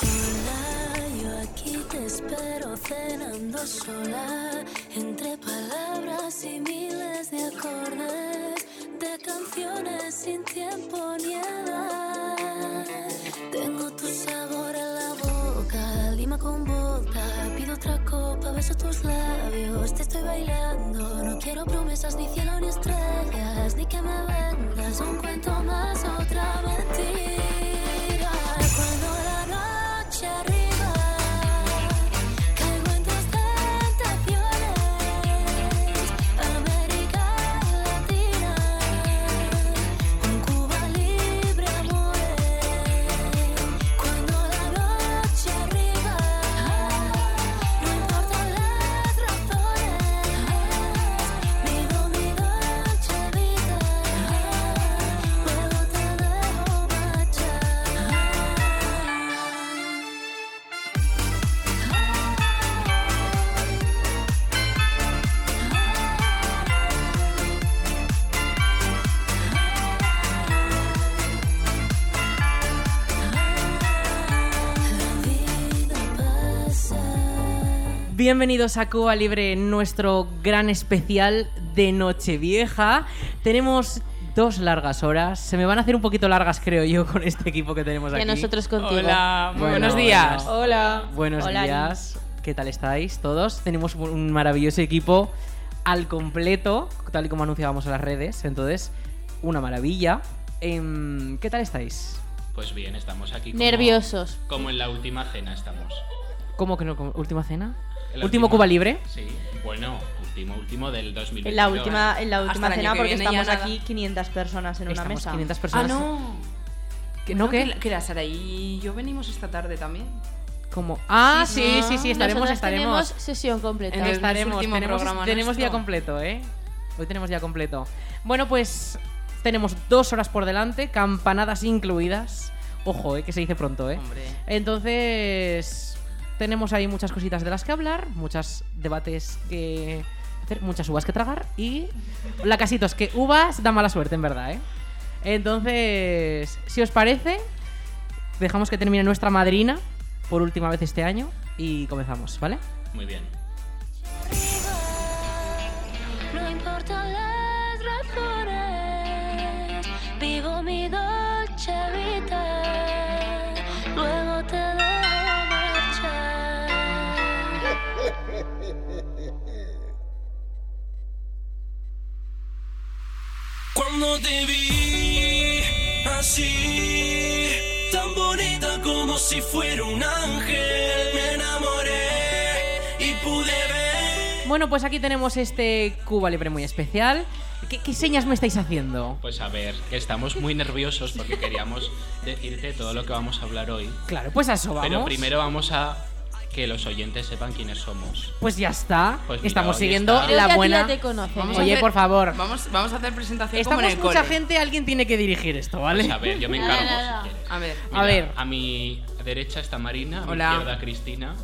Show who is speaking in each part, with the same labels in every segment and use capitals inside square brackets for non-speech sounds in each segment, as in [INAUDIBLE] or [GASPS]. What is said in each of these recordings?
Speaker 1: Hola, yo aquí te espero cenando sola entre palabras y miles de acordes de canciones sin tiempo ni edad. Tengo tu sabor en la boca, lima con bota, pido otra copa, beso tus labios, te estoy bailando, no quiero promesas ni cielo ni estrellas, ni que me vendas un cuento más otra mentira. Cuando la noche arriba, caigo en tus tentaciones, América Latina, un Cuba libre amores. Cuando la noche arriba, no importan las razones, vivo mi noche vida, luego te dejo marchar.
Speaker 2: Bienvenidos a Cuba Libre, nuestro gran especial de Nochevieja. Tenemos dos largas horas. Se me van a hacer un poquito largas, creo yo, con este equipo que tenemos
Speaker 3: Y
Speaker 2: aquí.
Speaker 3: a nosotros contigo.
Speaker 4: Hola, muy
Speaker 2: Bueno,
Speaker 4: buenos días.
Speaker 2: bueno.
Speaker 3: Hola.
Speaker 2: Buenos
Speaker 3: Hola,
Speaker 2: días. ¿Qué tal estáis todos? Tenemos un maravilloso equipo al completo, tal y como anunciábamos en las redes. Entonces, una maravilla. Em, ¿Qué tal estáis?
Speaker 5: Pues bien, estamos aquí. Como,
Speaker 3: Nerviosos.
Speaker 5: Como en la última cena estamos.
Speaker 2: ¿Cómo que no? ¿Cómo? ¿Última cena?
Speaker 5: En la
Speaker 2: ¿Último
Speaker 5: última-
Speaker 2: Cuba Libre?
Speaker 5: Sí, bueno, último, último del 2022.
Speaker 3: En la última, en la
Speaker 4: Hasta
Speaker 3: última
Speaker 4: el año
Speaker 3: cena,
Speaker 4: que
Speaker 3: porque
Speaker 4: viene ya
Speaker 3: estamos
Speaker 4: nada.
Speaker 3: aquí 500 personas en una
Speaker 2: Estamos
Speaker 3: mesa.
Speaker 2: 500
Speaker 4: Ah,
Speaker 2: personas. [LAUGHS]
Speaker 4: no.
Speaker 2: ¿Que ¿No
Speaker 4: que
Speaker 2: qué?
Speaker 4: la- que la Sara y yo venimos esta tarde también.
Speaker 2: Como, ah, sí,
Speaker 3: No,
Speaker 2: sí, sí, estaremos,
Speaker 3: nosotras
Speaker 2: estaremos.
Speaker 3: Tenemos sesión completa.
Speaker 4: En el-
Speaker 2: Estaremos,
Speaker 4: último
Speaker 2: tenemos,
Speaker 4: programa
Speaker 2: tenemos día
Speaker 4: nuestro.
Speaker 2: completo, ¿eh? Hoy tenemos día completo. Bueno, pues tenemos dos horas por delante, campanadas incluidas. Ojo, ¿eh? que se dice pronto, ¿eh?
Speaker 4: Hombre.
Speaker 2: Entonces, tenemos ahí muchas cositas de las que hablar, muchos debates que hacer, muchas uvas que tragar y la casito es que uvas da mala suerte, en verdad, ¿eh? Entonces, si os parece, dejamos que termine nuestra madrina por última vez este año y comenzamos, ¿vale?
Speaker 5: Muy bien.
Speaker 1: No importan las razones, vivo mi dolce vida, luego te dejo marchar.
Speaker 6: Cuando te vi así, tan bonita como si fuera un ángel, me enamoré y pude ver.
Speaker 2: Bueno, pues aquí tenemos este Cuba Libre muy especial. ¿Qué, qué señas me estáis haciendo?
Speaker 5: Pues a ver, que estamos muy nerviosos
Speaker 3: [LAUGHS]
Speaker 5: porque queríamos decirte todo lo que vamos a hablar hoy.
Speaker 2: Claro, pues a eso vamos.
Speaker 5: Pero primero vamos a que los oyentes sepan quiénes somos.
Speaker 2: Pues ya está.
Speaker 5: Pues mira,
Speaker 2: Estamos
Speaker 5: hoy
Speaker 2: siguiendo
Speaker 5: está.
Speaker 3: Creo que a
Speaker 2: la
Speaker 3: ti
Speaker 2: buena.
Speaker 3: ya te conocen.
Speaker 4: Vamos
Speaker 3: ¿eh?
Speaker 4: a
Speaker 2: Oye,
Speaker 4: hacer-
Speaker 2: por favor.
Speaker 4: Vamos, vamos a hacer presentación
Speaker 2: Estamos
Speaker 4: como en el
Speaker 2: mucha
Speaker 4: cole.
Speaker 2: gente, alguien tiene que dirigir esto, ¿vale?
Speaker 5: Pues a ver, yo me
Speaker 1: Nada,
Speaker 5: encargo
Speaker 1: nada.
Speaker 5: si quieres.
Speaker 4: A ver.
Speaker 2: A ver.
Speaker 5: A mi derecha está Marina, a mi
Speaker 4: Hola.
Speaker 5: izquierda Cristina,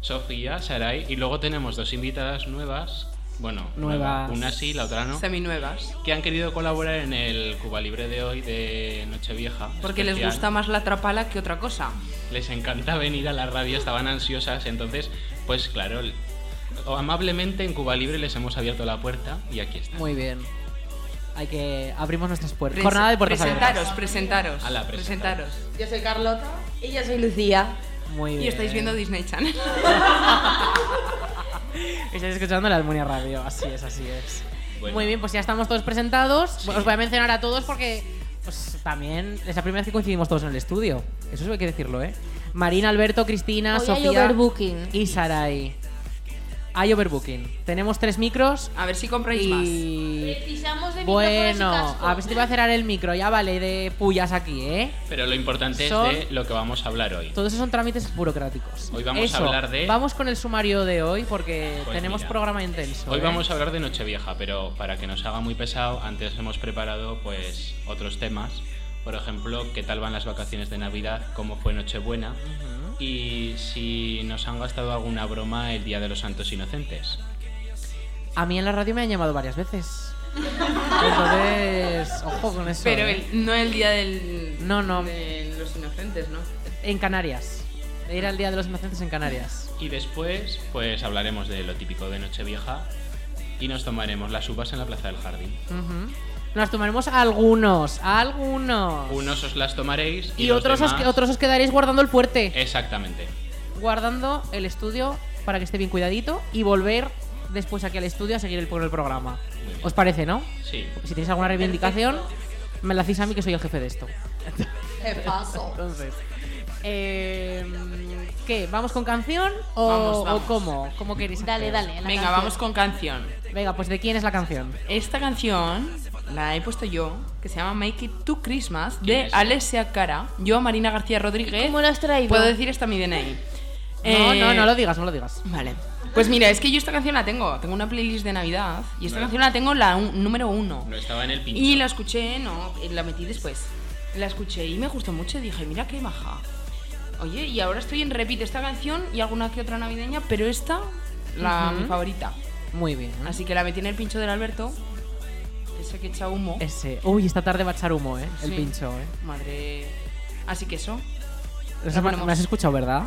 Speaker 5: Sofía, Sarai y luego tenemos dos invitadas nuevas. Bueno,
Speaker 2: Nuevas.
Speaker 5: Una sí, la otra no.
Speaker 4: Seminuevas.
Speaker 5: que han querido colaborar en el Cuba Libre de hoy de Nochevieja.
Speaker 4: Porque les
Speaker 5: especial.
Speaker 4: gusta más la trapala que otra cosa.
Speaker 5: Les encanta venir a la radio, estaban ansiosas, entonces, pues claro, l- o- amablemente en Cuba Libre les hemos abierto la puerta y aquí están.
Speaker 2: [LAUGHS] Muy bien. Hay que abrimos nuestras puertas.
Speaker 4: Presen-
Speaker 2: Jornada de puertas
Speaker 4: Presentaros,
Speaker 2: abiertas.
Speaker 4: presentaros.
Speaker 5: Ala, presentaros.
Speaker 4: presentaros.
Speaker 3: Yo soy Carlota. Y yo soy Lucía.
Speaker 2: Muy bien.
Speaker 4: Y estáis viendo Disney Channel.
Speaker 2: Estáis escuchando la Almunia Radio, así es, así es.
Speaker 5: Bueno.
Speaker 2: Muy bien, pues ya estamos todos presentados. Os voy a mencionar a todos porque pues, también es la primera vez que coincidimos todos en el estudio. Eso sí hay que decirlo, ¿eh? Marina, Alberto, Cristina,
Speaker 3: Hoy hay
Speaker 2: Sofía
Speaker 3: overbooking.
Speaker 2: y Sarai. Hay overbooking. Tenemos tres micros
Speaker 4: A ver si compráis más.
Speaker 2: y...
Speaker 7: Precisamos de
Speaker 2: Bueno,
Speaker 7: micrófonos y casco.
Speaker 2: a ver si te voy a cerrar el micro. Ya vale de pullas aquí, ¿eh?
Speaker 5: Pero lo importante
Speaker 2: Son-
Speaker 5: es de lo que vamos a hablar hoy.
Speaker 2: Todos esos son trámites burocráticos.
Speaker 5: Hoy vamos a
Speaker 2: Eso,
Speaker 5: hablar de-
Speaker 2: Vamos con el sumario de hoy porque
Speaker 5: Pues
Speaker 2: tenemos
Speaker 5: mira,
Speaker 2: programa intenso.
Speaker 5: Hoy
Speaker 2: ¿eh?
Speaker 5: vamos a hablar de Nochevieja, pero para que nos haga muy pesado, antes hemos preparado pues otros temas. Por ejemplo, qué tal van las vacaciones de Navidad, cómo fue Nochebuena y si nos han gastado alguna broma el Día de los Santos Inocentes.
Speaker 2: A mí en la radio me han llamado varias veces.
Speaker 5: [LAUGHS]
Speaker 2: Entonces, ojo con eso.
Speaker 8: Pero
Speaker 2: ¿eh?
Speaker 8: el- no el día del.
Speaker 2: No, no.
Speaker 8: De los inocentes, ¿no?
Speaker 2: En Canarias. Era el Día de los Inocentes en Canarias.
Speaker 5: Y después, pues hablaremos de lo típico de Nochevieja y nos tomaremos las uvas en la Plaza del Jardín.
Speaker 2: Ujú. Nos tomaremos algunos, algunos.
Speaker 5: Unos os las tomaréis y,
Speaker 2: y
Speaker 5: los
Speaker 2: otros, os,
Speaker 5: demás-
Speaker 2: que- otros os quedaréis guardando el fuerte.
Speaker 5: Exactamente.
Speaker 2: guardando el estudio para que esté bien cuidadito y volver después aquí al estudio a seguir el, con el programa.
Speaker 5: Muy bien.
Speaker 2: ¿Os parece, no?
Speaker 5: Sí.
Speaker 2: Si tenéis alguna reivindicación, me la hacéis a mí que soy el jefe de esto.
Speaker 7: ¿Qué paso?
Speaker 2: Entonces, eh, ¿qué? ¿Vamos con canción o,
Speaker 8: Vamos,
Speaker 2: o
Speaker 8: vamos.
Speaker 2: cómo? ¿Cómo queréis?
Speaker 9: Dale,
Speaker 2: hacer?
Speaker 9: dale. la
Speaker 8: Venga,
Speaker 9: canción.
Speaker 8: vamos con canción.
Speaker 2: Venga, pues ¿de quién es la canción?
Speaker 8: Esta canción la he puesto yo, que se llama Make It to Christmas,
Speaker 5: ¿Quién
Speaker 8: de
Speaker 5: es?
Speaker 8: Alessia Cara. Yo, Marina García Rodríguez.
Speaker 9: ¿Cómo lo has traído?
Speaker 8: Puedo decir esta mi DNI.
Speaker 2: No,
Speaker 8: Eh,
Speaker 2: no, no lo digas, no lo digas.
Speaker 8: Vale. Pues mira, es que yo esta canción la tengo. Tengo una playlist de Navidad y esta
Speaker 5: Vale.
Speaker 8: canción la tengo la un- número uno.
Speaker 5: No estaba en el pincho.
Speaker 8: Y la escuché, no, la metí después. La escuché y me gustó mucho y dije, mira qué baja. Oye, y ahora estoy en repite esta canción y alguna que otra navideña, pero esta, la mi favorita.
Speaker 2: Muy bien.
Speaker 8: Así que la metí en el pincho del Alberto, ese que echa humo.
Speaker 2: Ese. Uy, esta tarde va a echar humo, ¿eh? El
Speaker 8: Sí.
Speaker 2: pincho, ¿eh?
Speaker 8: Madre. Así que eso.
Speaker 2: Eso me,
Speaker 8: ponemos.
Speaker 2: me has escuchado, ¿verdad?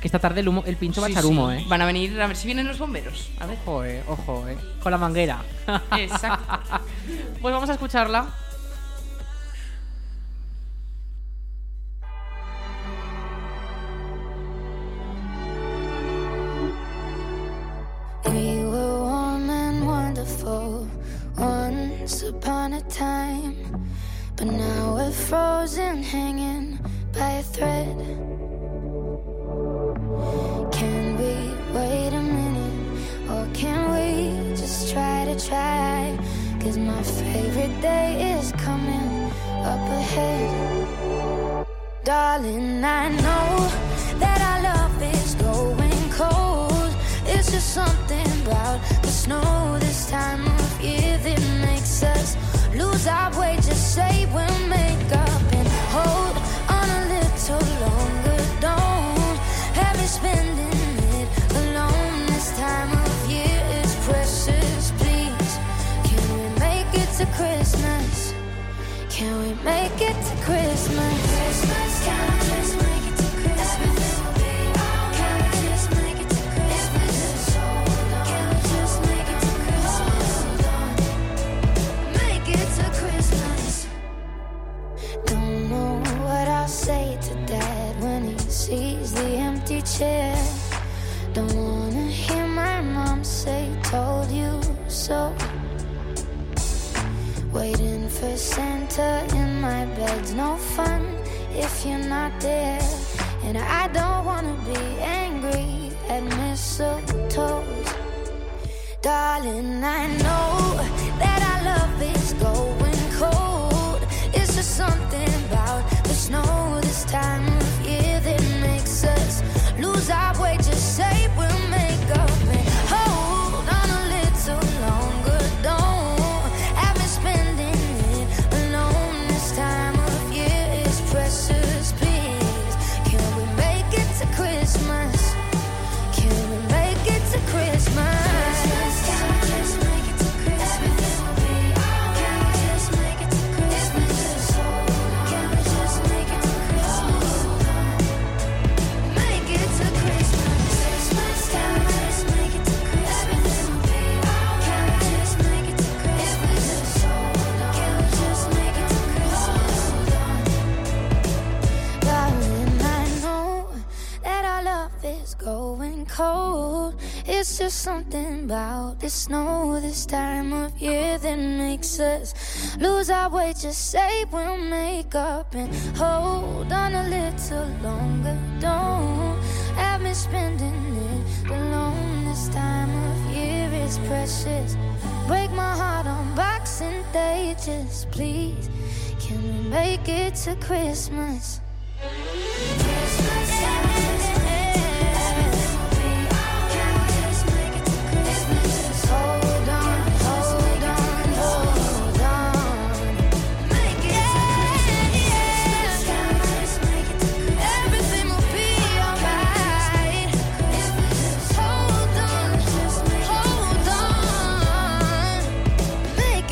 Speaker 2: Que esta tarde el, humo- el pincho va a
Speaker 8: Sí,
Speaker 2: echar
Speaker 8: sí.
Speaker 2: humo, ¿eh?
Speaker 8: Van a venir a ver si vienen los bomberos. A ver.
Speaker 2: Ojo, eh, ojo, eh. Con la manguera.
Speaker 8: Exacto.
Speaker 2: [LAUGHS] Pues vamos a escucharla.
Speaker 10: We were warm and wonderful once upon a time, but now we're frozen, hanging by a thread. Can we wait a minute, or can we just try to try? Cause my favorite day is coming up ahead. Darling, I know that our love is going cold. It's just something about the snow this time of year that makes us lose our way. Just say we'll make up and hold on a little longer. Don't have me spending it alone. This time of year is precious. Please, can we make it to Christmas? Can we make it to Christmas? Christmas, can we just make it to Christmas? Everything will be alright. Can we just make it to Christmas? So hold on. Can we just make it to Christmas? Hold on. Make it to Christmas. Don't know what I'll say to Dad when he sees the empty chair. Don't wanna hear my mom say, "Told you so." Waiting for Santa in my bed's no fun if you're not there. And I don't wanna be angry at mistletoes. Darling, I know that our love is going cold. It's just something about the snow this time of year that makes us lose our way. Just say we'll make up and hold on a little longer. Don't have me spending it alone this time of year is precious. Please, can we make it to Christmas? Can we make it to Christmas? Can we just make it to Christmas? Everything will be alright. Can we just make it to Christmas? Can we just make it to Christmas? Make it to Christmas. Christmas. Can we just make it to Christmas? Everything will be alright. Can we just make it to Christmas? Can we just make it to Christmas? Darling, I know that our love is going cold. It's just something about the snow this time of year that makes us lose our way. Just say we'll make up and hold on a little longer. Don't have me spending it alone this time of year is precious. Break my heart on Boxing Day, just please. Can we make it to Christmas? Hold on, hold on. Make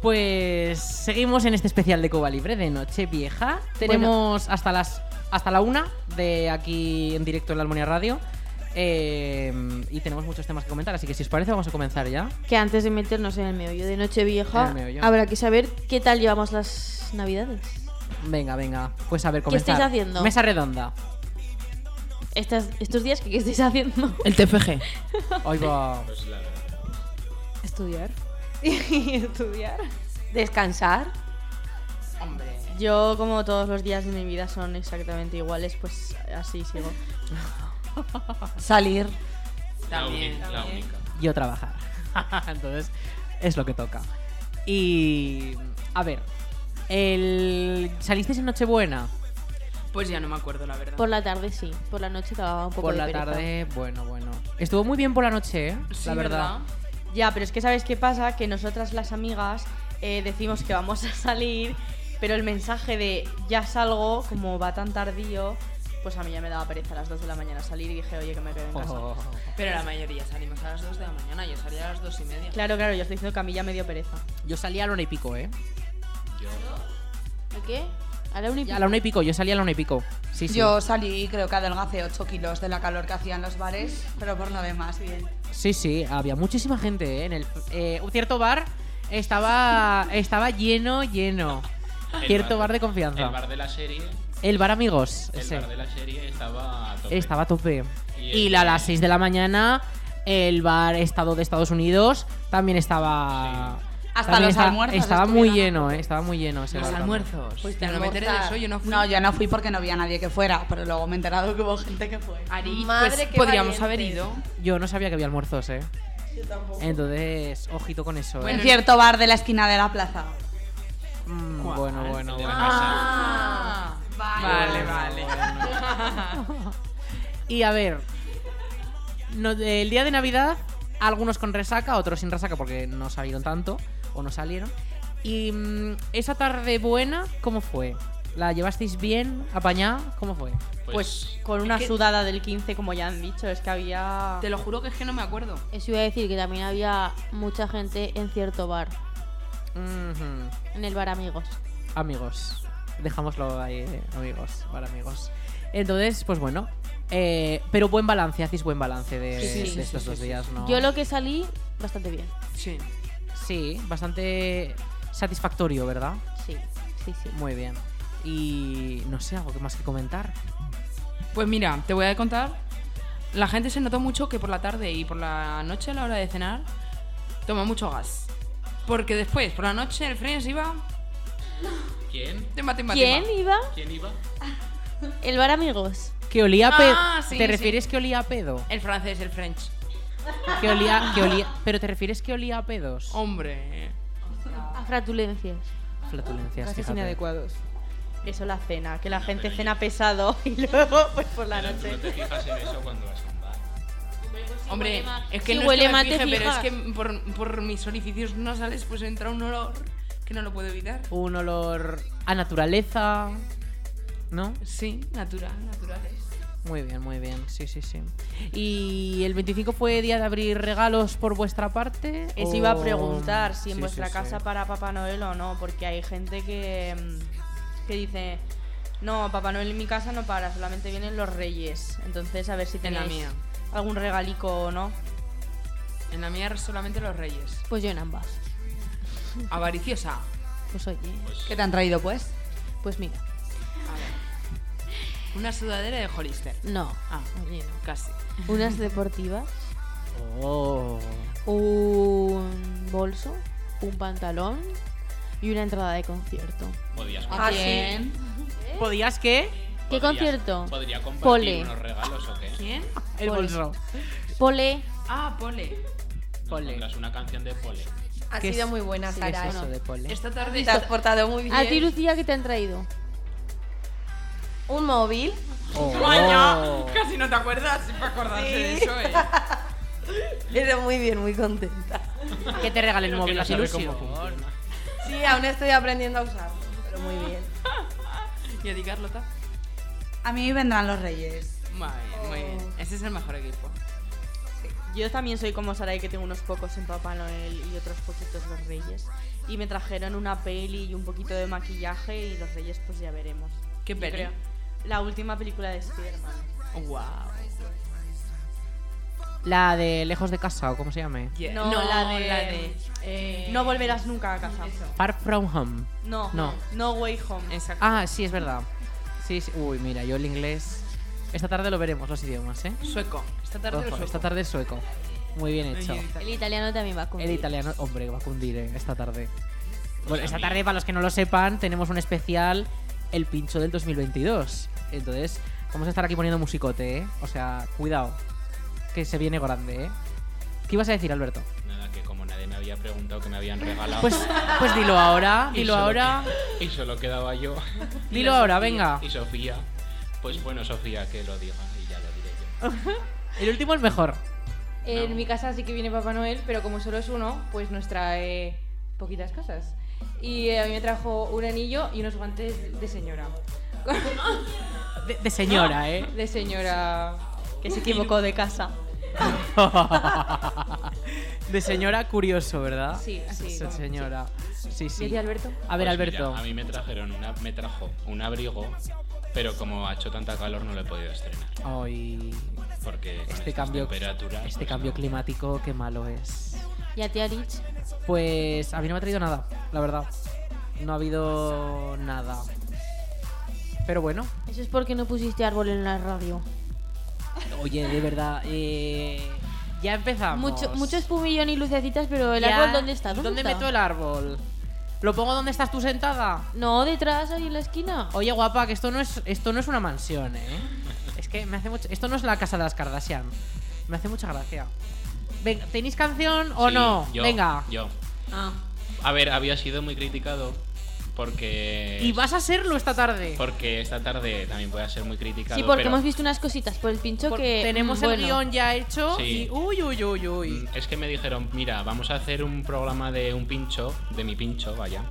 Speaker 2: Pues seguimos en este especial de Cuba Libre de Noche Vieja. Tenemos hasta las hasta la una de aquí en directo en la Almonia Radio. Eh, y tenemos muchos temas que comentar, así que si os parece vamos a comenzar ya.
Speaker 7: Que antes de meternos en el meollo de Nochevieja,
Speaker 2: En el meollo.
Speaker 7: habrá que saber qué tal llevamos las Navidades.
Speaker 2: Venga, venga. Pues a ver,
Speaker 7: ¿Qué
Speaker 2: comenzar.
Speaker 7: estáis haciendo?
Speaker 2: Mesa redonda.
Speaker 7: Estas- estos días, ¿qué, qué estáis haciendo? [LAUGHS]
Speaker 8: El TFG.
Speaker 2: Hoy va...
Speaker 5: Pues,
Speaker 7: [LAUGHS]
Speaker 11: Estudiar. y estudiar. Descansar.
Speaker 8: Hombre.
Speaker 7: Yo, como todos los días de mi vida son exactamente iguales, pues así sigo.
Speaker 2: [LAUGHS]
Speaker 11: Salir.
Speaker 5: La
Speaker 8: También.
Speaker 5: única, la única.
Speaker 2: yo trabajar. [LAUGHS] Entonces, es lo que toca. Y. A ver. El... ¿Salisteis en Nochebuena?
Speaker 8: Pues ya no me acuerdo, la verdad.
Speaker 7: Por la tarde sí, por la noche acababa un poco
Speaker 2: Por
Speaker 7: de
Speaker 2: la
Speaker 7: pereza.
Speaker 2: tarde, bueno, bueno. Estuvo muy bien por la noche, ¿eh?
Speaker 8: Sí,
Speaker 2: la verdad.
Speaker 7: Ya, pero es que ¿sabes qué pasa? Que nosotras las amigas eh, decimos que vamos a salir, pero el mensaje de ya salgo, como va tan tardío, pues a mí ya me daba pereza a las 2 de la mañana salir y dije, oye, que me quedo en casa.
Speaker 2: Oh.
Speaker 8: Pero la mayoría salimos a las 2 de la mañana. Yo salí a las 2 y media.
Speaker 7: Claro, claro, yo estoy diciendo que a mí ya me dio pereza.
Speaker 2: Yo salí a la una y pico, ¿eh?
Speaker 7: ¿El qué? ¿A la
Speaker 2: Ya, A la una y pico, yo salí a la una y pico. Sí, sí.
Speaker 11: Yo salí y creo que adelgacé 8 kilos de la calor que hacían los bares, pero por lo demás, bien.
Speaker 2: Sí, sí, había muchísima gente, ¿eh? En el, eh, un cierto bar estaba, estaba lleno, lleno.
Speaker 5: El
Speaker 2: Cierto bar,
Speaker 5: bar-
Speaker 2: de confianza.
Speaker 5: El bar de la serie,
Speaker 2: El bar, amigos.
Speaker 5: el
Speaker 2: ese.
Speaker 5: bar de la serie estaba a tope.
Speaker 2: Estaba a tope.
Speaker 5: Y
Speaker 2: Y
Speaker 5: el
Speaker 2: la- a
Speaker 5: de-
Speaker 2: las 6 de la mañana, el bar Estado de Estados Unidos también estaba.
Speaker 11: Hasta
Speaker 2: también
Speaker 11: los
Speaker 2: estaba-
Speaker 11: almuerzos
Speaker 2: Estaba muy
Speaker 11: estuvieron.
Speaker 2: lleno, eh, estaba muy lleno. ese
Speaker 8: Los
Speaker 2: bar también.
Speaker 8: almuerzos. Pues te lo meteré de
Speaker 11: almorzar.
Speaker 8: eso, yo no fui.
Speaker 11: No, yo no fui porque no había nadie que fuera, pero luego me he enterado que hubo gente que fue.
Speaker 8: Ari,
Speaker 7: Madre,
Speaker 8: pues
Speaker 7: qué
Speaker 8: podríamos
Speaker 7: valientes.
Speaker 8: haber ido.
Speaker 2: Yo no sabía que había almuerzos, eh. Entonces, ojito con eso, eh.
Speaker 11: En
Speaker 8: Bueno,
Speaker 11: cierto bar de la esquina de la plaza.
Speaker 2: Mm,
Speaker 8: ¿cuál?
Speaker 2: bueno, bueno,
Speaker 5: De la
Speaker 2: bueno.
Speaker 5: casa.
Speaker 8: Ah, vale, vale.
Speaker 2: Y a ver, no- el día de Navidad, algunos con resaca, otros sin resaca porque no salieron tanto o no salieron. Y mm, esa tarde buena, ¿cómo fue? ¿La llevasteis bien? ¿Apañada? ¿Cómo fue?
Speaker 7: Pues con una
Speaker 8: que-
Speaker 7: sudada del 15, como ya han dicho, es que había...
Speaker 8: Te lo juro que es que no me acuerdo.
Speaker 12: Eso iba a decir que también había mucha gente en cierto bar,
Speaker 2: Ujú.
Speaker 12: en el bar Amigos.
Speaker 2: Amigos. Dejámoslo ahí, eh, amigos, para amigos. Entonces, pues bueno. eh, pero buen balance, hacéis buen balance de,
Speaker 8: Sí, sí,
Speaker 2: de
Speaker 8: sí,
Speaker 2: estos
Speaker 8: sí,
Speaker 2: dos
Speaker 8: sí,
Speaker 2: días, ¿no?
Speaker 12: Yo lo que salí, bastante bien.
Speaker 8: Sí.
Speaker 2: Sí, bastante satisfactorio, ¿verdad?
Speaker 12: Sí, sí, sí.
Speaker 2: Muy bien. Y no sé, algo que más que comentar.
Speaker 8: Pues mira, te voy a contar. La gente se notó mucho que por la tarde y por la noche a la hora de cenar toma mucho gas. Porque después, por la noche, el Friends iba.
Speaker 5: ¿Quién?
Speaker 8: Tema, tema,
Speaker 12: ¿Quién
Speaker 8: tema.
Speaker 12: iba?
Speaker 5: ¿Quién iba?
Speaker 12: El bar Amigos.
Speaker 2: Que olía a pedo.
Speaker 8: Ah, sí,
Speaker 2: ¿Te
Speaker 8: sí.
Speaker 2: refieres que olía a pedo?
Speaker 8: El francés, el French.
Speaker 2: Que olía, que olía. Pero te refieres que olía a pedos.
Speaker 8: Hombre.
Speaker 12: A fratulencias.
Speaker 2: Flatulencias,
Speaker 11: Casi
Speaker 2: fíjate.
Speaker 11: inadecuados.
Speaker 7: Eso la cena, que la gente cena pesado [LAUGHS] y luego pues por la
Speaker 5: Pero tú
Speaker 7: noche.
Speaker 5: no te fijas en eso cuando vas a un bar.
Speaker 8: Hombre, es que
Speaker 12: Si
Speaker 8: no
Speaker 12: huele
Speaker 8: es que me
Speaker 12: mal, te
Speaker 8: fije, pero es
Speaker 12: fijas.
Speaker 8: que por, por mis orificios nasales pues entra un olor que no lo puedo evitar.
Speaker 2: Un olor a naturaleza. ¿No?
Speaker 8: Sí, natural, naturales.
Speaker 2: Muy bien, muy bien. Sí, sí, sí. ¿Y el 25 fue día de abrir regalos por vuestra parte?
Speaker 7: Eso
Speaker 2: o-
Speaker 7: iba a preguntar si en
Speaker 2: Oh, Sí,
Speaker 7: vuestra
Speaker 2: sí,
Speaker 7: casa
Speaker 2: sí.
Speaker 7: para Papá Noel o no, porque hay gente que, mm, que dice, no, Papá Noel en mi casa no para, solamente vienen los reyes. Entonces, a ver si
Speaker 8: En la
Speaker 7: tenéis
Speaker 8: mía.
Speaker 7: algún regalico o no.
Speaker 8: En la mía solamente los reyes.
Speaker 12: Pues yo en ambas.
Speaker 8: Avariciosa.
Speaker 12: Pues oye,
Speaker 11: ¿Qué te han traído, pues?
Speaker 12: pues mira.
Speaker 8: A ver. Una sudadera de Hollister.
Speaker 12: No.
Speaker 8: Ah,
Speaker 12: Oye, no.
Speaker 8: casi.
Speaker 12: Unas deportivas,
Speaker 2: Oh.
Speaker 12: un bolso, un pantalón y una entrada de concierto.
Speaker 5: Podías
Speaker 11: ¿A quién?
Speaker 2: ¿Podías qué?
Speaker 12: ¿Qué
Speaker 5: podrías-
Speaker 12: concierto?
Speaker 5: ¿Podría compartir
Speaker 12: Pole.
Speaker 5: unos regalos o qué?
Speaker 8: ¿Quién?
Speaker 2: El
Speaker 12: Pole.
Speaker 2: bolso.
Speaker 12: Pole.
Speaker 8: Ah, Pole.
Speaker 5: Nos
Speaker 2: Pole.
Speaker 5: pondrás una canción de Pole.
Speaker 11: Ha
Speaker 2: ¿Qué
Speaker 11: sido
Speaker 2: es-
Speaker 11: muy buena,
Speaker 2: sí,
Speaker 11: Sara. ¿eh?
Speaker 2: es eso de pole?
Speaker 8: Esta tarde.
Speaker 11: Te has
Speaker 8: esta-
Speaker 11: portado muy bien.
Speaker 12: ¿A ti, Lucía, qué te han traído?
Speaker 11: un móvil.
Speaker 2: Oh.
Speaker 8: ¡Vaya! Casi no te acuerdas para acordarse de eso, eh.
Speaker 11: Pero muy bien, muy contenta.
Speaker 2: Que te regale el móvil,
Speaker 5: no
Speaker 2: la
Speaker 5: sabe
Speaker 2: ilusión.
Speaker 5: cómo funciona.
Speaker 11: Sí, aún estoy aprendiendo a usarlo, pero muy bien.
Speaker 8: [LAUGHS] ¿Y a ti, Carlota?
Speaker 11: A mí vendrán los reyes.
Speaker 8: Muy bien, muy bien.
Speaker 7: Oh.
Speaker 8: Ese es el mejor equipo.
Speaker 7: Yo también soy como Sarai, que tengo unos pocos en Papá Noel y otros poquitos los reyes. y me trajeron una peli y un poquito de maquillaje y los reyes pues ya veremos.
Speaker 4: ¿Qué
Speaker 7: Yo
Speaker 4: peli?
Speaker 7: creo. La última película de Spider-Man.
Speaker 4: Wow.
Speaker 2: La de Lejos de Casa, o como se llame.
Speaker 7: No, la de... No volverás nunca a casa.
Speaker 2: Far From Home.
Speaker 7: No,
Speaker 2: No.
Speaker 7: no. Way Home.
Speaker 4: Exacto.
Speaker 2: Ah, sí, es verdad. Sí, sí. Uy, mira, yo el inglés. Esta tarde lo veremos, los idiomas, ¿eh?
Speaker 4: Sueco. Esta tarde
Speaker 2: Ojo,
Speaker 4: lo sueco.
Speaker 2: Esta tarde es sueco. Muy bien hecho.
Speaker 12: El italiano también va con.
Speaker 2: El italiano, hombre, va a cundir eh, esta tarde. Bueno, esta tarde, para los que no lo sepan, tenemos un especial El Pincho del 2022. Entonces, vamos a estar aquí poniendo musicote, ¿eh? O sea, cuidado, que se viene grande, ¿eh? ¿Qué ibas a decir, Alberto?
Speaker 5: Nada, que como nadie me había preguntado que me habían regalado.
Speaker 2: Pues, pues dilo ahora,
Speaker 5: y
Speaker 2: dilo
Speaker 5: solo-
Speaker 2: ahora,
Speaker 5: Y solo quedaba
Speaker 2: [LAUGHS]
Speaker 5: yo
Speaker 2: dilo ahora, venga.
Speaker 5: y Sofía. Pues bueno, Sofía, que lo diga y ya lo diré yo.
Speaker 2: [LAUGHS] El último es mejor.
Speaker 13: En
Speaker 5: No.
Speaker 13: mi casa sí que viene Papá Noel, pero como solo es uno, pues nos trae poquitas cosas. Y eh, a mí me trajo un anillo y unos guantes de señora.
Speaker 2: De, de señora, ¿eh?
Speaker 13: De señora...
Speaker 7: Que se equivocó de casa.
Speaker 2: De señora curioso, ¿verdad?
Speaker 13: Sí, sí,
Speaker 2: Se-
Speaker 13: vamos,
Speaker 2: señora. Sí,
Speaker 13: ¿Y a
Speaker 2: sí.
Speaker 13: ti, Alberto?
Speaker 2: A ver,
Speaker 5: Pues
Speaker 2: Alberto.
Speaker 5: mira, a mí me trajeron una, me trajo un abrigo, pero como ha hecho tanta calor no lo he podido estrenar.
Speaker 2: Ay,
Speaker 5: Porque con
Speaker 2: este
Speaker 5: estas
Speaker 2: cambio,
Speaker 5: temperaturas,
Speaker 2: este
Speaker 5: pues
Speaker 2: cambio
Speaker 5: no.
Speaker 2: climático, qué malo es.
Speaker 12: Y a ti, Arich,
Speaker 2: Pues a mí no me ha traído nada, la verdad. No ha habido nada. Pero bueno,
Speaker 12: eso es porque no pusiste árbol en la radio.
Speaker 2: oye, de verdad, eh, ya empezamos.
Speaker 12: Mucho, mucho espumillón y lucecitas, pero el
Speaker 2: Ya.
Speaker 12: árbol, ¿dónde está?
Speaker 2: ¿Dónde,
Speaker 12: ¿Dónde, está?
Speaker 2: meto el árbol? ¿Lo pongo donde estás tú sentada?
Speaker 12: No, detrás, ahí en la esquina.
Speaker 2: Oye, guapa, que esto no es, esto no es una mansión, ¿eh? Es que me hace mucho... Esto no es la casa de las Kardashian. Me hace mucha gracia. Venga, ¿tenéis canción
Speaker 5: Sí,
Speaker 2: o Oh, no?
Speaker 5: yo,
Speaker 2: Venga.
Speaker 5: Yo.
Speaker 12: Ah.
Speaker 5: A ver, había sido muy criticado porque.
Speaker 2: Y vas a serlo esta tarde.
Speaker 5: Porque esta tarde también puede ser muy criticado.
Speaker 12: Sí, porque
Speaker 5: pero-
Speaker 12: hemos visto unas cositas por el pincho
Speaker 2: Por-
Speaker 12: que.
Speaker 2: tenemos
Speaker 12: mm,
Speaker 2: el
Speaker 12: bueno.
Speaker 2: guión ya hecho
Speaker 5: Sí.
Speaker 2: y uy, uy, uy, uy.
Speaker 5: Mm, Es que me dijeron, mira, vamos a hacer un programa de un pincho, de mi pincho, vaya,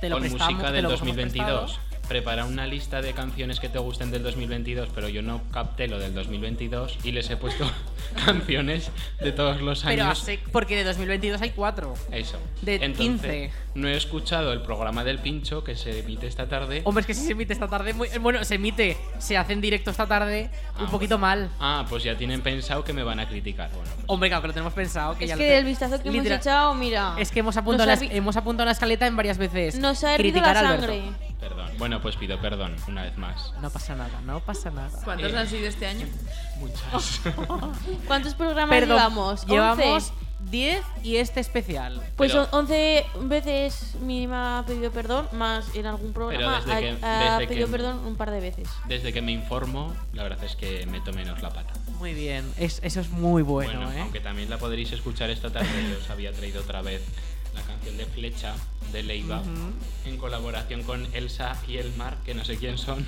Speaker 2: Te lo
Speaker 5: con
Speaker 2: prestamos,
Speaker 5: música
Speaker 2: te
Speaker 5: del
Speaker 2: lo hemos
Speaker 5: 2022.
Speaker 2: prestado.
Speaker 5: Prepara una lista de canciones que te gusten del 2022, pero yo no capté lo del 2022 y les he puesto
Speaker 2: [LAUGHS]
Speaker 5: canciones de todos los
Speaker 2: Pero
Speaker 5: años. Eh.
Speaker 2: hace- porque de 2022 hay cuatro.
Speaker 5: Eso.
Speaker 2: de
Speaker 5: Entonces,
Speaker 2: 15.
Speaker 5: no he escuchado el programa del pincho que se emite esta tarde.
Speaker 2: Hombre, es que si se emite esta tarde, muy- bueno, se emite, se hace en directo esta tarde,
Speaker 5: Ah,
Speaker 2: un poquito mal.
Speaker 5: Ah, pues ya tienen pensado que me van a criticar. Bueno, pues-
Speaker 2: Hombre, claro, que lo tenemos pensado. Que
Speaker 12: Es
Speaker 2: ya
Speaker 12: que
Speaker 2: lo te-
Speaker 12: del vistazo que
Speaker 2: Literal-
Speaker 12: hemos echado, mira.
Speaker 2: Es que hemos apuntado, la,
Speaker 12: nos
Speaker 2: es-
Speaker 12: ha vi-
Speaker 2: hemos apuntado la escaleta en varias veces.
Speaker 12: Nos ha hervido la
Speaker 2: Criticar a
Speaker 12: sangre.
Speaker 2: Alberto.
Speaker 5: Perdón. Bueno, pues pido perdón una vez más.
Speaker 2: No pasa nada, no pasa
Speaker 12: mm,
Speaker 2: nada.
Speaker 4: ¿Cuántos
Speaker 5: Eh.
Speaker 4: han sido este año?
Speaker 5: Muchas.
Speaker 12: [LAUGHS] ¿Cuántos programas
Speaker 2: Perdón,
Speaker 12: llevamos?
Speaker 2: llevamos
Speaker 12: 11.
Speaker 2: 10 y este especial.
Speaker 12: Pues
Speaker 5: Pero-
Speaker 12: on- 11 veces mínima ha pedido perdón, más en algún programa
Speaker 5: desde
Speaker 12: ha,
Speaker 5: que-
Speaker 12: ha
Speaker 5: desde que-
Speaker 12: pedido perdón un par de veces.
Speaker 5: Desde que me informo, la verdad es que me meto menos la pata.
Speaker 2: Muy bien, es- eso es muy bueno, ¿eh?
Speaker 5: aunque también la podréis escuchar esta tarde, yo os había traído otra vez la canción de Flecha de Leiva en colaboración con Elsa y el mar, que no sé quién
Speaker 12: [LAUGHS]
Speaker 5: son.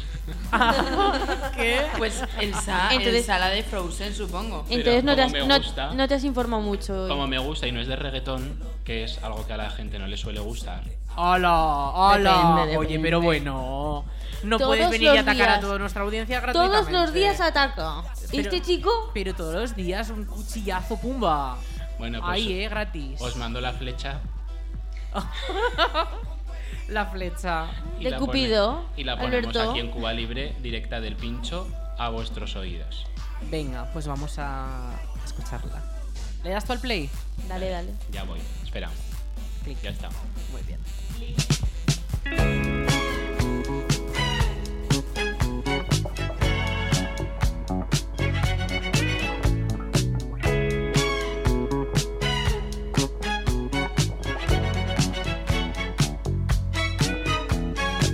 Speaker 2: ¿Qué?
Speaker 4: Pues Elsa,
Speaker 12: Entonces-
Speaker 4: Elsa, la de Frozen, supongo.
Speaker 5: Pero
Speaker 12: Entonces no te, has,
Speaker 5: como me
Speaker 12: no-
Speaker 5: gusta-
Speaker 12: no te has informado mucho. hoy.
Speaker 5: Como me gusta y no es de reggaetón, que es algo que a la gente no le suele gustar.
Speaker 2: Hola, hola.
Speaker 4: Depende,
Speaker 2: Oye,
Speaker 4: depende.
Speaker 2: pero bueno. No
Speaker 12: Todos
Speaker 2: puedes venir y
Speaker 12: los
Speaker 2: atacar a
Speaker 12: días.
Speaker 2: toda nuestra audiencia gratuitamente.
Speaker 12: Todos los días ataca.
Speaker 2: Pero-
Speaker 12: este chico,
Speaker 2: Pero todos los días un cuchillazo, pumba.
Speaker 5: Bueno, pues
Speaker 2: Ahí, eh, gratis.
Speaker 5: os mando la flecha.
Speaker 2: La flecha.
Speaker 5: Y
Speaker 12: De
Speaker 5: la
Speaker 12: Cupido,
Speaker 5: pone- y la ponemos
Speaker 12: Alberto.
Speaker 5: aquí en Cuba Libre, directa del pincho a vuestros oídos.
Speaker 2: Venga, pues vamos a escucharla. ¿Le das tú al play?
Speaker 12: dale, dale.
Speaker 5: Ya voy, espera.
Speaker 2: Clic.
Speaker 5: Ya está.
Speaker 2: Muy bien.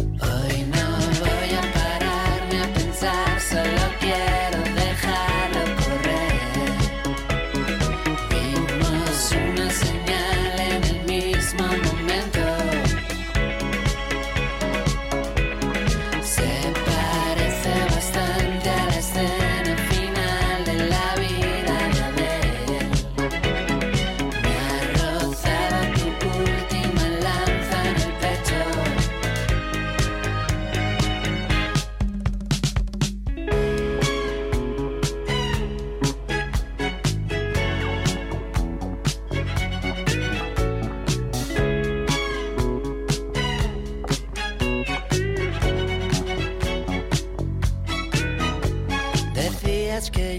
Speaker 11: Hoy no voy a pararme a pensar, solo quiero dejarlo correr. Vimos una señal en el cadenas que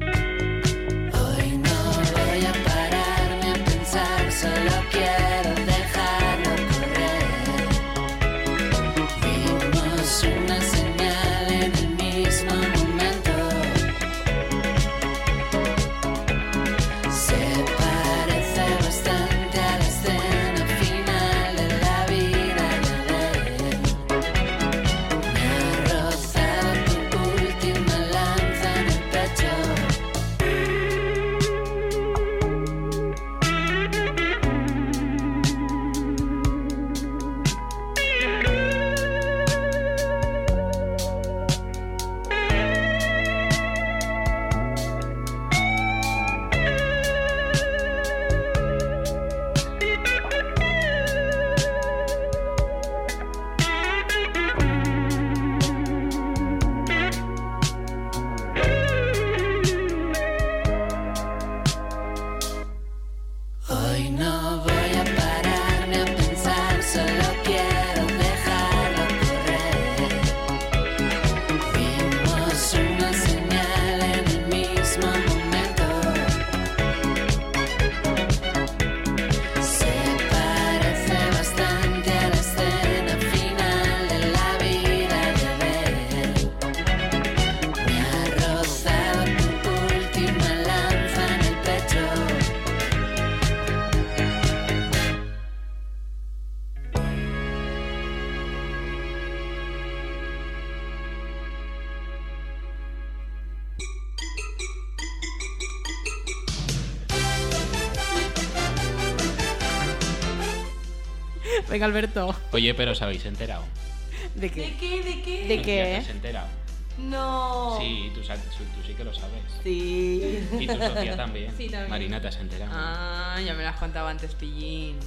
Speaker 11: Hoy no voy a pararme a pensar, solo quiero dejarlo correr. Vimos una señal en el mismo momento. Se parece bastante a la escena final de la vida de él. Me ha rozado tu última lanza en el pecho. Hoy no voy a pararme a pensar, solo quiero dejarlo correr. Vimos una señal en el mismo momento. Se parece bastante a la escena final de la vida de él. Me ha rozado tu última lanza en el pecho.
Speaker 2: Venga, Alberto.
Speaker 5: Oye, pero os habéis enterado.
Speaker 2: ¿De qué?
Speaker 8: [LAUGHS]
Speaker 4: ¿De qué? ¿De qué?
Speaker 2: ¿De
Speaker 5: Ya
Speaker 2: qué?
Speaker 5: te has enterado.
Speaker 8: Oh.
Speaker 4: No.
Speaker 5: Sí, tú, sa- tú- tú sí que lo sabes.
Speaker 4: Sí.
Speaker 5: Y tú, Sofía, también.
Speaker 4: Sí, también.
Speaker 5: Marina, te has enterado.
Speaker 4: Ah, ya me las contaba antes, Pillín.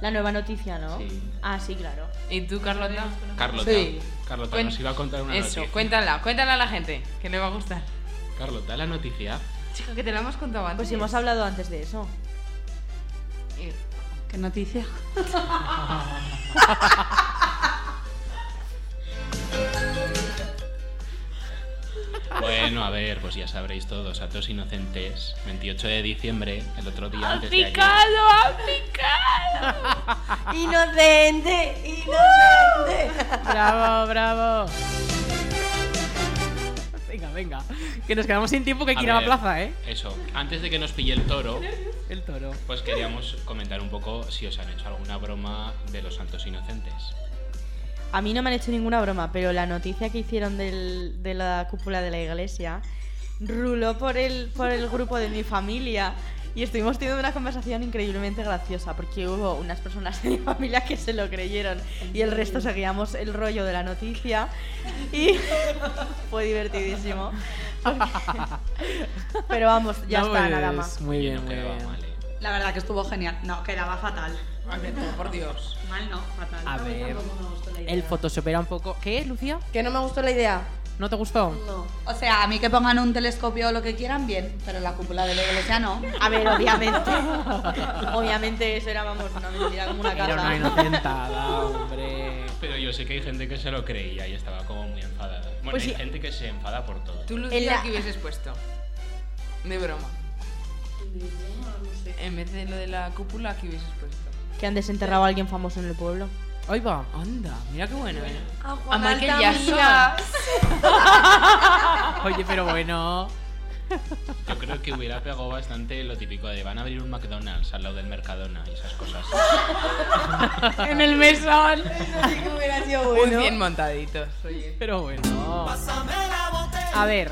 Speaker 7: La nueva noticia, ¿no?
Speaker 5: Sí.
Speaker 7: Ah, sí, claro.
Speaker 4: ¿Y tú, Carlota?
Speaker 5: Carlota.
Speaker 4: Sí.
Speaker 5: Carlota
Speaker 4: Cuen-
Speaker 5: nos iba a contar una
Speaker 4: Eso,
Speaker 5: noticia.
Speaker 4: cuéntala, cuéntala a la gente, que le va a gustar.
Speaker 5: Carlota, la noticia.
Speaker 4: Chica, que te la hemos contado antes.
Speaker 7: Pues hemos hablado antes de eso.
Speaker 4: Eh,
Speaker 3: ¿Qué
Speaker 4: [LAUGHS]
Speaker 2: [LAUGHS]
Speaker 3: noticia?
Speaker 5: Bueno, a ver, pues ya sabréis todos, actos inocentes. 28 de diciembre, el otro
Speaker 1: ¡Ah,
Speaker 5: día antes de ayer.
Speaker 4: ¡Ha picado!
Speaker 7: ¡Inocente! ¡Inocente!
Speaker 2: Bravo, bravo. Venga, venga. Que nos quedamos sin tiempo que hay
Speaker 5: A
Speaker 2: que ir a la
Speaker 5: ver,
Speaker 2: plaza, ¿eh?
Speaker 5: Eso. Antes de que nos pille el toro,
Speaker 2: El toro.
Speaker 5: pues queríamos comentar un poco si os han hecho alguna broma de los santos inocentes.
Speaker 7: A mí no me han hecho ninguna broma, pero la noticia que hicieron del- de la cúpula de la iglesia ruló por el, por el grupo de mi familia y estuvimos teniendo una conversación increíblemente graciosa porque hubo unas personas de mi familia que se lo creyeron y el resto seguíamos el rollo de la noticia y [LAUGHS] fue divertidísimo. porque- Pero vamos, ya
Speaker 2: No,
Speaker 7: está, nada
Speaker 2: pues,
Speaker 7: más.
Speaker 2: Muy bien,
Speaker 5: no
Speaker 2: muy
Speaker 5: quedaba
Speaker 2: bien.
Speaker 5: mal, ¿eh?
Speaker 3: [LAUGHS] La verdad que estuvo genial. No, quedaba fatal.
Speaker 4: Alberto, por Dios.
Speaker 3: Mal no, fatal.
Speaker 2: A ver. El Photoshop era un poco. ¿Qué, Lucía?
Speaker 13: Que no me gustó la idea.
Speaker 2: ¿No te gustó?
Speaker 3: O sea, a mí que pongan un telescopio o lo que quieran, bien, pero la cúpula de la iglesia no.
Speaker 7: A ver, [LAUGHS] obviamente. Obviamente eso era, vamos, una mentira como una
Speaker 2: Era
Speaker 7: casa. [LAUGHS]
Speaker 2: una inocentada, hombre.
Speaker 5: Pero yo sé que hay gente que se lo creía y estaba como muy enfadada. Bueno,
Speaker 7: Pues
Speaker 5: hay
Speaker 7: sí.
Speaker 5: gente que se enfada por todo.
Speaker 4: Tú,
Speaker 7: En
Speaker 4: Lucía,
Speaker 7: la-
Speaker 4: ¿qué hubieses puesto? De broma. En vez de lo de la cúpula, ¿qué hubieses puesto?
Speaker 7: Que han desenterrado a alguien famoso en el pueblo.
Speaker 2: Ahí va.
Speaker 4: Anda, mira qué bueno, ¿eh?
Speaker 13: A,
Speaker 4: Juan Altamira. [LAUGHS]
Speaker 2: Oye, pero bueno.
Speaker 5: Yo creo que hubiera pegado bastante lo típico de van a abrir un McDonald's al lado del Mercadona y esas cosas.
Speaker 2: en
Speaker 4: [LAUGHS]
Speaker 5: [LAUGHS]
Speaker 2: el mesón.
Speaker 4: Un bien montaditos, oye.
Speaker 2: Pero bueno. A ver.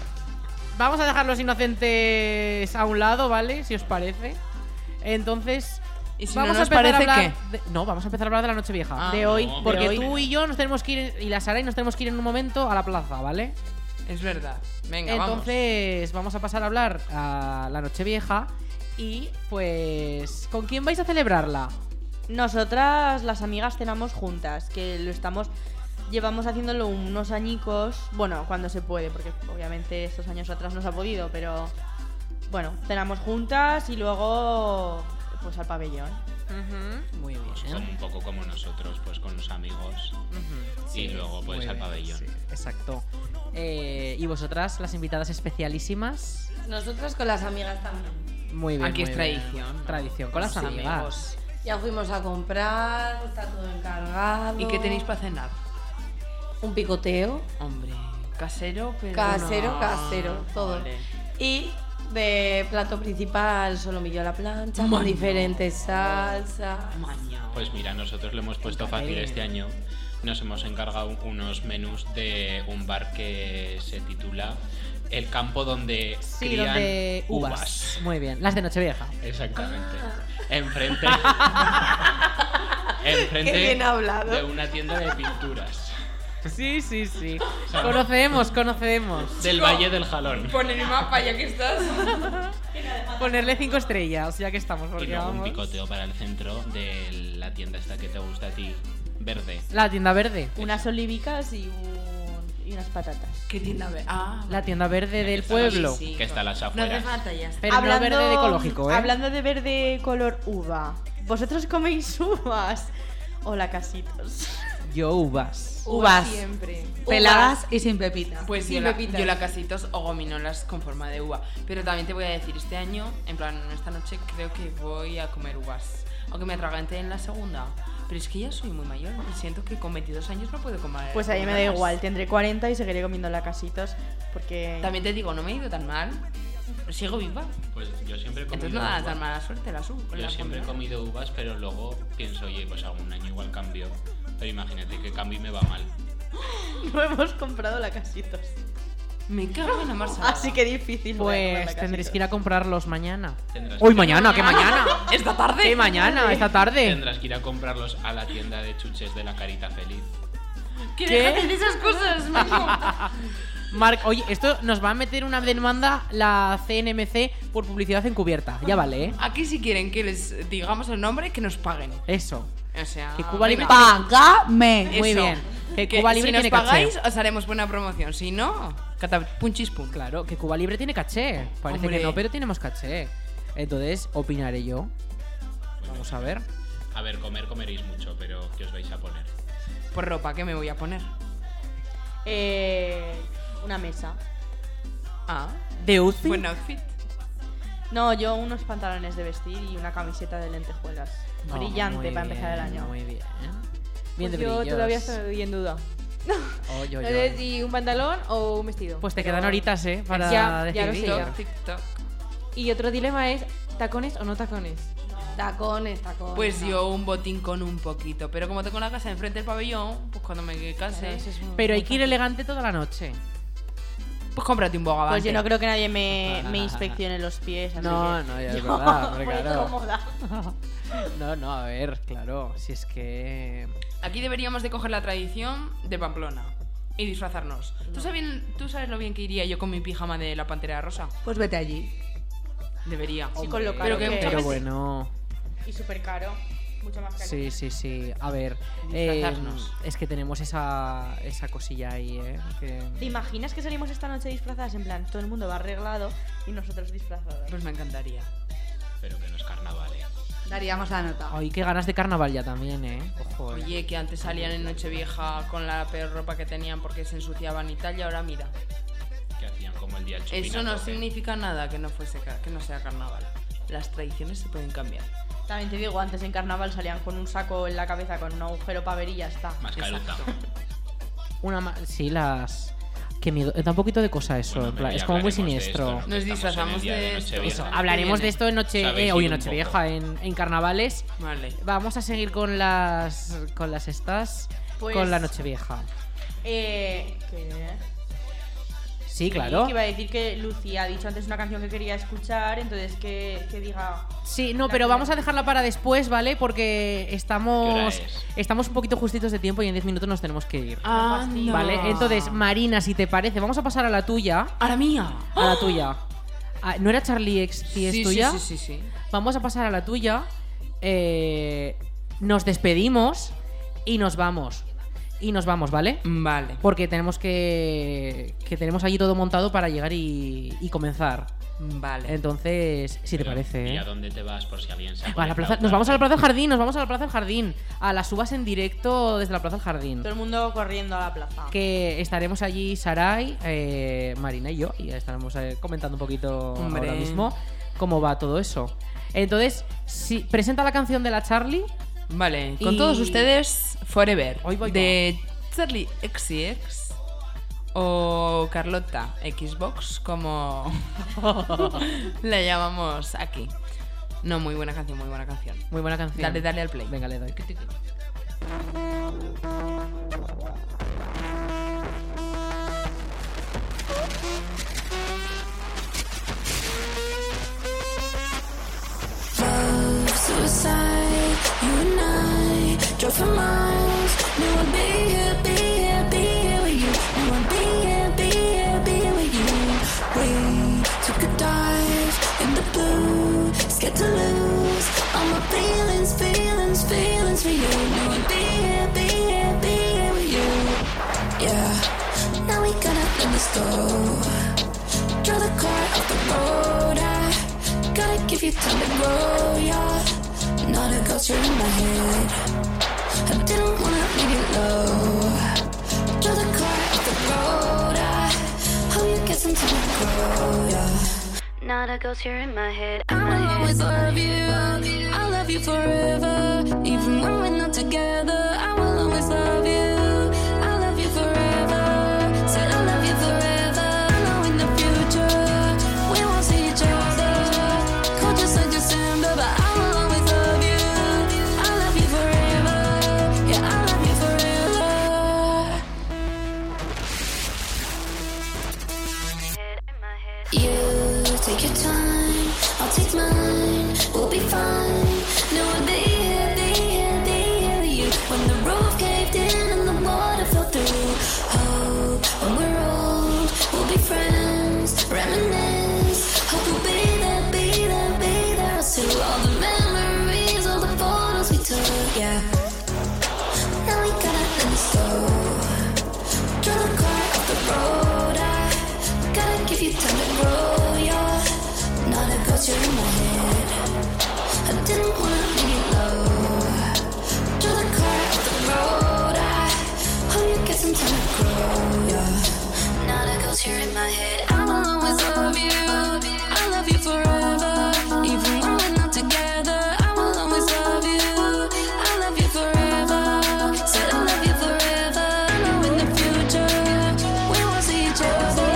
Speaker 2: Vamos a dejar los inocentes a un lado, ¿vale? Si os parece. Entonces.
Speaker 4: ¿Y si no
Speaker 2: vamos
Speaker 4: nos
Speaker 2: a empezar
Speaker 4: parece,
Speaker 2: a hablar. de- no, vamos a empezar a hablar de la noche vieja.
Speaker 4: Ah,
Speaker 7: de hoy,
Speaker 5: no,
Speaker 7: porque
Speaker 2: Porque
Speaker 5: hombre.
Speaker 7: tú...
Speaker 2: tú y yo nos tenemos que ir. Y la Sara y nos tenemos que ir en un momento a la plaza, ¿vale?
Speaker 8: Es verdad. Venga,
Speaker 2: Entonces, vamos. a pasar a hablar a la Nochevieja. Y pues, ¿con quién vais a celebrarla?
Speaker 7: Nosotras, las amigas, cenamos juntas, que lo estamos. Llevamos haciéndolo unos añicos, bueno, cuando se puede, porque obviamente estos años atrás no se ha podido, pero bueno, cenamos juntas y luego, pues al pabellón.
Speaker 2: Muy bien.
Speaker 5: Pues
Speaker 2: ¿eh?
Speaker 5: Son un poco como nosotros, pues con los amigos.
Speaker 2: Sí,
Speaker 5: y luego pues
Speaker 2: muy
Speaker 5: al
Speaker 2: bien,
Speaker 5: pabellón.
Speaker 2: sí, exacto. Eh, y vosotras, las invitadas especialísimas.
Speaker 12: Nosotros con las amigas también.
Speaker 2: Muy bien.
Speaker 8: Aquí
Speaker 2: muy
Speaker 8: es
Speaker 2: bien.
Speaker 8: tradición.
Speaker 2: Tradición con las
Speaker 8: Sí,
Speaker 2: amigas.
Speaker 8: amigos.
Speaker 12: Ya fuimos a comprar, está todo encargado.
Speaker 8: ¿Y qué tenéis para cenar?
Speaker 12: Un picoteo.
Speaker 8: Hombre, casero, pero.
Speaker 12: Casero,
Speaker 8: no.
Speaker 12: casero, todo.
Speaker 8: Ah, Vale.
Speaker 12: Y de plato principal, solomillo a la plancha, con
Speaker 5: Maño.
Speaker 12: diferentes salsas.
Speaker 5: Pues mira, nosotros lo hemos puesto fácil
Speaker 12: Encargué.
Speaker 5: este año. Nos hemos encargado unos menús de un bar que se titula El campo donde
Speaker 2: Sí,
Speaker 5: crían
Speaker 2: donde uvas.
Speaker 5: uvas.
Speaker 2: Muy bien. Las de Nochevieja.
Speaker 5: Exactamente.
Speaker 2: Ah. [LAUGHS]
Speaker 5: Enfrente.
Speaker 2: Qué
Speaker 5: enfrente
Speaker 2: bien hablado.
Speaker 5: de una tienda de pinturas.
Speaker 2: Sí, sí, sí.
Speaker 5: sea,
Speaker 2: Conocemos, conocemos.
Speaker 5: Del Valle del Jalón.
Speaker 8: Pon el mapa, ya que estás.
Speaker 2: Ponerle cinco estrellas, ya que estamos, porque
Speaker 5: Y luego un
Speaker 2: vamos.
Speaker 5: picoteo para el centro de la tienda esta que te gusta a ti, verde.
Speaker 2: La tienda verde.
Speaker 7: Unas olivicas y, un- y unas patatas.
Speaker 8: ¿Qué tienda verde? Ah,
Speaker 2: La tienda verde del
Speaker 5: está la-
Speaker 2: pueblo.
Speaker 5: sí, que está a las afueras.
Speaker 2: Pero no verde de ecológico, ¿eh?
Speaker 7: Hablando de verde color uva, ¿vosotros coméis uvas? Hola,
Speaker 8: [LAUGHS]
Speaker 7: casitos.
Speaker 2: Yo uvas.
Speaker 14: Uvas.
Speaker 8: Siempre.
Speaker 14: Peladas y sin pepita.
Speaker 8: Pues
Speaker 14: sin
Speaker 8: yo la,
Speaker 14: pepita.
Speaker 8: yo la casitos o gominolas con forma de uva. Pero también te voy a decir, este año, en plan, esta noche creo que voy a comer uvas. Aunque me atragante en la segunda. Pero es que ya soy muy mayor y siento que con 22 años no puedo comer.
Speaker 7: Pues a mí me da
Speaker 8: gominolas.
Speaker 7: igual, tendré 40 y seguiré comiendo lacasitos porque...
Speaker 8: También te digo, no me he ido tan mal. Sigo viva.
Speaker 5: Pues yo siempre he comido
Speaker 8: Entonces no da
Speaker 5: uvas.
Speaker 8: tan mala suerte la sub.
Speaker 5: Yo siempre he comido uvas, pero luego pienso, oye, pues algún año igual cambio. Pero imagínate que cambio y me va mal.
Speaker 7: [LAUGHS] No hemos comprado lacasitos.
Speaker 8: Me cago en la marcha.
Speaker 7: Así que difícil. voy a comer
Speaker 2: Pues tendréis que ir a comprarlos mañana.
Speaker 5: Tendrás
Speaker 2: Uy,
Speaker 5: que-
Speaker 2: mañana, que mañana.
Speaker 5: [LAUGHS]
Speaker 8: Esta tarde.
Speaker 2: Que mañana, esta tarde.
Speaker 5: Tendrás que ir a comprarlos a la tienda de chuches de la carita feliz.
Speaker 8: ¿Qué?
Speaker 2: ¿Qué?
Speaker 8: Déjate de esas
Speaker 2: [LAUGHS]
Speaker 8: cosas, macho.
Speaker 2: Marc, oye, esto nos va a meter una demanda la CNMC por publicidad encubierta. Ya vale, ¿eh?
Speaker 8: Aquí si quieren que les digamos el nombre, que nos paguen.
Speaker 2: Eso.
Speaker 8: O sea...
Speaker 2: Que Cuba Libre-
Speaker 14: ¡Págame!
Speaker 2: Muy
Speaker 8: Eso.
Speaker 2: bien. Que Cuba Libre
Speaker 8: si nos
Speaker 2: tiene
Speaker 8: pagáis,
Speaker 2: caché.
Speaker 8: os haremos buena promoción. Si no, punchispun.
Speaker 2: Claro, que Cuba Libre tiene caché. Parece
Speaker 8: Hombre.
Speaker 2: que no, pero tenemos caché. Entonces, opinaré yo. Vamos a ver.
Speaker 5: A ver, comer comeréis mucho, pero ¿qué os vais a poner?
Speaker 8: por ropa, ¿qué me voy a poner?
Speaker 7: Eh, una mesa.
Speaker 8: Ah,
Speaker 2: ¿De outfit?
Speaker 8: buen outfit.
Speaker 7: No, yo unos pantalones de vestir y una camiseta de lentejuelas.
Speaker 2: Oh, muy
Speaker 7: Brillante para empezar el
Speaker 2: bien,
Speaker 7: año.
Speaker 2: Muy bien. Bien de
Speaker 15: Pues yo
Speaker 2: brillos. eh.
Speaker 15: todavía estoy en duda.
Speaker 2: Oy, oy,
Speaker 15: No
Speaker 2: oy.
Speaker 7: Eh,
Speaker 15: sé si un pantalón o un vestido.
Speaker 2: Pues te
Speaker 15: Pero-
Speaker 2: quedan horitas, ¿eh? Para
Speaker 15: Ya, ya lo sé,
Speaker 2: decidir.
Speaker 15: ya.
Speaker 8: TikTok.
Speaker 15: Y otro dilema es, ¿tacones o no tacones?
Speaker 12: Tacones, tacones.
Speaker 8: Pues yo un botín con un poquito. Pero como tengo la casa enfrente del pabellón, pues cuando me case.
Speaker 2: Pero hay que ir elegante toda la noche.
Speaker 8: Pues cómprate un bogavante.
Speaker 7: Pues yo no creo que nadie me, me inspeccione los pies. así
Speaker 2: No,
Speaker 7: que- [LAUGHS]
Speaker 2: no, ya
Speaker 7: Yo
Speaker 2: es verdad, hombre,
Speaker 7: voy
Speaker 2: claro.
Speaker 7: cómoda.
Speaker 2: No, no, a ver, claro. Si es que.
Speaker 8: [LAUGHS] Aquí deberíamos de coger la tradición de Pamplona y disfrazarnos. ¿Tú, sabes, ¿Tú sabes lo bien que iría yo con mi pijama de la Pantera Rosa?
Speaker 14: Pues vete allí.
Speaker 8: Debería.
Speaker 7: Sí, con lo
Speaker 8: pero
Speaker 7: caro
Speaker 8: que
Speaker 7: que
Speaker 8: muchas
Speaker 2: Pero
Speaker 8: veces-
Speaker 2: bueno.
Speaker 7: Y súper caro. Mucho más caro.
Speaker 2: Sí, sí, sí. A ver. eh,
Speaker 8: Disfrazarnos.
Speaker 2: es que tenemos esa, esa cosilla ahí, ¿eh?
Speaker 7: ¿Te
Speaker 2: Que...
Speaker 7: imaginas que salimos esta noche disfrazadas? En plan, todo el mundo va arreglado y nosotros disfrazados.
Speaker 8: Pues me encantaría.
Speaker 5: Pero que no es carnaval, ¿eh?
Speaker 14: Daríamos la nota.
Speaker 2: Ay, qué ganas de carnaval ya también, ¿eh? Ojo. eh.
Speaker 8: Oye, que antes salían en Nochevieja con la peor ropa que tenían porque se ensuciaban y tal, y ahora mira.
Speaker 5: Que hacían como el día del chupinazo,
Speaker 8: Eso no
Speaker 5: ¿eh?
Speaker 8: significa nada que no, fuese, ca- que no sea carnaval. Las tradiciones se pueden cambiar.
Speaker 7: También te digo, antes en carnaval salían con un saco en la cabeza, con un agujero para ver y ya está.
Speaker 5: Mascaruta.
Speaker 2: Una ma- Sí, las. Qué miedo. Eh, Da un poquito de cosa eso.
Speaker 5: Bueno,
Speaker 2: en plan,
Speaker 5: ya
Speaker 2: es como muy
Speaker 5: hablaremos de
Speaker 2: siniestro.
Speaker 5: esto, ¿no?
Speaker 8: Nos
Speaker 5: Estamos en el
Speaker 8: disfrazamos
Speaker 5: día
Speaker 8: de
Speaker 5: de
Speaker 8: esto.
Speaker 5: Nochevieja.
Speaker 2: Eso, hablaremos de esto en noche,
Speaker 5: Sabéis
Speaker 2: eh, hoy en
Speaker 5: ir un
Speaker 2: Nochevieja, en, en carnavales.
Speaker 8: Vale.
Speaker 2: Vamos a seguir con las con las estas
Speaker 7: Pues-
Speaker 2: con la Nochevieja.
Speaker 7: Eh, ¿qué?
Speaker 2: Sí, claro.
Speaker 7: Que iba a decir que Lucía ha dicho antes una canción que quería escuchar, entonces que, que diga.
Speaker 2: Sí, no, pero vamos a dejarla para después, ¿vale? Porque
Speaker 7: ¿Qué hora
Speaker 2: estamos,
Speaker 7: es?
Speaker 2: estamos un poquito justitos de tiempo y en 10 minutos nos tenemos que ir.
Speaker 4: Anda.
Speaker 2: ¿Vale? Entonces, Marina, si te parece, vamos a pasar a la tuya.
Speaker 4: ¿A la mía?
Speaker 2: A la tuya. Ah, ¿No era Charlie X si es
Speaker 4: Sí, sí,
Speaker 2: tuya?
Speaker 4: sí, sí, sí.
Speaker 2: Vamos a pasar a la tuya. Eh, nos despedimos y nos vamos. Y nos vamos, ¿vale?
Speaker 4: Vale.
Speaker 2: Porque tenemos que. que tenemos allí todo montado para llegar y, y comenzar.
Speaker 4: Vale.
Speaker 2: Entonces, si te
Speaker 5: Pero,
Speaker 2: parece.
Speaker 5: ¿Y
Speaker 2: ¿eh?
Speaker 5: a dónde te vas por si alguien se ha
Speaker 2: A la plaza-
Speaker 5: conectado
Speaker 2: nos vamos a la
Speaker 5: tarde?
Speaker 2: Plaza del Jardín, nos vamos a la Plaza del Jardín. A las uvas en directo desde la Plaza del Jardín.
Speaker 7: Todo el mundo corriendo a la plaza.
Speaker 2: Que estaremos allí, Sarai, eh, Marina y yo, y estaremos eh, comentando un poquito
Speaker 4: Hombre.
Speaker 2: ahora mismo cómo va todo eso. Entonces, si, presenta la canción de la Charlie.
Speaker 4: Vale, con
Speaker 2: Y-
Speaker 4: todos ustedes, Forever.
Speaker 2: voy,
Speaker 4: de Charlie XCX o Carlota Xbox,
Speaker 8: [LAUGHS]
Speaker 4: como la llamamos aquí. No, muy buena canción, muy buena canción.
Speaker 2: Muy buena canción.
Speaker 4: Dale, dale al play.
Speaker 2: Venga, le doy.
Speaker 1: Suicide, you and I drove for miles. Knew I'd be here, be here, be here with you. Knew I'd be here, be here, be here with you. We took a dive in the blue, scared to lose all my feelings, feelings, feelings for you. Knew I'd be here, be here, be here with you. Yeah, now we gotta let this go. Draw the car off the road. I Gotta give you time to grow, yeah. Not a ghost, you're in my head. I didn't wanna leave you low. Drive the car off the road. I hope you get some time to grow, yeah. Not a ghost, you're in my head. I'll always love you. I'll love you forever. Even when we're not together, I will always love you. I love you forever. Said I love you forever. I know in the future we won't see each other. Could just like December, but I will always love you. I love you forever. Yeah, I love you forever. You take your time, I'll take mine. We'll be fine. No, I'll be here, be here, be here with you. When the roof caved in and the water fell through. Oh, when we're old, we'll be friends, reminisce. Hope we'll be there, be there, be there too. All the memories, all the photos we took, yeah. Now we gotta let this go. Draw the car off the road. I Gotta give you time to grow, yeah. Not a ghost, you're in my head. I didn't wanna leave you low. Draw the car off the road. I hope you get some time to grow, yeah. Not a ghost, you're in my head. I will always love you. I love you forever. Even when we're not together, I will always love you. I love you forever. Said I love you forever. I know in the future we won't see each other.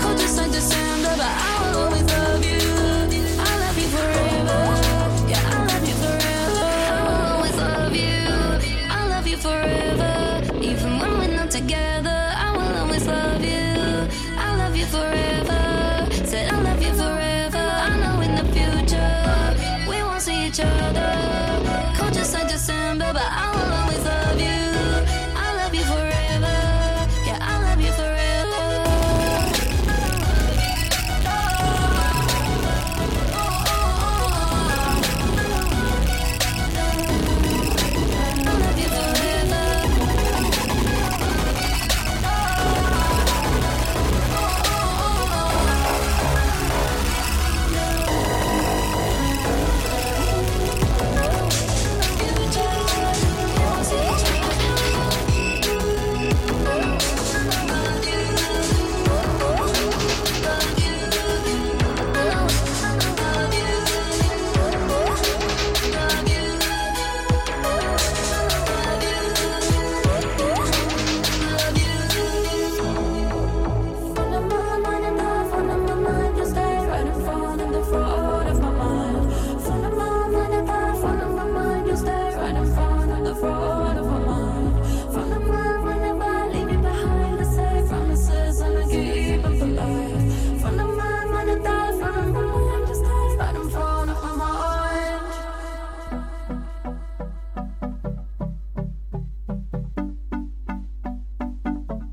Speaker 1: Cold just like December, but I will always love you. I love you forever. Yeah, I love you forever. I will always love you. I love you forever. Even when we're not together, I will always love you. I love you forever. Said I love you forever. I know in the future we won't see each other. Cold just like December, but I will always love you. I love you forever. Yeah, I love you forever.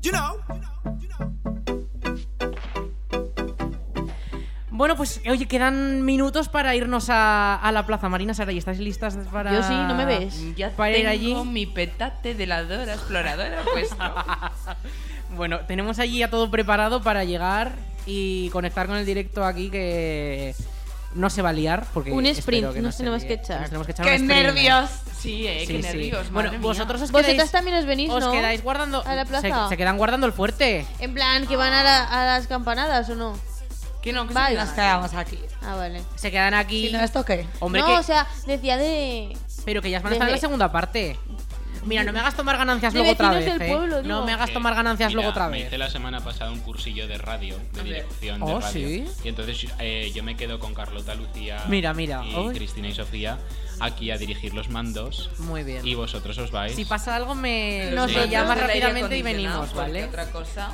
Speaker 16: You know.
Speaker 2: Bueno, pues oye, quedan minutos para irnos a, a la Plaza Marina, Sara, ¿y estáis listas para...?
Speaker 8: Ya
Speaker 2: para ir
Speaker 8: tengo
Speaker 2: allí.
Speaker 8: mi petate de la Dora exploradora pues, [LAUGHS] puesto.
Speaker 2: Bueno, tenemos allí ya todo preparado para llegar y conectar con el directo aquí que no se va a liar porque
Speaker 12: Un
Speaker 2: espero
Speaker 12: sprint,
Speaker 2: que
Speaker 12: nos
Speaker 2: se
Speaker 12: tenemos
Speaker 2: líe.
Speaker 12: que echar.
Speaker 2: Nos tenemos que echar
Speaker 12: ¡Qué
Speaker 2: un sprint. ¿eh?
Speaker 12: nervios!
Speaker 8: Sí, eh,
Speaker 2: Sí,
Speaker 8: qué
Speaker 2: sí.
Speaker 8: nervios.
Speaker 2: Bueno,
Speaker 8: madre mía.
Speaker 2: vosotros os
Speaker 12: Vosotras
Speaker 2: quedáis-
Speaker 12: también os venís,
Speaker 2: os
Speaker 12: ¿no?
Speaker 2: quedáis guardando
Speaker 12: A la
Speaker 2: se,
Speaker 12: plaza.
Speaker 2: se quedan guardando el fuerte.
Speaker 12: En plan, que van a, la- a las campanadas o no.
Speaker 8: Que no,
Speaker 12: que
Speaker 17: Nos quedamos aquí.
Speaker 12: Ah, vale.
Speaker 2: Se quedan aquí.
Speaker 17: Si no, ¿esto qué?
Speaker 2: Hombre,
Speaker 12: no,
Speaker 2: que-
Speaker 12: o sea, decía de.
Speaker 2: pero que ya van a estar en la
Speaker 12: desde-
Speaker 2: segunda parte. Mira, no me hagas tomar ganancias
Speaker 12: De
Speaker 2: luego otra vez.
Speaker 12: vecinos del
Speaker 2: ¿eh?
Speaker 12: pueblo,
Speaker 2: no
Speaker 12: digo.
Speaker 2: me hagas
Speaker 5: Eh,
Speaker 2: tomar ganancias
Speaker 5: mira,
Speaker 2: luego otra
Speaker 5: Me
Speaker 2: vez.
Speaker 5: hice la semana pasada un cursillo de radio, de dirección de
Speaker 2: Oh,
Speaker 5: radio.
Speaker 2: ¿sí?
Speaker 5: Y entonces eh, yo me quedo con Carlota, Lucía
Speaker 2: Mira, mira,
Speaker 5: y
Speaker 2: uy.
Speaker 5: Cristina y Sofía aquí a dirigir los mandos.
Speaker 2: Muy bien.
Speaker 5: Y vosotros os vais.
Speaker 2: Si pasa algo me,
Speaker 5: Los
Speaker 2: me
Speaker 5: del
Speaker 2: llamas
Speaker 8: aire
Speaker 2: rápidamente y
Speaker 8: acondicionado,
Speaker 2: venimos,
Speaker 8: porque
Speaker 2: ¿vale?
Speaker 8: Otra cosa.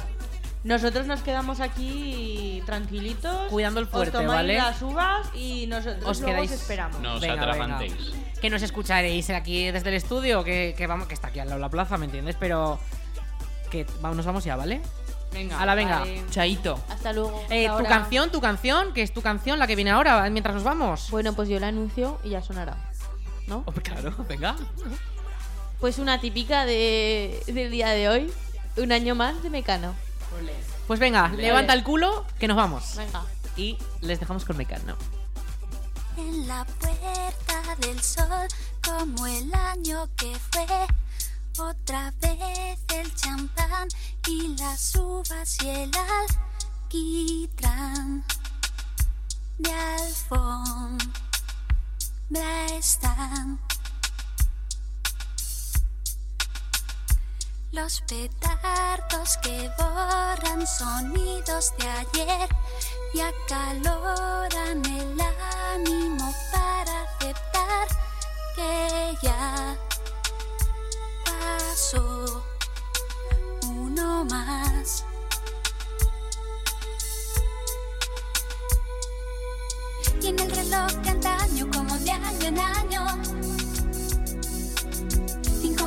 Speaker 7: Nosotros nos quedamos aquí tranquilitos.
Speaker 2: Cuidando el fuerte,
Speaker 7: os tomáis
Speaker 2: ¿vale?
Speaker 7: las uvas y nosotros
Speaker 2: Os
Speaker 7: luego
Speaker 2: quedáis-
Speaker 7: os esperamos.
Speaker 5: No os
Speaker 2: Venga, venga.
Speaker 5: atragantéis.
Speaker 2: que nos escucharéis aquí desde el estudio, que, que vamos, que está aquí al lado de la plaza, ¿me entiendes? Pero que va- nos vamos ya, ¿ale?
Speaker 8: Venga.
Speaker 2: A la venga,
Speaker 8: vale.
Speaker 2: chaito.
Speaker 12: Hasta luego.
Speaker 2: Eh,
Speaker 12: hasta
Speaker 2: tu
Speaker 12: ahora.
Speaker 2: canción, tu canción, que es tu canción la que viene ahora, mientras nos vamos.
Speaker 12: Bueno, pues yo la anuncio y ya sonará. ¿No?
Speaker 2: claro, venga.
Speaker 12: Pues una típica de, del día de hoy. Un año más de Mecano.
Speaker 2: Pues venga,
Speaker 12: Vale.
Speaker 2: levanta el culo, que nos vamos.
Speaker 12: Venga.
Speaker 2: Y les dejamos con Mecano.
Speaker 18: En la puerta del sol, como el año que fue. Otra vez el champán y las uvas y el alquitrán. De alfombra están los petardos que borran sonidos de ayer y acaloran el ánimo para aceptar que ya pasó uno más. Y en el reloj de antaño, como de año en año, cinco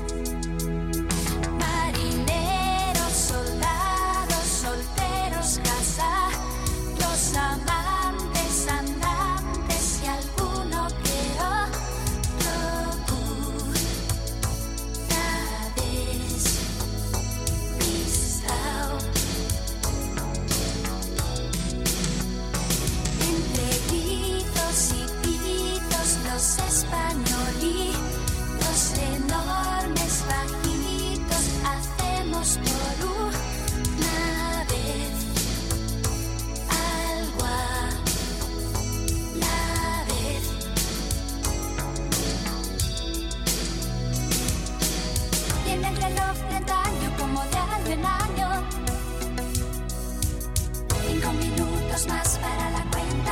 Speaker 18: Marineros, soldados, solteros, casados, amantes, andantes y alguno que otro cada vez pisao. Entre gritos y pitos, los españolitos enormes, bajitos, hacemos por una vez algo a la vez. Y en el reloj de antaño, como de año en año. Cinco minutos más para la cuenta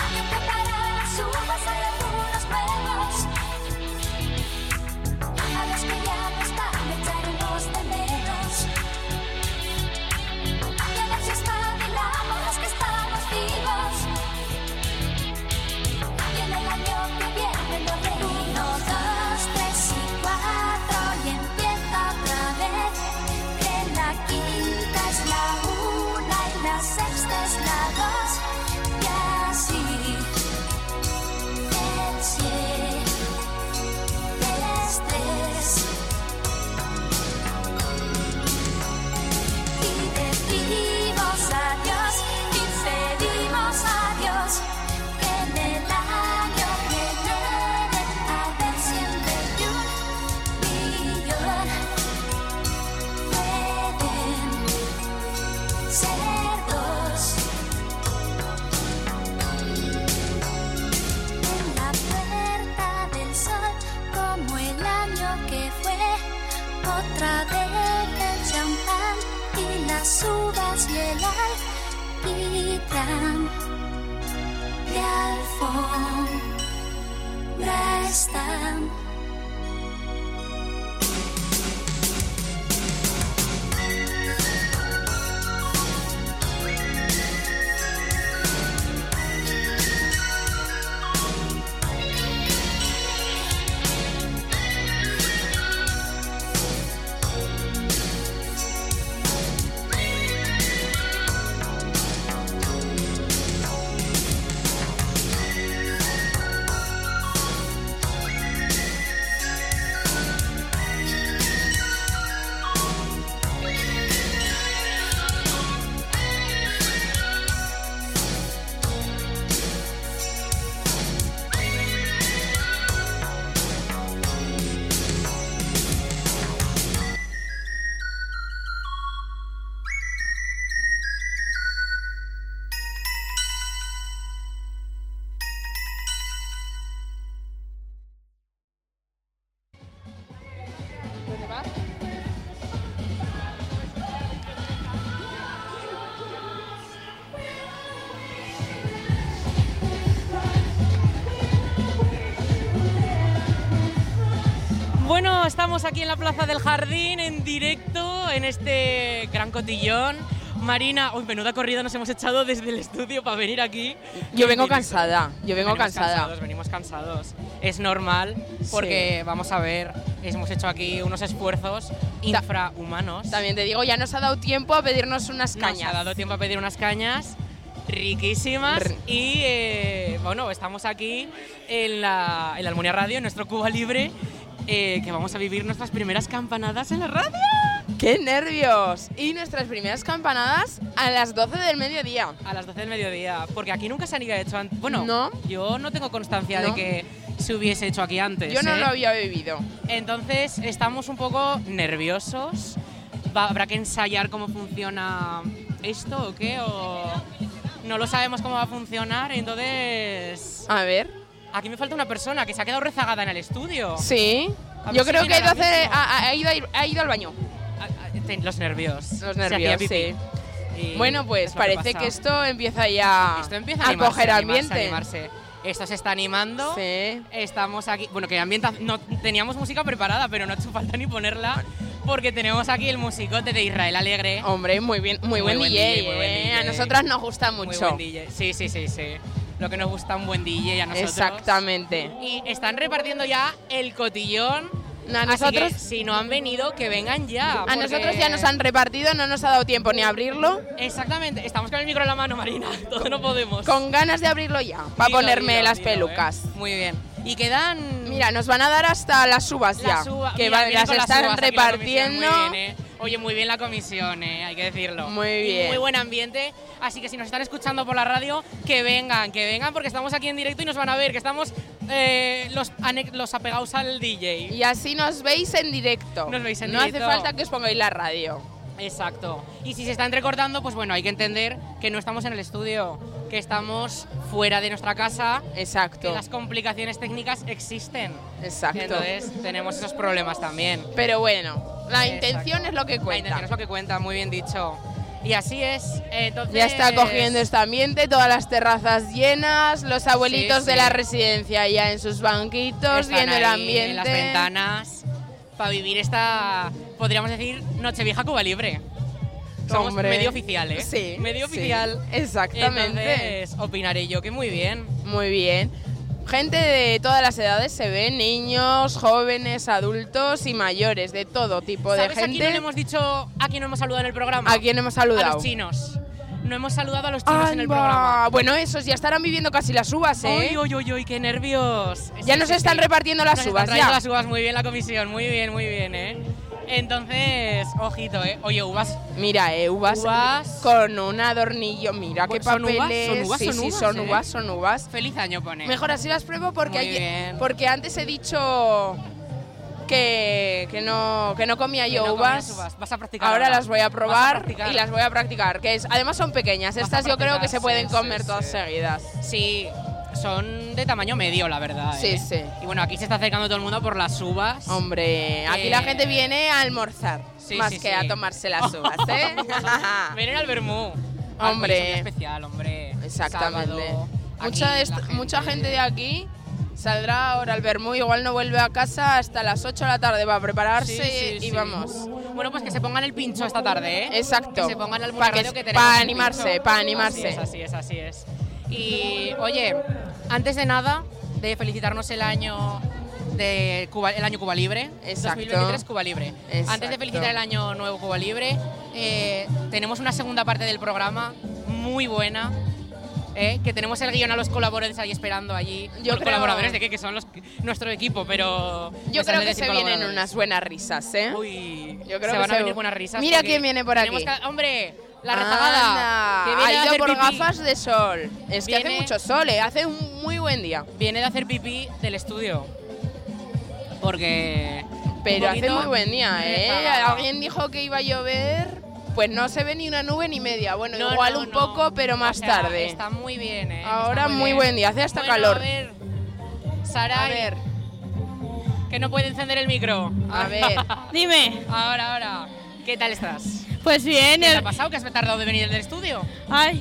Speaker 18: Hay que preparar las uvas, hay algunos huevos. A los que ya no están le echaremos de menos. Y a ver si espabilamos los que estamos vivos. Y en el año que viene lo de uno, dos, tres y cuatro. Y empieza otra vez. Que la quinta es la una y la
Speaker 2: estamos aquí en la Plaza del Jardín en directo en este gran cotillón. Marina, uy, menuda corrida nos hemos echado desde el estudio para venir aquí.
Speaker 8: Yo vengo
Speaker 2: En directo.
Speaker 8: cansada, yo vengo
Speaker 2: Venimos
Speaker 8: cansada.
Speaker 2: Cansados, venimos cansados. Es normal porque
Speaker 8: Sí.
Speaker 2: vamos a ver, hemos hecho aquí unos esfuerzos infrahumanos.
Speaker 8: También te digo, ya nos ha dado tiempo a pedirnos unas cañas.
Speaker 2: Nos ha dado tiempo a pedir unas cañas riquísimas y eh, bueno, estamos aquí en la, en la Almunia Radio, en nuestro Cuba Libre, eh, que vamos a vivir nuestras primeras campanadas en la radio.
Speaker 8: ¡Qué nervios! Y nuestras primeras campanadas a las 12 del mediodía.
Speaker 2: A las 12 del mediodía, porque aquí nunca se han hecho antes. Bueno, yo no tengo constancia de
Speaker 8: No.
Speaker 2: que se hubiese hecho aquí antes.
Speaker 8: Yo no
Speaker 2: ¿eh?
Speaker 8: lo había bebido.
Speaker 2: Entonces estamos un poco nerviosos. Va- habrá que ensayar cómo funciona esto o qué, o no lo sabemos cómo va a funcionar. Entonces,
Speaker 8: A ver.
Speaker 2: aquí me falta una persona que se ha quedado rezagada en el estudio.
Speaker 8: Sí.
Speaker 2: A ver
Speaker 8: Yo
Speaker 2: si
Speaker 8: creo que
Speaker 2: viene
Speaker 8: ha ido, a
Speaker 2: ahora
Speaker 8: hacer,
Speaker 2: mismo.
Speaker 8: ha, ha- ha ido, a ir- ha ido al baño.
Speaker 2: Ten- Los nervios.
Speaker 8: Los
Speaker 2: Se hacía
Speaker 8: nervios,
Speaker 2: pipí. Y
Speaker 8: Bueno, pues
Speaker 2: es lo que
Speaker 8: parece que,
Speaker 2: pasa.
Speaker 8: esto empieza ya
Speaker 2: Esto empieza a,
Speaker 8: a,
Speaker 2: animarse,
Speaker 8: coger
Speaker 2: a
Speaker 8: ambiente.
Speaker 2: Animarse, a animarse. Esto se está animando. Estamos aquí. Bueno, que ambienta. No teníamos música preparada, pero no ha hecho falta ni ponerla. Porque tenemos aquí el musicote de Israel Alegre.
Speaker 8: Hombre, muy bien, muy, buen, DJ, ¿eh? A nosotras nos gusta mucho.
Speaker 2: Muy buen DJ. Sí, sí, sí, sí. Lo que nos gusta un buen DJ a nosotros.
Speaker 8: Exactamente.
Speaker 2: Y están repartiendo ya el cotillón.
Speaker 8: a
Speaker 2: Así
Speaker 8: nosotros-
Speaker 2: que, si no han venido, que vengan ya.
Speaker 8: A
Speaker 2: Ah, porque-
Speaker 8: nosotros ya nos han repartido, no nos ha dado tiempo ni a abrirlo.
Speaker 2: Exactamente. Estamos con el micro en la mano, Marina. [LAUGHS] Entonces no podemos.
Speaker 8: Con ganas de abrirlo ya, para
Speaker 2: Dilo,
Speaker 8: ponerme
Speaker 2: dilo,
Speaker 8: las
Speaker 2: dilo,
Speaker 8: pelucas.
Speaker 2: ¿eh? Muy bien. Y quedan.
Speaker 8: Mira, nos van a dar hasta las uvas
Speaker 2: Las
Speaker 8: ya.
Speaker 2: uva-
Speaker 8: que
Speaker 2: mira,
Speaker 8: va-
Speaker 2: viene
Speaker 8: las
Speaker 2: con
Speaker 8: están
Speaker 2: uvas aquí la comisión,
Speaker 8: repartiendo.
Speaker 2: muy bien, ¿eh? Oye, muy bien la comisión, ¿eh? hay que decirlo.
Speaker 8: Muy
Speaker 2: Y
Speaker 8: bien.
Speaker 2: Muy buen ambiente. Así que si nos están escuchando por la radio, que vengan, que vengan, porque estamos aquí en directo y nos van a ver, que estamos eh, los, ane- los apegados al DJ.
Speaker 8: Y así nos veis en directo.
Speaker 2: Nos veis en
Speaker 8: no
Speaker 2: directo.
Speaker 8: hace falta que os pongáis la radio.
Speaker 2: Exacto. Y si se está entrecortando, pues bueno, hay que entender que no estamos en el estudio, que estamos fuera de nuestra casa.
Speaker 8: Exacto.
Speaker 2: Que las complicaciones técnicas existen.
Speaker 8: Exacto.
Speaker 2: Entonces tenemos esos problemas también.
Speaker 8: Pero bueno, la
Speaker 2: Exacto.
Speaker 8: intención es lo que
Speaker 2: La
Speaker 8: cuenta.
Speaker 2: intención es lo que cuenta, muy bien dicho. Y así es. Entonces,
Speaker 8: Ya está cogiendo este ambiente, todas las terrazas llenas, los abuelitos
Speaker 2: Sí,
Speaker 8: de
Speaker 2: sí.
Speaker 8: la residencia ya en sus banquitos,
Speaker 2: Están
Speaker 8: viendo el
Speaker 2: ahí
Speaker 8: ambiente.
Speaker 2: En las ventanas. Para vivir esta, podríamos decir, Nochevieja Cuba Libre. Somos
Speaker 8: Hombre.
Speaker 2: medio oficial, ¿eh?
Speaker 8: Sí,
Speaker 2: Medio
Speaker 8: sí,
Speaker 2: oficial.
Speaker 8: exactamente.
Speaker 2: Entonces, opinaré yo que muy bien.
Speaker 8: Muy bien. Gente de todas las edades se ve, niños, jóvenes, adultos y mayores, de todo tipo de
Speaker 2: ¿Sabes a quién no
Speaker 8: Pues gente.
Speaker 2: le hemos dicho, a quién no hemos saludado en el programa?
Speaker 8: ¿A quién hemos saludado?
Speaker 2: A los chinos. No hemos saludado a los chinos en el
Speaker 8: Anda.
Speaker 2: programa. oh.
Speaker 8: Bueno, esos ya estarán viviendo casi las uvas, ¿eh?
Speaker 2: Uy, uy, uy, uy, qué nervios.
Speaker 8: Ya nos están repartiendo las
Speaker 2: Nos
Speaker 8: uvas,
Speaker 2: Están trayendo
Speaker 8: ya.
Speaker 2: las uvas, muy bien la comisión, muy bien, muy bien, ¿eh? Entonces, ojito, ¿eh? Oye, uvas.
Speaker 8: Mira, eh, uvas,
Speaker 2: Uvas.
Speaker 8: con un adornillo. Mira qué
Speaker 2: ¿Son uvas?
Speaker 8: papeles.
Speaker 2: ¿Son uvas?
Speaker 8: Sí,
Speaker 2: ¿Son
Speaker 8: sí,
Speaker 2: uvas,
Speaker 8: son
Speaker 2: eh?
Speaker 8: uvas, son uvas.
Speaker 2: Feliz año pone.
Speaker 8: Mejor así las pruebo porque,
Speaker 2: Muy
Speaker 8: ayer-
Speaker 2: bien.
Speaker 8: porque antes he dicho que, que no, que no comía
Speaker 2: Que
Speaker 8: yo
Speaker 2: no
Speaker 8: uvas.
Speaker 2: comías uvas. Vas a practicar
Speaker 8: ahora,
Speaker 2: ahora.
Speaker 8: las voy a
Speaker 2: Vas a
Speaker 8: probar
Speaker 2: practicar.
Speaker 8: y las voy a practicar. Que es, además son pequeñas.
Speaker 2: Vas a
Speaker 8: Estas yo creo
Speaker 2: practicar,
Speaker 8: que se
Speaker 2: sí,
Speaker 8: pueden
Speaker 2: sí,
Speaker 8: comer
Speaker 2: sí.
Speaker 8: todas seguidas.
Speaker 2: Sí, son de tamaño medio, la verdad.
Speaker 8: Sí,
Speaker 2: ¿eh?
Speaker 8: sí.
Speaker 2: Y bueno, aquí se está acercando todo el mundo por las uvas.
Speaker 8: Hombre, Aquí la gente viene a almorzar
Speaker 2: eh, sí,
Speaker 8: más
Speaker 2: sí,
Speaker 8: que
Speaker 2: sí.
Speaker 8: a tomarse las uvas, ¿eh?
Speaker 2: [LAUGHS] Vienen al Bermú. Al
Speaker 8: Hombre.
Speaker 2: Coliseo especial, hombre.
Speaker 8: Exactamente.
Speaker 2: Sábado,
Speaker 8: Mucha,
Speaker 2: aquí
Speaker 8: est-
Speaker 2: la gente.
Speaker 8: mucha gente de aquí saldrá ahora al Bermú, igual no vuelve a casa hasta las 8 de la tarde va a prepararse
Speaker 2: Sí, sí,
Speaker 8: y
Speaker 2: sí.
Speaker 8: vamos.
Speaker 2: Bueno, pues que se pongan el pincho esta tarde, ¿eh?
Speaker 8: Exacto.
Speaker 2: Que se pongan al
Speaker 8: Pa' que-
Speaker 2: que
Speaker 8: pa'
Speaker 2: tenemos. un
Speaker 8: animarse,
Speaker 2: pincho.
Speaker 8: pa' animarse.
Speaker 2: Así es, así es, así es. Y, oye, antes de nada, de felicitarnos el año de Cuba, el año Cuba Libre,
Speaker 8: Exacto.
Speaker 2: 2023 Cuba Libre. Antes de
Speaker 8: Exacto.
Speaker 2: felicitar el año nuevo Cuba Libre, eh, tenemos una segunda parte del programa muy buena. ¿eh? que tenemos el guión a los colaboradores ahí esperando allí.
Speaker 8: Yo
Speaker 2: Bueno,
Speaker 8: creo-
Speaker 2: colaboradores de qué, que son los, nuestro equipo, pero...
Speaker 8: Yo
Speaker 2: me sale
Speaker 8: creo que
Speaker 2: decir
Speaker 8: se vienen
Speaker 2: colaboradores.
Speaker 8: unas buenas risas, ¿eh? Yo creo
Speaker 2: se
Speaker 8: que
Speaker 2: van a
Speaker 8: se-
Speaker 2: venir buenas risas.
Speaker 8: Mira
Speaker 2: porque
Speaker 8: quién viene por
Speaker 2: tenemos
Speaker 8: aquí.
Speaker 2: que- hombre, la rezagada.
Speaker 8: Anda,
Speaker 2: que viene
Speaker 8: ha
Speaker 2: a
Speaker 8: ido
Speaker 2: hacer
Speaker 8: por
Speaker 2: pipí.
Speaker 8: gafas de sol. Es que hace
Speaker 2: Viene-
Speaker 8: mucho sol, ¿eh? hace un muy buen día.
Speaker 2: Viene de hacer pipí del estudio. Porque.
Speaker 8: Pero
Speaker 2: un
Speaker 8: hace
Speaker 2: poquito
Speaker 8: muy buen día, ¿eh?
Speaker 2: rezagada.
Speaker 8: Alguien dijo que iba a llover, pues no se ve ni una nube ni media. Bueno,
Speaker 2: No,
Speaker 8: igual
Speaker 2: no,
Speaker 8: un
Speaker 2: no.
Speaker 8: poco, pero más
Speaker 2: O sea,
Speaker 8: tarde.
Speaker 2: Está muy bien, ¿eh?
Speaker 8: Ahora
Speaker 2: Está
Speaker 8: muy
Speaker 2: bien.
Speaker 8: buen día, hace hasta
Speaker 2: Bueno,
Speaker 8: calor.
Speaker 2: A ver, Saray.
Speaker 8: A ver.
Speaker 2: Que no puede encender el micro.
Speaker 8: A
Speaker 2: [LAUGHS]
Speaker 8: ver.
Speaker 2: Dime. Ahora, ahora. ¿Qué tal estás?
Speaker 12: Pues bien,
Speaker 2: ¿Qué te
Speaker 12: el-
Speaker 2: ha pasado? ¿Que has tardado de venir del estudio?
Speaker 12: Ay,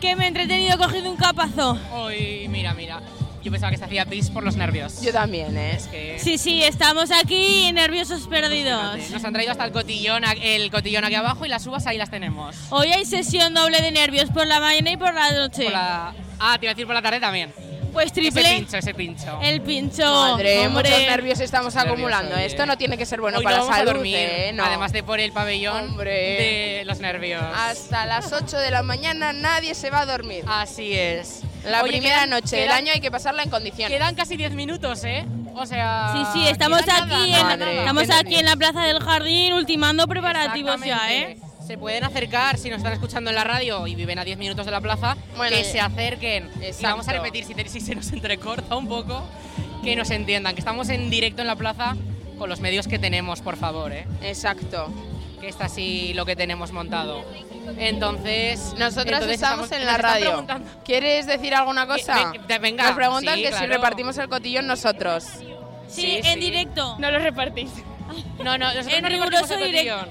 Speaker 12: que me he entretenido cogiendo un capazo.
Speaker 2: Uy, mira, mira. Yo pensaba que se hacía pis por los nervios.
Speaker 8: Yo también, ¿eh?
Speaker 2: Es que...
Speaker 12: Sí, sí, estamos aquí nerviosos perdidos.
Speaker 2: Nos han traído hasta el cotillón, a- el cotillón aquí abajo y las uvas ahí las tenemos.
Speaker 12: Hoy hay sesión doble de nervios por la mañana y por la noche.
Speaker 2: Ah, te iba a decir por la tarde también.
Speaker 12: Pues triple.
Speaker 2: Ese pincho, ese pincho.
Speaker 8: Eh,
Speaker 12: El pincho.
Speaker 8: Madre,
Speaker 12: hombre.
Speaker 8: muchos nervios estamos
Speaker 2: Nervioso,
Speaker 8: acumulando. ¿eh?
Speaker 2: oye.
Speaker 8: Esto no tiene que ser bueno
Speaker 2: ¿eh? Hoy no
Speaker 8: para la
Speaker 2: vamos a
Speaker 8: salud,
Speaker 2: dormir,
Speaker 8: ¿eh? No.
Speaker 2: Además de por el pabellón
Speaker 8: Hombre. Ah,
Speaker 2: de los nervios.
Speaker 8: Hasta las 8 de la mañana nadie se va a dormir.
Speaker 2: Así es.
Speaker 8: La
Speaker 2: Oye,
Speaker 8: primera
Speaker 2: quedan-
Speaker 8: noche del
Speaker 2: quedan-
Speaker 8: año hay que pasarla en condiciones.
Speaker 2: Quedan casi 10 minutos, ¿eh? O sea.
Speaker 12: Sí, sí, estamos
Speaker 2: queda nada,
Speaker 12: aquí, en,
Speaker 2: nada, nada.
Speaker 12: estamos
Speaker 2: Qué
Speaker 12: aquí en la Plaza del Jardín ultimando preparativos ya, ¿eh?
Speaker 2: Exactamente. Se pueden acercar si nos están escuchando en la radio y viven a 10 minutos de la plaza,
Speaker 8: Bueno,
Speaker 2: que
Speaker 8: ya.
Speaker 2: se acerquen. Y
Speaker 8: Exacto.
Speaker 2: vamos a repetir si, te- si se nos [LAUGHS] entrecorta un poco, que nos entiendan, que estamos en directo en la plaza con los medios que tenemos, por favor, ¿eh?
Speaker 8: Exacto.
Speaker 2: Que está así lo que tenemos montado. Entonces,
Speaker 8: Nosotras
Speaker 2: entonces
Speaker 8: estamos, en la
Speaker 2: nos están
Speaker 8: radio.
Speaker 2: preguntando-
Speaker 8: ¿Quieres decir alguna cosa?
Speaker 2: ven- venga,
Speaker 8: Nos preguntan
Speaker 2: sí,
Speaker 8: que si
Speaker 2: claro.
Speaker 8: repartimos el cotillón nosotros.
Speaker 12: Sí, en directo. No lo repartís.
Speaker 2: No, no, nosotros
Speaker 12: en
Speaker 2: no repartimos
Speaker 12: riguroso
Speaker 2: el
Speaker 12: directo.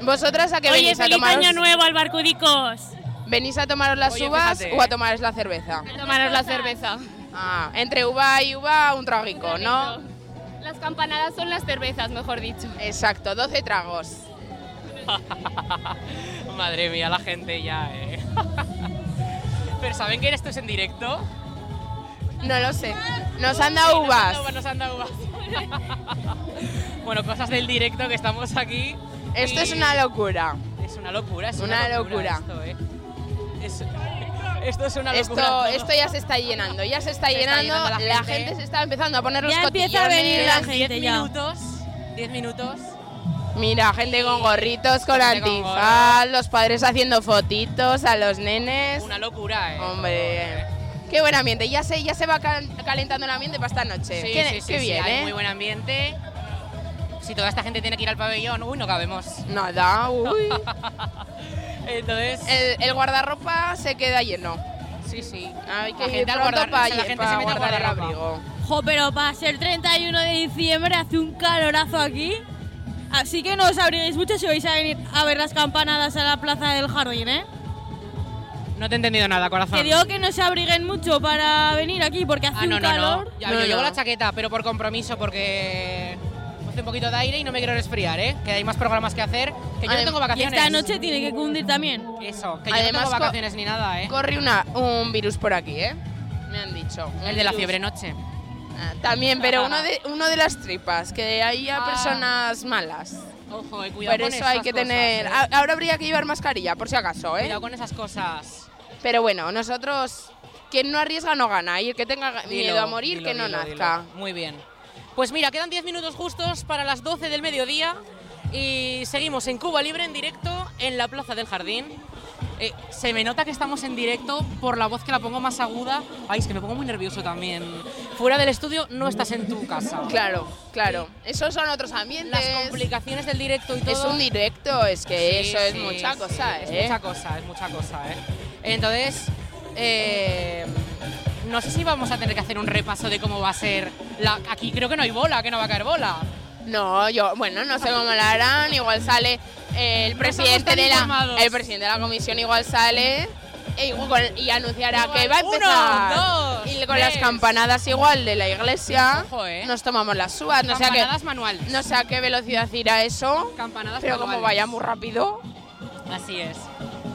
Speaker 8: ¿Vosotras a qué
Speaker 12: Oye,
Speaker 8: venís a
Speaker 12: feliz
Speaker 8: tomaros?
Speaker 12: año nuevo, albarcudicos.
Speaker 8: ¿Venís a tomaros las
Speaker 12: Oye,
Speaker 8: uvas
Speaker 12: fíjate,
Speaker 8: o a
Speaker 12: ¿eh?
Speaker 8: tomaros la cerveza?
Speaker 19: A tomaros la cerveza.
Speaker 8: Ah, entre uva y uva un tragico, ¿no?
Speaker 19: Las campanadas son las cervezas, mejor dicho.
Speaker 8: Exacto, 12 tragos.
Speaker 2: Madre mía, la gente ya, eh. [LAUGHS] Pero ¿saben que esto es en directo?
Speaker 8: No lo sé. Nos han dado
Speaker 2: Sí, nos
Speaker 8: uvas.
Speaker 2: han dado uvas, Nos han dado uvas. [LAUGHS] Bueno, cosas del directo que estamos aquí.
Speaker 8: Esto
Speaker 2: y-
Speaker 8: es una locura.
Speaker 2: Es una locura, es
Speaker 8: Una
Speaker 2: una,
Speaker 8: locura.
Speaker 2: Esto, eh. Es- esto es una locura.
Speaker 8: Esto,
Speaker 2: todo.
Speaker 8: esto ya se está llenando, ya se está
Speaker 2: Se está
Speaker 8: llenando,
Speaker 2: llenando la
Speaker 8: la,
Speaker 2: gente.
Speaker 8: gente. se está empezando a [LAUGHS] poner los
Speaker 2: Ya
Speaker 8: cotillones.
Speaker 2: empieza a venir la Quedan gente 10 ya. minutos, 10 minutos.
Speaker 8: Mira, gente con gorritos, con
Speaker 2: Gente con
Speaker 8: antifaz, los padres haciendo fotitos a los nenes.
Speaker 2: Una locura, eh.
Speaker 8: Hombre, qué buen ambiente. Ya se, ya se va cal- calentando el ambiente para esta noche.
Speaker 2: Sí,
Speaker 8: qué
Speaker 2: sí, sí,
Speaker 8: qué
Speaker 2: sí,
Speaker 8: bien,
Speaker 2: hay
Speaker 8: ¿eh?
Speaker 2: muy buen ambiente. Si toda esta gente tiene que ir al pabellón, uy, no cabemos.
Speaker 8: Nada, uy.
Speaker 2: [LAUGHS] Entonces,
Speaker 8: El, el guardarropa se queda lleno.
Speaker 2: Sí, sí.
Speaker 8: Hay que
Speaker 2: La
Speaker 8: ir
Speaker 2: gente al
Speaker 8: pronto
Speaker 2: guarda-
Speaker 8: pa
Speaker 2: o sea, la
Speaker 8: lle-
Speaker 2: gente
Speaker 8: pa
Speaker 2: se mete al
Speaker 8: guardar el
Speaker 2: guardarropa.
Speaker 8: abrigo.
Speaker 12: Jo, pero para ser 31 de diciembre hace un calorazo aquí. Así que no os abriguéis mucho si vais a venir a ver las campanadas a la plaza del jardín, ¿eh?
Speaker 2: no te he entendido nada, corazón.
Speaker 12: Que digo que no se abriguen mucho para venir aquí porque hace
Speaker 2: Ah,
Speaker 12: un
Speaker 2: no, no, no.
Speaker 12: calor.
Speaker 2: Ya, yo llevo la chaqueta, pero por compromiso, porque hace un poquito de aire y no me quiero resfriar, ¿eh? Que hay más programas que hacer, que yo no
Speaker 8: Adem-
Speaker 2: tengo vacaciones.
Speaker 8: y esta noche
Speaker 12: tiene que cundir también.
Speaker 2: Eso, que yo no
Speaker 8: Además,
Speaker 2: tengo
Speaker 8: co-
Speaker 2: vacaciones ni nada, ¿eh?
Speaker 8: Corre una, un virus por aquí, ¿eh? Me han dicho. un
Speaker 2: El de la
Speaker 8: virus.
Speaker 2: fiebre noche.
Speaker 8: Ah, También, pero uno de, uno de las tripas, que hay a personas malas.
Speaker 2: Ojo, eh, Ah. cuidado
Speaker 8: Por
Speaker 2: con
Speaker 8: eso hay
Speaker 2: esas
Speaker 8: que
Speaker 2: cosas,
Speaker 8: tener...
Speaker 2: ¿eh?
Speaker 8: a- Ahora habría que llevar mascarilla, por si acaso, ¿eh?
Speaker 2: Cuidado con esas cosas.
Speaker 8: Pero bueno, nosotros... Quien no arriesga no gana, y el que tenga
Speaker 2: Dilo,
Speaker 8: miedo a morir,
Speaker 2: dilo,
Speaker 8: que no
Speaker 2: dilo,
Speaker 8: nazca.
Speaker 2: dilo. Muy bien. Pues mira, quedan 10 minutos justos para las 12 del mediodía y seguimos en Cuba Libre en directo en la Plaza del Jardín. Eh, se me nota que estamos en directo por la voz que la pongo más aguda. Ay, es que me pongo muy nervioso también. Fuera del estudio no estás en tu casa.
Speaker 8: Claro, claro. Esos son otros ambientes.
Speaker 2: Las complicaciones del directo y todo.
Speaker 8: Es un directo, es que
Speaker 2: Sí,
Speaker 8: eso es
Speaker 2: sí,
Speaker 8: mucha
Speaker 2: sí,
Speaker 8: cosa,
Speaker 2: Es
Speaker 8: ¿eh?
Speaker 2: mucha cosa, es mucha cosa, ¿eh? Entonces, eh, no sé si vamos a tener que hacer un repaso de cómo va a ser. La, aquí creo que no hay bola, que no va a caer bola.
Speaker 8: No, yo, bueno, no sé cómo la harán, igual sale eh, el presidente
Speaker 2: tan
Speaker 8: de la
Speaker 2: informados.
Speaker 8: el presidente de la comisión igual sale e igual con- y anunciará
Speaker 2: Igual,
Speaker 8: que va a
Speaker 2: uno,
Speaker 8: empezar
Speaker 2: dos,
Speaker 8: y con las
Speaker 2: tres.
Speaker 8: campanadas igual de la iglesia
Speaker 2: Ojo, eh.
Speaker 8: nos tomamos las uvas, no sé a qué
Speaker 2: Campanadas manuales.
Speaker 8: no sé a qué velocidad irá eso,
Speaker 2: Campanadas
Speaker 8: pero como
Speaker 2: manuales.
Speaker 8: vaya muy rápido.
Speaker 2: Así es.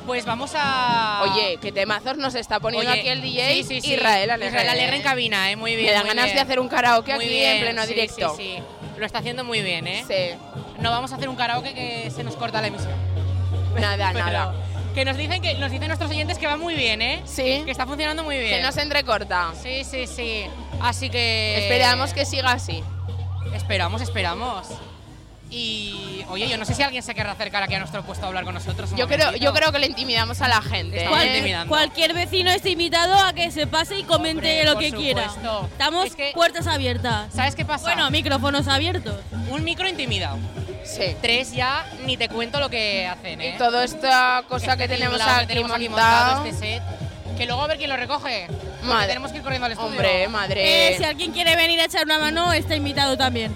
Speaker 2: Pues vamos a.
Speaker 8: Oye, qué temazos nos está poniendo
Speaker 2: Oye,
Speaker 8: aquí el DJ
Speaker 2: sí, sí, sí.
Speaker 8: Israel Alegre.
Speaker 2: Israel Alegre en cabina, ¿eh? Muy bien.
Speaker 8: Me dan
Speaker 2: muy
Speaker 8: ganas
Speaker 2: bien.
Speaker 8: de hacer un karaoke
Speaker 2: Muy
Speaker 8: aquí en
Speaker 2: bien,
Speaker 8: pleno
Speaker 2: sí,
Speaker 8: directo.
Speaker 2: Sí, sí. Lo está haciendo muy bien, ¿eh?
Speaker 8: Sí.
Speaker 2: No vamos a hacer un karaoke que se nos corta la emisión.
Speaker 8: Nada,
Speaker 2: [LAUGHS] Pero
Speaker 8: nada.
Speaker 2: Que nos dicen que nos dicen nuestros oyentes que va muy bien, ¿eh?
Speaker 8: Sí.
Speaker 2: Que está funcionando muy bien.
Speaker 8: Que no se entrecorta.
Speaker 2: Sí, sí, sí. Así que
Speaker 8: Esperamos que siga así.
Speaker 2: esperamos, esperamos. Y oye, yo no sé si alguien se querrá acercar aquí a nuestro puesto a hablar con nosotros. un
Speaker 8: Yo creo,
Speaker 2: momentito.
Speaker 8: yo creo que le intimidamos a la gente.
Speaker 2: Estamos
Speaker 8: ¿eh?
Speaker 2: intimidando.
Speaker 12: Cualquier vecino está invitado a que se pase y comente
Speaker 2: Hombre,
Speaker 12: lo
Speaker 2: por
Speaker 12: que quiera.
Speaker 2: supuesto.
Speaker 12: Estamos
Speaker 2: Es que-
Speaker 12: puertas abiertas.
Speaker 2: ¿Sabes qué pasa?
Speaker 12: Bueno, micrófonos abiertos.
Speaker 2: Un micro intimidado.
Speaker 8: Sí.
Speaker 2: Tres ya ni te cuento lo que hacen, ¿eh?
Speaker 8: Y toda esta cosa que
Speaker 2: Este
Speaker 8: tenemos
Speaker 2: tinglao
Speaker 8: aquí
Speaker 2: montado,
Speaker 8: montada.
Speaker 2: este set. Que luego a ver quién lo recoge. porque
Speaker 8: Madre-
Speaker 2: tenemos que ir corriendo al estudio.
Speaker 8: Hombre, madre.
Speaker 12: Eh, si alguien quiere venir a echar una mano, está invitado también.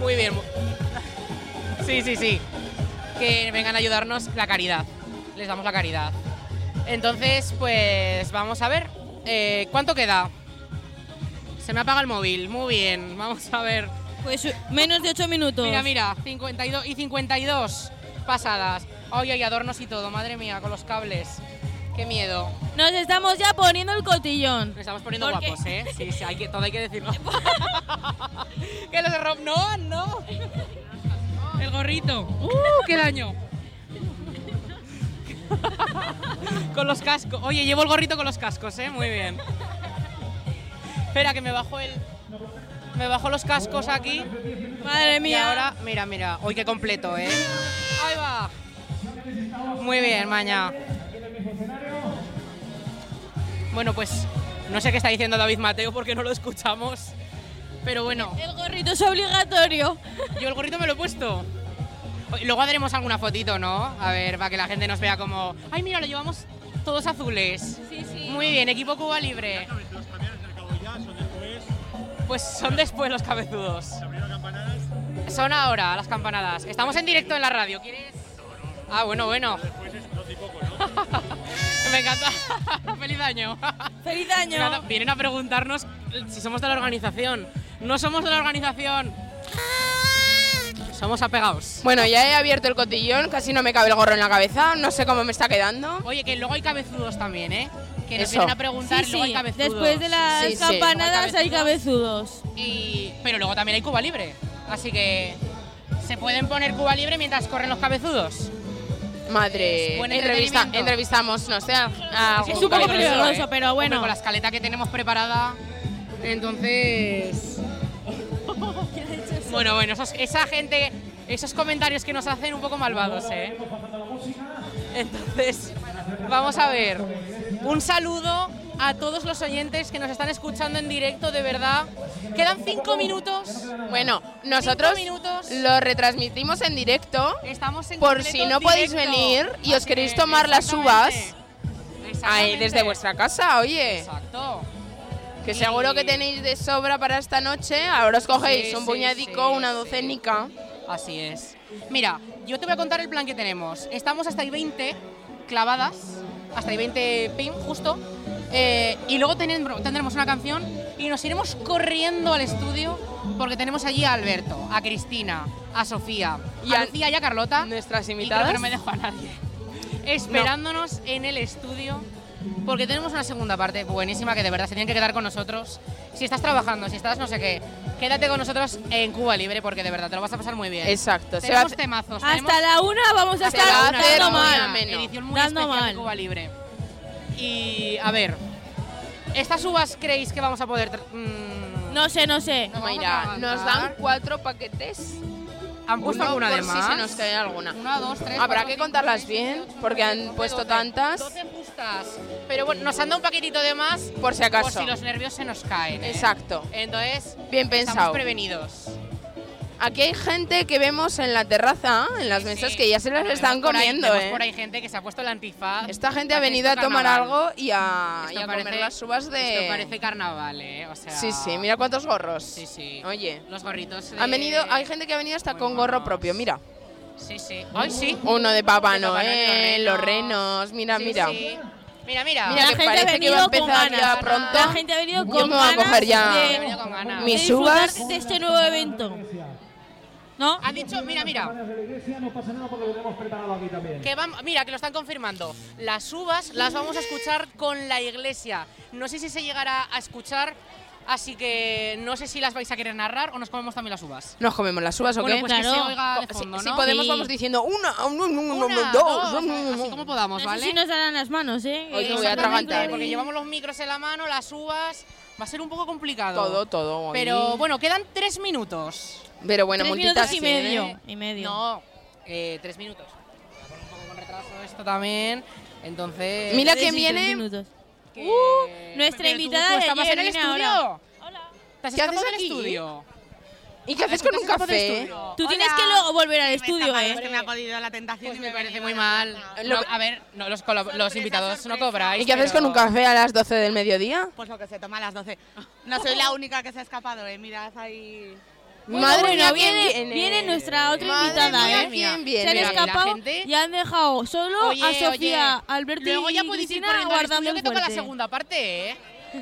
Speaker 2: Muy bien. Sí, sí, sí. Que vengan a ayudarnos la caridad. Les damos la caridad. Entonces, pues vamos a ver. eh, ¿Cuánto queda? Se me apaga el móvil. Muy bien, vamos a ver.
Speaker 12: Pues menos de 8 minutos.
Speaker 2: Mira, mira, 52 y 52 pasadas. Ay, ay, adornos y todo, madre mía, con los cables. Qué miedo.
Speaker 12: Nos estamos ya poniendo el cotillón. Nos
Speaker 2: estamos poniendo guapos, ¿eh? Sí, sí, hay que, todo hay que decirlo. que los de Rob no, no. El gorrito. ¡Uh, qué daño! con los cascos. Oye, llevo el gorrito con los cascos, ¿eh? Muy bien. Espera, que me bajo el... Me bajo los cascos aquí.
Speaker 12: Madre mía.
Speaker 2: Y ahora, mira, mira. Hoy qué completo, ¿eh? Ahí va. Muy bien, Maña. Bueno, pues no sé qué está diciendo David Mateo porque no lo escuchamos. Pero bueno.
Speaker 12: El gorrito es obligatorio.
Speaker 2: Yo el gorrito me lo he puesto. Oye, Luego haremos alguna fotito, ¿no? A ver, para que la gente nos vea como... Ay, mira, lo llevamos todos azules.
Speaker 12: Sí, sí.
Speaker 2: Muy bien, equipo Cuba Libre. Pues son después los cabezudos. Son ahora las campanadas. Estamos en directo en la radio. ¿Quieres? Ah, bueno, bueno. Me encanta. [LAUGHS] Feliz año.
Speaker 12: Feliz año.
Speaker 2: Vienen a preguntarnos eh, si somos de la organización. No somos de la organización. Somos apegados.
Speaker 8: Bueno, ya he abierto el cotillón, casi no me cabe el gorro en la cabeza, no sé cómo me está quedando.
Speaker 2: Oye, que luego hay cabezudos también, ¿eh? Que nos
Speaker 8: Eso.
Speaker 2: vienen a preguntar,
Speaker 12: Sí,
Speaker 2: luego hay
Speaker 12: sí.
Speaker 2: cabezudos.
Speaker 12: Después de las
Speaker 2: Sí, sí.
Speaker 12: campanadas hay cabezudos.
Speaker 2: Y- pero luego también hay Cuba Libre. Así que se pueden poner Cuba Libre mientras corren los cabezudos.
Speaker 8: Madre,
Speaker 2: Buen
Speaker 8: entrevista,
Speaker 2: entretenimiento.
Speaker 8: entrevistamos, no sé, a- a
Speaker 2: Sí,
Speaker 8: algún cabezudo, ¿eh?
Speaker 2: Hombre, Con la escaleta que tenemos preparada. [LAUGHS] Entonces. Bueno, bueno, esos- esa gente, esos comentarios que nos hacen un poco malvados, ¿eh? Entonces, vamos a ver. Un saludo a todos los oyentes que nos están escuchando en directo, de verdad. Quedan cinco minutos.
Speaker 8: Bueno, nosotros
Speaker 2: Cinco minutos.
Speaker 8: lo retransmitimos en directo.
Speaker 2: Estamos en
Speaker 8: Por
Speaker 2: completo
Speaker 8: si no podéis
Speaker 2: directo.
Speaker 8: venir y os
Speaker 2: Así
Speaker 8: queréis
Speaker 2: que,
Speaker 8: tomar las uvas, ahí
Speaker 2: exactamente.
Speaker 8: desde vuestra casa, oye.
Speaker 2: Exacto.
Speaker 8: Que
Speaker 2: Y-
Speaker 8: seguro que tenéis de sobra para esta noche. Ahora os cogéis
Speaker 2: Sí,
Speaker 8: un
Speaker 2: sí,
Speaker 8: puñadico,
Speaker 2: sí,
Speaker 8: una
Speaker 2: sí.
Speaker 8: docenica.
Speaker 2: Así es. Mira, yo te voy a contar el plan que tenemos. Estamos hasta el 20 clavadas, hasta el 20 pin justo, eh, y luego tenen- tendremos una canción y nos iremos corriendo al estudio porque tenemos allí a Alberto, a Cristina, a Sofía,
Speaker 8: Y
Speaker 2: a,
Speaker 8: a
Speaker 2: Lucía y a Carlota.
Speaker 8: Nuestras
Speaker 2: Y creo que no me dejo a nadie. Esperándonos en el estudio. Porque tenemos una segunda parte buenísima que de verdad se tienen que quedar con nosotros. Si estás trabajando, si estás no sé qué, quédate con nosotros en Cuba Libre porque de verdad te lo vas a pasar muy bien.
Speaker 8: Exacto, se va a
Speaker 2: Tenemos
Speaker 8: hacer-
Speaker 2: temazos.
Speaker 12: Hasta la una vamos a
Speaker 2: Hasta
Speaker 12: estar
Speaker 2: la una,
Speaker 12: dando
Speaker 2: dando
Speaker 12: mal.
Speaker 2: mal. Edición muy
Speaker 12: Dando
Speaker 2: especial de
Speaker 12: mal.
Speaker 2: Cuba Libre. Y a ver, ¿estas uvas creéis que vamos a poder...? tra- mm,
Speaker 12: No sé, no sé.
Speaker 2: vamos a
Speaker 8: Mira, nos
Speaker 2: aguantar?
Speaker 8: dan cuatro paquetes.
Speaker 2: ¿Han puesto
Speaker 8: Uno
Speaker 2: alguna
Speaker 8: por
Speaker 2: de
Speaker 8: Si
Speaker 2: más?
Speaker 8: se nos cae alguna.
Speaker 2: Una, dos, tres,
Speaker 8: Habrá
Speaker 2: cuatro,
Speaker 8: que
Speaker 2: cinco,
Speaker 8: contarlas
Speaker 2: seis,
Speaker 8: bien, porque han puesto tantas.
Speaker 2: 12 justas. Pero bueno, nos han dado un paquetito de más
Speaker 8: Por si acaso.
Speaker 2: Por si los nervios se nos caen. ¿eh?
Speaker 8: Exacto.
Speaker 2: Entonces,
Speaker 8: Bien pensado.
Speaker 2: Estamos prevenidos.
Speaker 8: Aquí hay gente que vemos en la terraza, en las mesas, que ya se las están
Speaker 2: Por ahí-
Speaker 8: comiendo,
Speaker 2: vemos
Speaker 8: ¿eh?
Speaker 2: por ahí gente que se ha puesto el antifaz.
Speaker 8: Esta gente ha
Speaker 2: Parece
Speaker 8: venido a tomar
Speaker 2: carnaval.
Speaker 8: algo y a,
Speaker 2: Esto
Speaker 8: y a
Speaker 2: parece-
Speaker 8: comer las uvas de...
Speaker 2: Esto parece carnaval, ¿eh? O sea,
Speaker 8: Sí, sí, mira cuántos gorros.
Speaker 2: Sí, sí.
Speaker 8: Oye.
Speaker 2: Los gorritos. de-
Speaker 8: Han venido, hay gente que ha venido hasta con gorro propio, mira.
Speaker 2: Sí, sí. Ay, sí.
Speaker 8: Uno de Papá
Speaker 2: De Papá Noel,
Speaker 8: Noel,
Speaker 2: los
Speaker 8: los renos, mira,
Speaker 2: Sí,
Speaker 8: mira.
Speaker 2: sí. Mira, mira.
Speaker 8: Mira, que parece que va a empezar ya pronto.
Speaker 12: La gente ha venido
Speaker 8: Yo
Speaker 12: con
Speaker 8: me voy a
Speaker 12: ganas
Speaker 8: coger ya
Speaker 12: de-
Speaker 2: Ha venido con ganas.
Speaker 12: de
Speaker 8: mis
Speaker 12: disfrutar
Speaker 8: uvas.
Speaker 12: de este nuevo evento. ¿No?
Speaker 2: Han dicho, mira, mira.
Speaker 20: No pasa nada porque lo tenemos preparado aquí también.
Speaker 2: Que vam- mira, que lo están confirmando. Las uvas las vamos a escuchar con la iglesia. No sé si se llegará a escuchar, así que no sé si las vais a querer narrar o nos comemos también las uvas.
Speaker 8: ¿Nos comemos las uvas o
Speaker 2: Bueno,
Speaker 8: qué?
Speaker 2: pues que se oiga de fondo,
Speaker 8: si,
Speaker 2: ¿no?
Speaker 8: si podemos
Speaker 2: Sí.
Speaker 8: vamos diciendo una, un, un, un,
Speaker 2: Una,
Speaker 8: un,
Speaker 2: dos,
Speaker 8: dos,
Speaker 2: así-
Speaker 8: un, un,
Speaker 2: así
Speaker 8: un.
Speaker 2: como podamos,
Speaker 12: No sé
Speaker 2: ¿vale?
Speaker 12: si nos darán las manos, ¿eh?
Speaker 8: Hoy
Speaker 12: Eh,
Speaker 8: me voy a atragantar.
Speaker 2: Porque llevamos los micros en la mano, las uvas. Va a ser un poco complicado.
Speaker 8: Todo, todo.
Speaker 2: Pero
Speaker 8: ahí.
Speaker 2: bueno, quedan tres minutos.
Speaker 8: Pero bueno,
Speaker 2: Tres
Speaker 8: multitasking.
Speaker 2: minutos y
Speaker 8: ¿eh?
Speaker 2: medio. No, eh, tres minutos. Un poco con retraso esto también. Entonces.
Speaker 8: Mira quién viene.
Speaker 2: que-
Speaker 12: Uh, nuestra
Speaker 2: Pero tú-
Speaker 12: invitada
Speaker 2: tú
Speaker 12: de
Speaker 2: estabas
Speaker 12: ayer
Speaker 2: en el
Speaker 12: viene
Speaker 2: estudio.
Speaker 12: ahora.
Speaker 2: ¿Te has
Speaker 8: ¿Qué haces
Speaker 2: escapado del
Speaker 8: aquí?
Speaker 2: estudio? Ah,
Speaker 8: ¿Y qué haces con un café?
Speaker 12: Tú tienes que luego volver al estudio, ¿eh?
Speaker 2: me ha podido la tentación y Pues me parece muy mal. No, a ver, no, los, colab- los invitados no cobráis.
Speaker 8: ¿Y qué haces
Speaker 2: pero-
Speaker 8: con un café a las 12 del mediodía?
Speaker 7: Pues lo que se toma a las 12. No soy la única que se ha escapado, eh. Mirad ahí.
Speaker 12: Bueno, bueno, viene, viene nuestra otra
Speaker 7: Madre
Speaker 12: invitada,
Speaker 7: mía,
Speaker 12: ¿eh?
Speaker 7: quién
Speaker 12: Se han
Speaker 7: viene.
Speaker 12: escapado y han dejado solo
Speaker 2: Oye,
Speaker 12: a Sofía,
Speaker 2: oye,
Speaker 12: Alberto
Speaker 2: luego
Speaker 12: y
Speaker 2: ya podéis ir
Speaker 12: Cristina
Speaker 2: poniendo al
Speaker 12: guardando
Speaker 2: estudio
Speaker 12: el
Speaker 2: que toca la
Speaker 12: fuerte.
Speaker 2: segunda parte, ¿eh?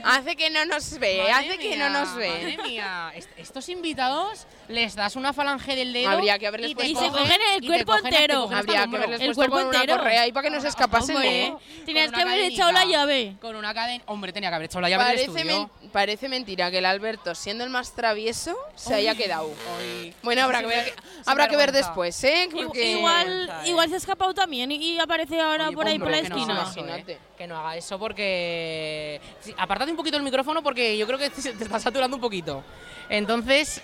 Speaker 8: Hace que no nos ve,
Speaker 2: Madre
Speaker 8: Eh, hace que
Speaker 2: mía,
Speaker 8: no nos ve.
Speaker 2: Madre mía, Est- estos invitados les das una falange del dedo.
Speaker 8: Habría que haberles
Speaker 2: y te
Speaker 8: puesto-
Speaker 2: cogen-
Speaker 8: Y se cogen el
Speaker 2: y te
Speaker 8: cuerpo
Speaker 2: cogen- te
Speaker 8: entero.
Speaker 2: cogen hasta
Speaker 8: Habría
Speaker 2: el
Speaker 8: que
Speaker 2: hombro.
Speaker 8: haberles El puesto cuerpo con una entero. correa ahí para que no se escapasen, Hombre, ¿eh?
Speaker 12: tenías
Speaker 2: Con
Speaker 12: que
Speaker 2: una
Speaker 12: haber echado la
Speaker 2: cadenita.
Speaker 12: llave.
Speaker 2: Con una cadena. Hombre, tenía que haber echado la llave del
Speaker 8: Parece,
Speaker 2: estudio.
Speaker 8: men- parece mentira que el Alberto, siendo el más travieso, se haya
Speaker 2: Ay,
Speaker 8: quedado.
Speaker 2: ay.
Speaker 8: Bueno, habrá
Speaker 2: Sí,
Speaker 8: que ver,
Speaker 2: sí,
Speaker 8: que-
Speaker 2: sí,
Speaker 8: habrá que ver
Speaker 2: vergüenza.
Speaker 8: después, ¿eh?
Speaker 12: Igu-
Speaker 8: Porque-
Speaker 12: Igual, igual se ha escapado también y, y aparece ahora por ahí por la
Speaker 2: Hombre, que no
Speaker 12: esquina.
Speaker 2: haga eso, ¿eh? Que no haga eso porque... Sí, apartate un poquito el micrófono porque yo creo que [LAUGHS] te te está saturando un poquito. Entonces...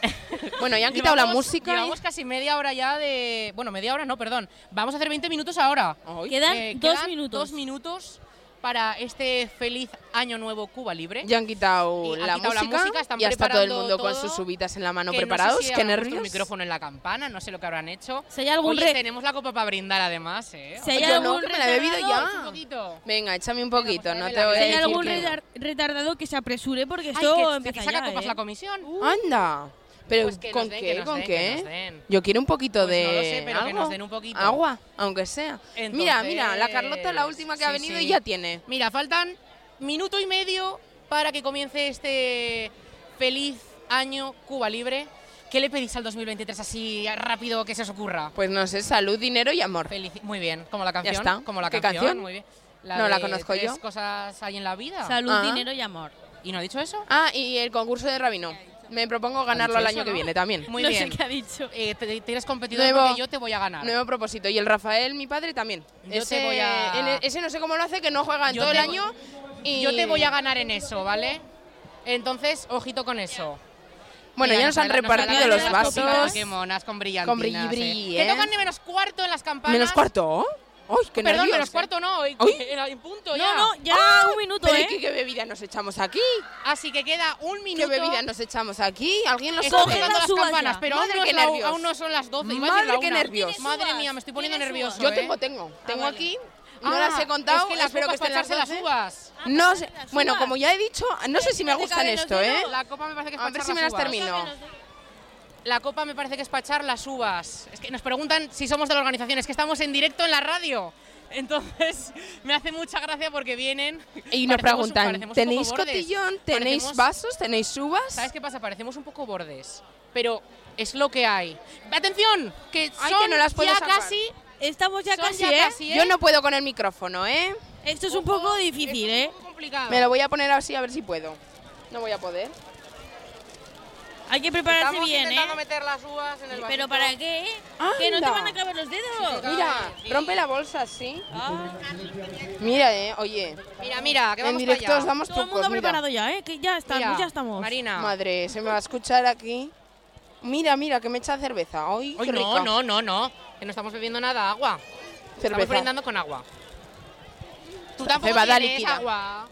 Speaker 8: Bueno,
Speaker 2: [LAUGHS]
Speaker 8: ya han quitado la
Speaker 2: llevamos-
Speaker 8: música y-
Speaker 2: Llevamos casi media hora ya de... Bueno, media hora no, perdón. Vamos a hacer 20 minutos ahora. Eh,
Speaker 12: Quedan dos minutos.
Speaker 2: dos minutos para este feliz año nuevo Cuba Libre.
Speaker 8: Ya han quitado,
Speaker 2: Y
Speaker 8: la,
Speaker 2: han quitado la
Speaker 8: música,
Speaker 2: música, están
Speaker 8: ya está todo el
Speaker 2: preparando
Speaker 8: mundo con
Speaker 2: todo,
Speaker 8: sus uvitas en la mano
Speaker 2: Que no sé
Speaker 8: preparados.
Speaker 2: si
Speaker 8: Qué
Speaker 2: habrán puesto
Speaker 8: nervios.
Speaker 2: el micrófono en la campana, no sé lo que habrán hecho.
Speaker 12: Si hay algún
Speaker 2: Oye,
Speaker 12: re-
Speaker 2: tenemos la copa para brindar además, ¿eh?
Speaker 12: Si hay
Speaker 8: Yo no,
Speaker 12: algún
Speaker 8: que me la he bebido
Speaker 12: retardado,
Speaker 8: ya.
Speaker 12: un
Speaker 8: Venga, échame un poquito, no te voy
Speaker 12: Si
Speaker 8: a
Speaker 12: hay
Speaker 8: decir
Speaker 12: algún
Speaker 8: que no.
Speaker 12: retar- retardado que se apresure porque
Speaker 2: Ay,
Speaker 12: esto
Speaker 2: que- que
Speaker 12: empieza
Speaker 2: saca
Speaker 12: ya,
Speaker 2: copas
Speaker 12: ¿eh?
Speaker 2: la comisión.
Speaker 8: Anda. Pero
Speaker 2: Pues que nos
Speaker 8: ¿con
Speaker 2: den, que
Speaker 8: qué?
Speaker 2: nos
Speaker 8: ¿Con
Speaker 2: den, que nos
Speaker 8: qué?
Speaker 2: den.
Speaker 8: Yo quiero un poquito
Speaker 2: Pues
Speaker 8: de
Speaker 2: no lo sé, pero que
Speaker 8: algo.
Speaker 2: nos den un poquito.
Speaker 8: Agua, aunque sea. Mira, mira, la Carlota la última que ha
Speaker 2: Sí,
Speaker 8: venido
Speaker 2: sí.
Speaker 8: y ya tiene.
Speaker 2: Mira, faltan minuto y medio para que comience este feliz año Cuba Libre. ¿Qué le pedís al 2023 así rápido que se os ocurra?
Speaker 8: Pues no sé, salud, dinero y amor.
Speaker 2: Felici- Muy bien, como la canción.
Speaker 8: está.
Speaker 2: Como la
Speaker 8: ¿Qué
Speaker 2: canción,
Speaker 8: canción?
Speaker 2: muy bien.
Speaker 8: No la
Speaker 2: de
Speaker 8: conozco
Speaker 2: tres
Speaker 8: yo.
Speaker 2: cosas hay en la vida.
Speaker 8: Salud, Ah. dinero
Speaker 12: y amor.
Speaker 2: ¿Y no ha dicho eso?
Speaker 8: Ah, y el concurso de Rabino. Me propongo ganarlo
Speaker 2: dicho
Speaker 8: al
Speaker 2: eso,
Speaker 8: año que
Speaker 2: no?
Speaker 8: viene también.
Speaker 2: Muy No sé bien. qué Eh,
Speaker 12: ha dicho.
Speaker 2: tienes competidor porque yo te voy a ganar.
Speaker 8: Nuevo propósito. Y el Rafael, mi padre, también.
Speaker 2: Yo
Speaker 8: ese,
Speaker 2: te voy a-
Speaker 8: en e- ese no sé cómo lo hace, que no juega en
Speaker 2: Yo
Speaker 8: todo el
Speaker 2: te-
Speaker 8: año. Y...
Speaker 2: Yo te voy a ganar en eso, ¿vale? Entonces, ojito con eso.
Speaker 8: Bueno, ya nos han
Speaker 2: sale-
Speaker 8: repartido
Speaker 2: salen
Speaker 8: los
Speaker 2: las
Speaker 8: vasos.
Speaker 2: copitas, Qué monas, con brillantinas.
Speaker 8: Con brilli, brilli,
Speaker 2: Que
Speaker 8: ¿eh?
Speaker 2: tocan de menos cuarto en las campanas.
Speaker 8: ¿Menos cuarto? ¡Ay, qué
Speaker 2: Perdón,
Speaker 8: nervios!
Speaker 2: menos cuarto no. En,
Speaker 8: Uy.
Speaker 2: en- en punto
Speaker 8: No,
Speaker 2: ya.
Speaker 8: no, ya Ah, un
Speaker 2: minuto,
Speaker 8: pero ¿eh? ¿qué- qué bebida nos echamos aquí?
Speaker 2: Así que queda un minuto.
Speaker 8: ¿Qué bebida nos echamos aquí? ¿Alguien lo
Speaker 2: Están
Speaker 8: sabe?
Speaker 2: tocando las campanas, pero aún
Speaker 8: Madre,
Speaker 2: no, es
Speaker 8: qué
Speaker 2: la-
Speaker 8: nervios.
Speaker 2: aún no son las 12. iba a decir
Speaker 8: Madre,
Speaker 2: la
Speaker 8: qué
Speaker 2: una.
Speaker 8: nervios.
Speaker 2: Madre mía, me estoy poniendo nervioso.
Speaker 8: Yo
Speaker 2: ¿eh?
Speaker 8: tengo, tengo. Tengo
Speaker 2: vale.
Speaker 8: aquí. No las
Speaker 2: Ah,
Speaker 8: he contado,
Speaker 2: es que las
Speaker 8: espero que
Speaker 2: copas para
Speaker 8: estén las
Speaker 2: echarse las
Speaker 8: 12.
Speaker 2: uvas. Ah,
Speaker 8: No sé. Bueno, como ya he dicho, no sé si me gustan esto, ¿eh?
Speaker 2: La copa me parece que es
Speaker 8: A
Speaker 2: para
Speaker 8: ver
Speaker 2: echar
Speaker 8: si me las
Speaker 2: uvas.
Speaker 8: termino.
Speaker 2: La copa me parece que es para echar las uvas. Es que nos preguntan si somos de la organización, es que estamos en directo en la radio. Entonces, [LAUGHS] me hace mucha gracia porque vienen.
Speaker 8: Y nos
Speaker 2: parecemos-
Speaker 8: preguntan,
Speaker 2: parecemos un
Speaker 8: ¿tenéis
Speaker 2: poco bordes.
Speaker 8: cotillón? ¿Tenéis
Speaker 2: Parecemos-
Speaker 8: vasos? ¿Tenéis uvas?
Speaker 2: ¿Sabes qué pasa? Parecemos un poco bordes, pero es lo que hay. ¡Atención! Que son
Speaker 8: Ay, que no las puedo
Speaker 2: ya
Speaker 8: sacar.
Speaker 2: casi.
Speaker 12: Estamos ya
Speaker 2: son
Speaker 12: casi,
Speaker 2: ya
Speaker 12: ¿eh?
Speaker 2: casi, ¿eh?
Speaker 8: Yo no puedo con el micrófono, ¿eh?
Speaker 12: Esto es un poco difícil, ¿eh?
Speaker 2: complicado.
Speaker 8: Me lo voy a poner así a ver si puedo. No voy a poder.
Speaker 12: Hay que prepararse bien, ¿eh?
Speaker 2: meter las uvas en el
Speaker 12: ¿Pero para qué? Que no te
Speaker 8: Anda.
Speaker 12: van a caber los dedos.
Speaker 8: Mira, rompe la bolsa, sí.
Speaker 2: Ah.
Speaker 8: Mira, eh, oye.
Speaker 2: Mira, mira, que
Speaker 8: En
Speaker 2: vamos
Speaker 8: directo
Speaker 2: para allá.
Speaker 8: os damos
Speaker 12: Todo el
Speaker 8: trucos,
Speaker 12: mundo
Speaker 8: mira.
Speaker 12: preparado ya, ¿eh? Que ya estamos,
Speaker 8: Mira,
Speaker 12: ya estamos.
Speaker 2: Marina.
Speaker 8: Madre, se me va a escuchar aquí. Mira, mira, que me echa cerveza. Ay,
Speaker 2: Ay,
Speaker 8: qué
Speaker 2: no,
Speaker 8: rica.
Speaker 2: no, no, no. Que no estamos bebiendo nada agua. Estamos
Speaker 8: Cerveza.
Speaker 2: brindando con agua. Tú
Speaker 8: Cerveza
Speaker 2: tampoco
Speaker 8: da
Speaker 2: tienes
Speaker 8: líquida.
Speaker 2: agua.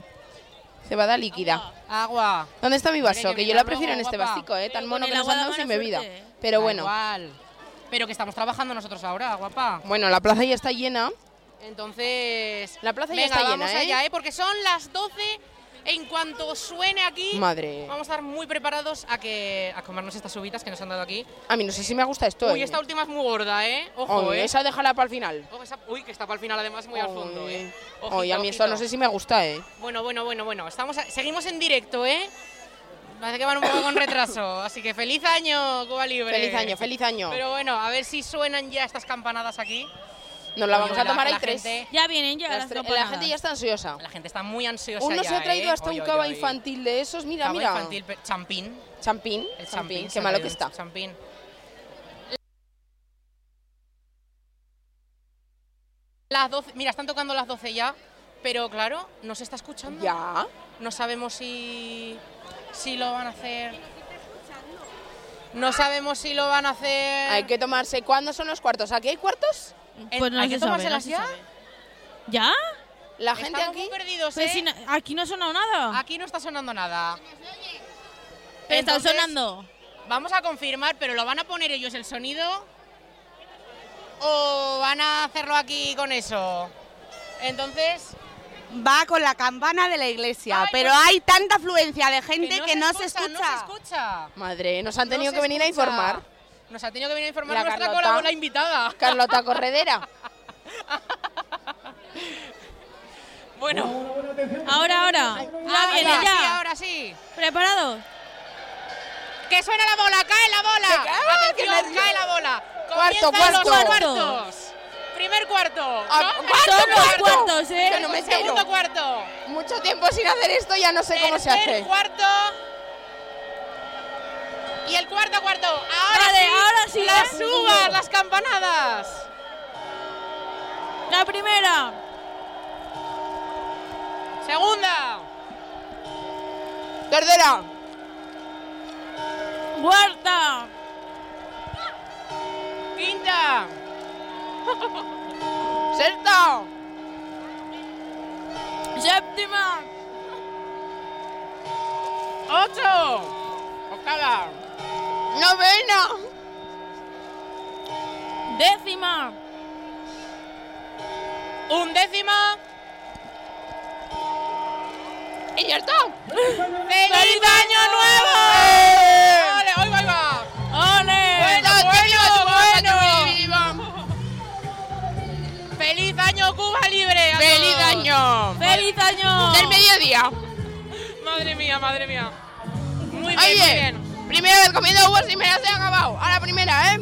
Speaker 8: Cebada líquida.
Speaker 2: Agua.
Speaker 8: ¿Dónde está mi vaso?
Speaker 2: Mira,
Speaker 8: que
Speaker 2: que
Speaker 8: yo la
Speaker 2: mira,
Speaker 8: prefiero en
Speaker 2: luego,
Speaker 8: este
Speaker 2: guapa.
Speaker 8: vasico, ¿eh? Tan
Speaker 2: Pero
Speaker 8: mono
Speaker 2: con
Speaker 8: que
Speaker 2: el
Speaker 8: nos
Speaker 2: agua
Speaker 8: han
Speaker 2: da
Speaker 8: dado sin
Speaker 2: mala
Speaker 8: bebida.
Speaker 2: suerte, ¿eh?
Speaker 8: Pero
Speaker 2: Da
Speaker 8: bueno,
Speaker 2: igual. Pero que estamos trabajando nosotros ahora, guapa.
Speaker 8: bueno, la plaza ya está llena.
Speaker 2: Entonces.
Speaker 8: La plaza ya
Speaker 2: venga,
Speaker 8: está
Speaker 2: vamos
Speaker 8: llena, ¿eh?
Speaker 2: allá, ¿eh? Porque son las 12. En cuanto suene aquí,
Speaker 8: Madre.
Speaker 2: vamos a estar muy preparados a que a comernos estas uvitas que nos han dado aquí.
Speaker 8: A mí no sé si me gusta esto,
Speaker 2: Uy,
Speaker 8: ¿eh?
Speaker 2: esta última es muy gorda, ¿eh? Ojo,
Speaker 8: Oy,
Speaker 2: ¿eh?
Speaker 8: Esa déjala para el final.
Speaker 2: Ojo, esa- Uy, que está para el final además muy al fondo, ¿eh? Ojito,
Speaker 8: Oye, a mí esto
Speaker 2: ojito.
Speaker 8: no sé si me gusta, ¿eh?
Speaker 2: Bueno, bueno, bueno, bueno. Estamos a- Seguimos en directo, ¿eh? Parece que van un poco
Speaker 8: [LAUGHS]
Speaker 2: con retraso. Así que feliz año, Cuba Libre.
Speaker 8: Feliz año, feliz año.
Speaker 2: Pero bueno, a ver si suenan ya estas campanadas aquí.
Speaker 8: Nos la
Speaker 2: Oye,
Speaker 8: vamos a tomar ahí
Speaker 2: la
Speaker 8: tres.
Speaker 2: gente-
Speaker 12: Ya vienen, ya
Speaker 8: Las
Speaker 12: las,
Speaker 8: tres- la
Speaker 12: campanadas.
Speaker 8: gente ya está ansiosa.
Speaker 2: La gente está muy ansiosa.
Speaker 8: Uno
Speaker 2: ya,
Speaker 8: se ha traído
Speaker 2: ¿eh?
Speaker 8: hasta
Speaker 2: Oy,
Speaker 8: un
Speaker 2: oy,
Speaker 8: cava
Speaker 2: oy.
Speaker 8: infantil de esos. Mira,
Speaker 2: Cava
Speaker 8: mira.
Speaker 2: infantil, pe- champín.
Speaker 8: Champín.
Speaker 2: El
Speaker 8: Champín.
Speaker 2: champín.
Speaker 8: Qué
Speaker 2: se
Speaker 8: malo
Speaker 2: trae
Speaker 8: que
Speaker 2: un
Speaker 8: está.
Speaker 2: Champín. Las 12, mira, están tocando las 12 ya, pero claro, no se está escuchando.
Speaker 8: Ya.
Speaker 2: No sabemos si, si lo van a hacer. No sabemos si lo van a hacer.
Speaker 8: Hay que tomarse. ¿Cuándo son los cuartos? ¿Aquí hay cuartos?
Speaker 12: Pues no
Speaker 2: ¿Hay
Speaker 12: se
Speaker 2: que
Speaker 12: sabe, no
Speaker 2: tomárselas
Speaker 12: se
Speaker 2: ya?
Speaker 12: sabe. ¿Ya?
Speaker 8: La gente
Speaker 2: Estamos
Speaker 8: aquí.
Speaker 2: muy perdidos,
Speaker 12: Pero
Speaker 2: ¿eh?
Speaker 12: si no- aquí no ha sonado nada.
Speaker 2: Aquí no está sonando nada.
Speaker 12: Pero está
Speaker 2: Entonces,
Speaker 12: sonando.
Speaker 2: Vamos a confirmar, pero ¿lo van a poner ellos el sonido? ¿O van a hacerlo aquí con eso? Entonces,
Speaker 7: Va con la campana de la iglesia,
Speaker 2: Ay,
Speaker 7: pero
Speaker 2: pues-
Speaker 7: hay tanta afluencia de gente que no, se,
Speaker 2: escucha,
Speaker 7: escucha.
Speaker 2: No se escucha.
Speaker 8: Madre, nos han tenido
Speaker 2: No
Speaker 8: que
Speaker 2: se
Speaker 8: venir a
Speaker 2: escucha.
Speaker 8: informar.
Speaker 2: Nos ha tenido que venir a informar
Speaker 8: La
Speaker 2: nuestra
Speaker 8: Carlota.
Speaker 2: colaboradora invitada.
Speaker 8: Carlota Corredera.
Speaker 12: bueno. Ahora, ahora. Ya
Speaker 2: ahora
Speaker 12: viene,
Speaker 2: sí,
Speaker 12: ya.
Speaker 2: ahora sí.
Speaker 12: ¿Preparados?
Speaker 2: Que suena la bola, cae la bola. Atención, cae la bola.
Speaker 8: Cuarto,
Speaker 2: Comienzan los
Speaker 8: cuarto.
Speaker 2: cuartos. Primer cuarto.
Speaker 8: Ah,
Speaker 2: ¿no?
Speaker 8: cuarto,
Speaker 2: Segundo
Speaker 8: cuarto.
Speaker 2: cuarto.
Speaker 8: Yo no me entero.
Speaker 2: Segundo cuarto.
Speaker 8: Mucho tiempo sin hacer esto, ya no sé cómo se
Speaker 2: Tercer
Speaker 8: hace.
Speaker 2: cuarto. Y el cuarto cuarto. Ahora
Speaker 12: Vale,
Speaker 2: sí.
Speaker 12: ahora sí,
Speaker 2: Las
Speaker 12: ¿eh?
Speaker 2: uvas, las campanadas.
Speaker 12: La primera.
Speaker 2: Segunda.
Speaker 8: Tercera.
Speaker 12: Cuarta.
Speaker 2: Quinta. [LAUGHS]
Speaker 8: Sexta.
Speaker 12: Séptima.
Speaker 2: Ocho. Octava.
Speaker 8: Novena.
Speaker 12: Décima.
Speaker 2: Undécima.
Speaker 8: Y ya está.
Speaker 2: ¡Feliz año nuevo! ¡Ole, hoy va, hoy va!
Speaker 12: ¡Ole!
Speaker 2: ¡Eh! ¡Bueno, bueno,
Speaker 8: Cuba,
Speaker 2: bueno! ¡Feliz año Cuba Libre! a
Speaker 8: ¡Feliz
Speaker 2: todos!
Speaker 8: año!
Speaker 12: ¡Feliz año!
Speaker 8: Del mediodía.
Speaker 2: Madre mía, madre mía. Muy bien,
Speaker 8: Oye,
Speaker 2: muy bien.
Speaker 8: primero he comido uvas y me las he acabado. A la primera, ¿eh?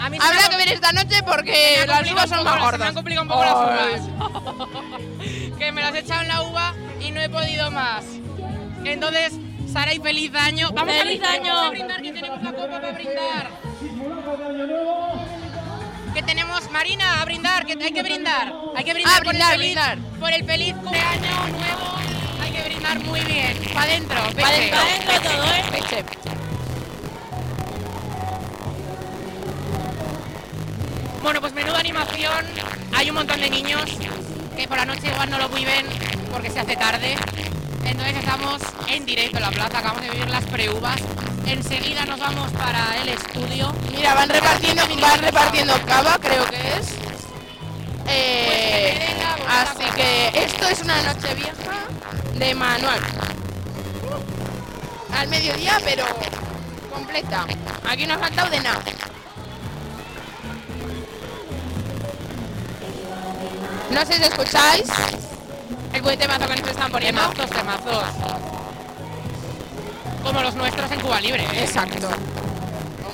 Speaker 2: A mí se me
Speaker 8: Habrá
Speaker 2: ha
Speaker 8: que
Speaker 2: compli-
Speaker 8: ver esta noche
Speaker 2: se me
Speaker 8: porque
Speaker 2: ha
Speaker 8: las
Speaker 2: complicado
Speaker 8: uvas son
Speaker 2: un poco
Speaker 8: más
Speaker 2: la-
Speaker 8: gordas.
Speaker 2: Se me han complicado un poco las
Speaker 8: Ay.
Speaker 2: uvas. que me las he echado en la uva y no he podido más. Entonces, Sara y feliz año. Vamos
Speaker 12: ¡Feliz
Speaker 2: a brindar,
Speaker 12: año!
Speaker 2: Vamos a brindar que tenemos la copa para brindar. Que tenemos Marina a brindar, que hay que brindar. Hay que brindar,
Speaker 8: Ah, brindar,
Speaker 2: por, el feliz, por el feliz cumpleaños nuevo. Hay que brindar muy bien. Para adentro,
Speaker 8: Pa' dentro.
Speaker 12: Para adentro todo, ¿eh?
Speaker 8: Leche.
Speaker 2: Bueno, pues menuda animación. Hay un montón de niños que por la noche igual no lo viven porque se hace tarde. Entonces estamos en directo en la plaza, acabamos de vivir las preuvas. Enseguida nos vamos para el estudio.
Speaker 8: Mira, van repartiendo, van repartiendo cava, creo que es. Eh, así que esto es una noche vieja de manual. Al mediodía, pero completa. Aquí no ha faltado de nada. No sé si escucháis
Speaker 2: el buen temazo que nos están poniendo. Temazos, temazos. Como los nuestros en Cuba Libre. ¿eh?
Speaker 8: Exacto.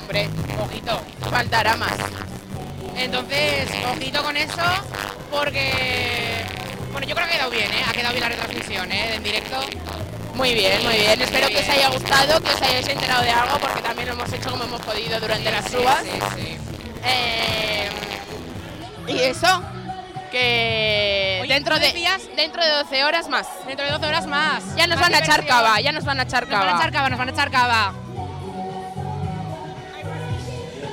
Speaker 2: Hombre, ojito.
Speaker 8: Faltará más.
Speaker 2: Entonces, ojito con eso, porque. Bueno, yo creo que ha quedado bien, ¿eh? Ha quedado bien la retransmisión, ¿eh? En directo.
Speaker 8: Muy bien, muy bien. Espero que os
Speaker 2: bien.
Speaker 8: haya gustado, que os hayáis enterado de algo, porque también lo hemos hecho como hemos podido durante las
Speaker 2: Sí,
Speaker 8: uvas.
Speaker 2: sí, sí.
Speaker 8: Eh, y eso, que
Speaker 2: Oye,
Speaker 8: dentro
Speaker 2: ¿tú
Speaker 8: de
Speaker 2: decías?
Speaker 8: dentro de 12 horas más.
Speaker 2: Dentro de 12 horas más.
Speaker 8: Ya nos
Speaker 2: Más
Speaker 8: van a echar
Speaker 2: diversión.
Speaker 8: cava, ya nos van a echar
Speaker 2: Nos van a echar
Speaker 8: cava.
Speaker 2: cava, nos van a echar cava.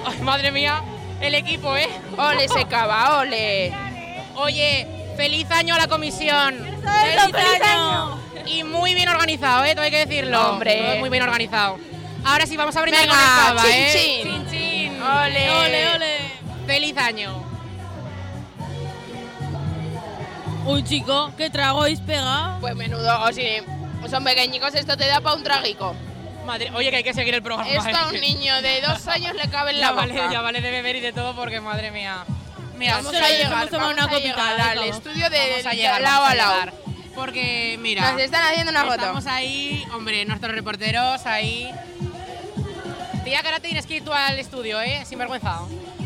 Speaker 2: Ay, madre mía, el equipo, ¿eh?
Speaker 8: Ole ese cava, ole.
Speaker 2: Oye, feliz año a la comisión.
Speaker 8: ¡Feliz año!
Speaker 2: Y muy bien organizado, ¿eh? Todo hay que decirlo.
Speaker 8: Hombre.
Speaker 2: Todo Muy bien organizado. Ahora sí, vamos a brindar
Speaker 8: Venga,
Speaker 2: con el cava,
Speaker 8: chin,
Speaker 2: ¿eh?
Speaker 8: chin.
Speaker 2: Chin, chin.
Speaker 8: Ole.
Speaker 2: Ole, ole. Feliz año.
Speaker 12: Un chico, ¿qué trago habéis pegado?
Speaker 8: Pues menudo, o si son pequeñicos, esto te da para un tragico.
Speaker 2: Madre, oye, que hay que seguir el programa.
Speaker 8: Esto a
Speaker 2: ¿eh?
Speaker 8: un niño de dos años le cabe en la
Speaker 2: [LAUGHS] ya vale,
Speaker 8: boca.
Speaker 2: ya vale de beber y de todo porque madre mía. Mira,
Speaker 8: Vamos
Speaker 2: se
Speaker 8: a
Speaker 2: lo
Speaker 8: llegar,
Speaker 2: dejamos tomar
Speaker 8: vamos
Speaker 2: una
Speaker 8: a
Speaker 2: copita
Speaker 8: llegar al
Speaker 2: vamos.
Speaker 8: estudio de-
Speaker 2: Vamos a
Speaker 8: de
Speaker 2: llegar,
Speaker 8: lado
Speaker 2: vamos
Speaker 8: a lado.
Speaker 2: llegar. Porque mira,
Speaker 8: Nos están haciendo una foto.
Speaker 2: Estamos ahí, hombre, nuestros reporteros ahí. Tía, que ahora te tienes que ir tú al estudio, ¿eh? Sin vergüenza.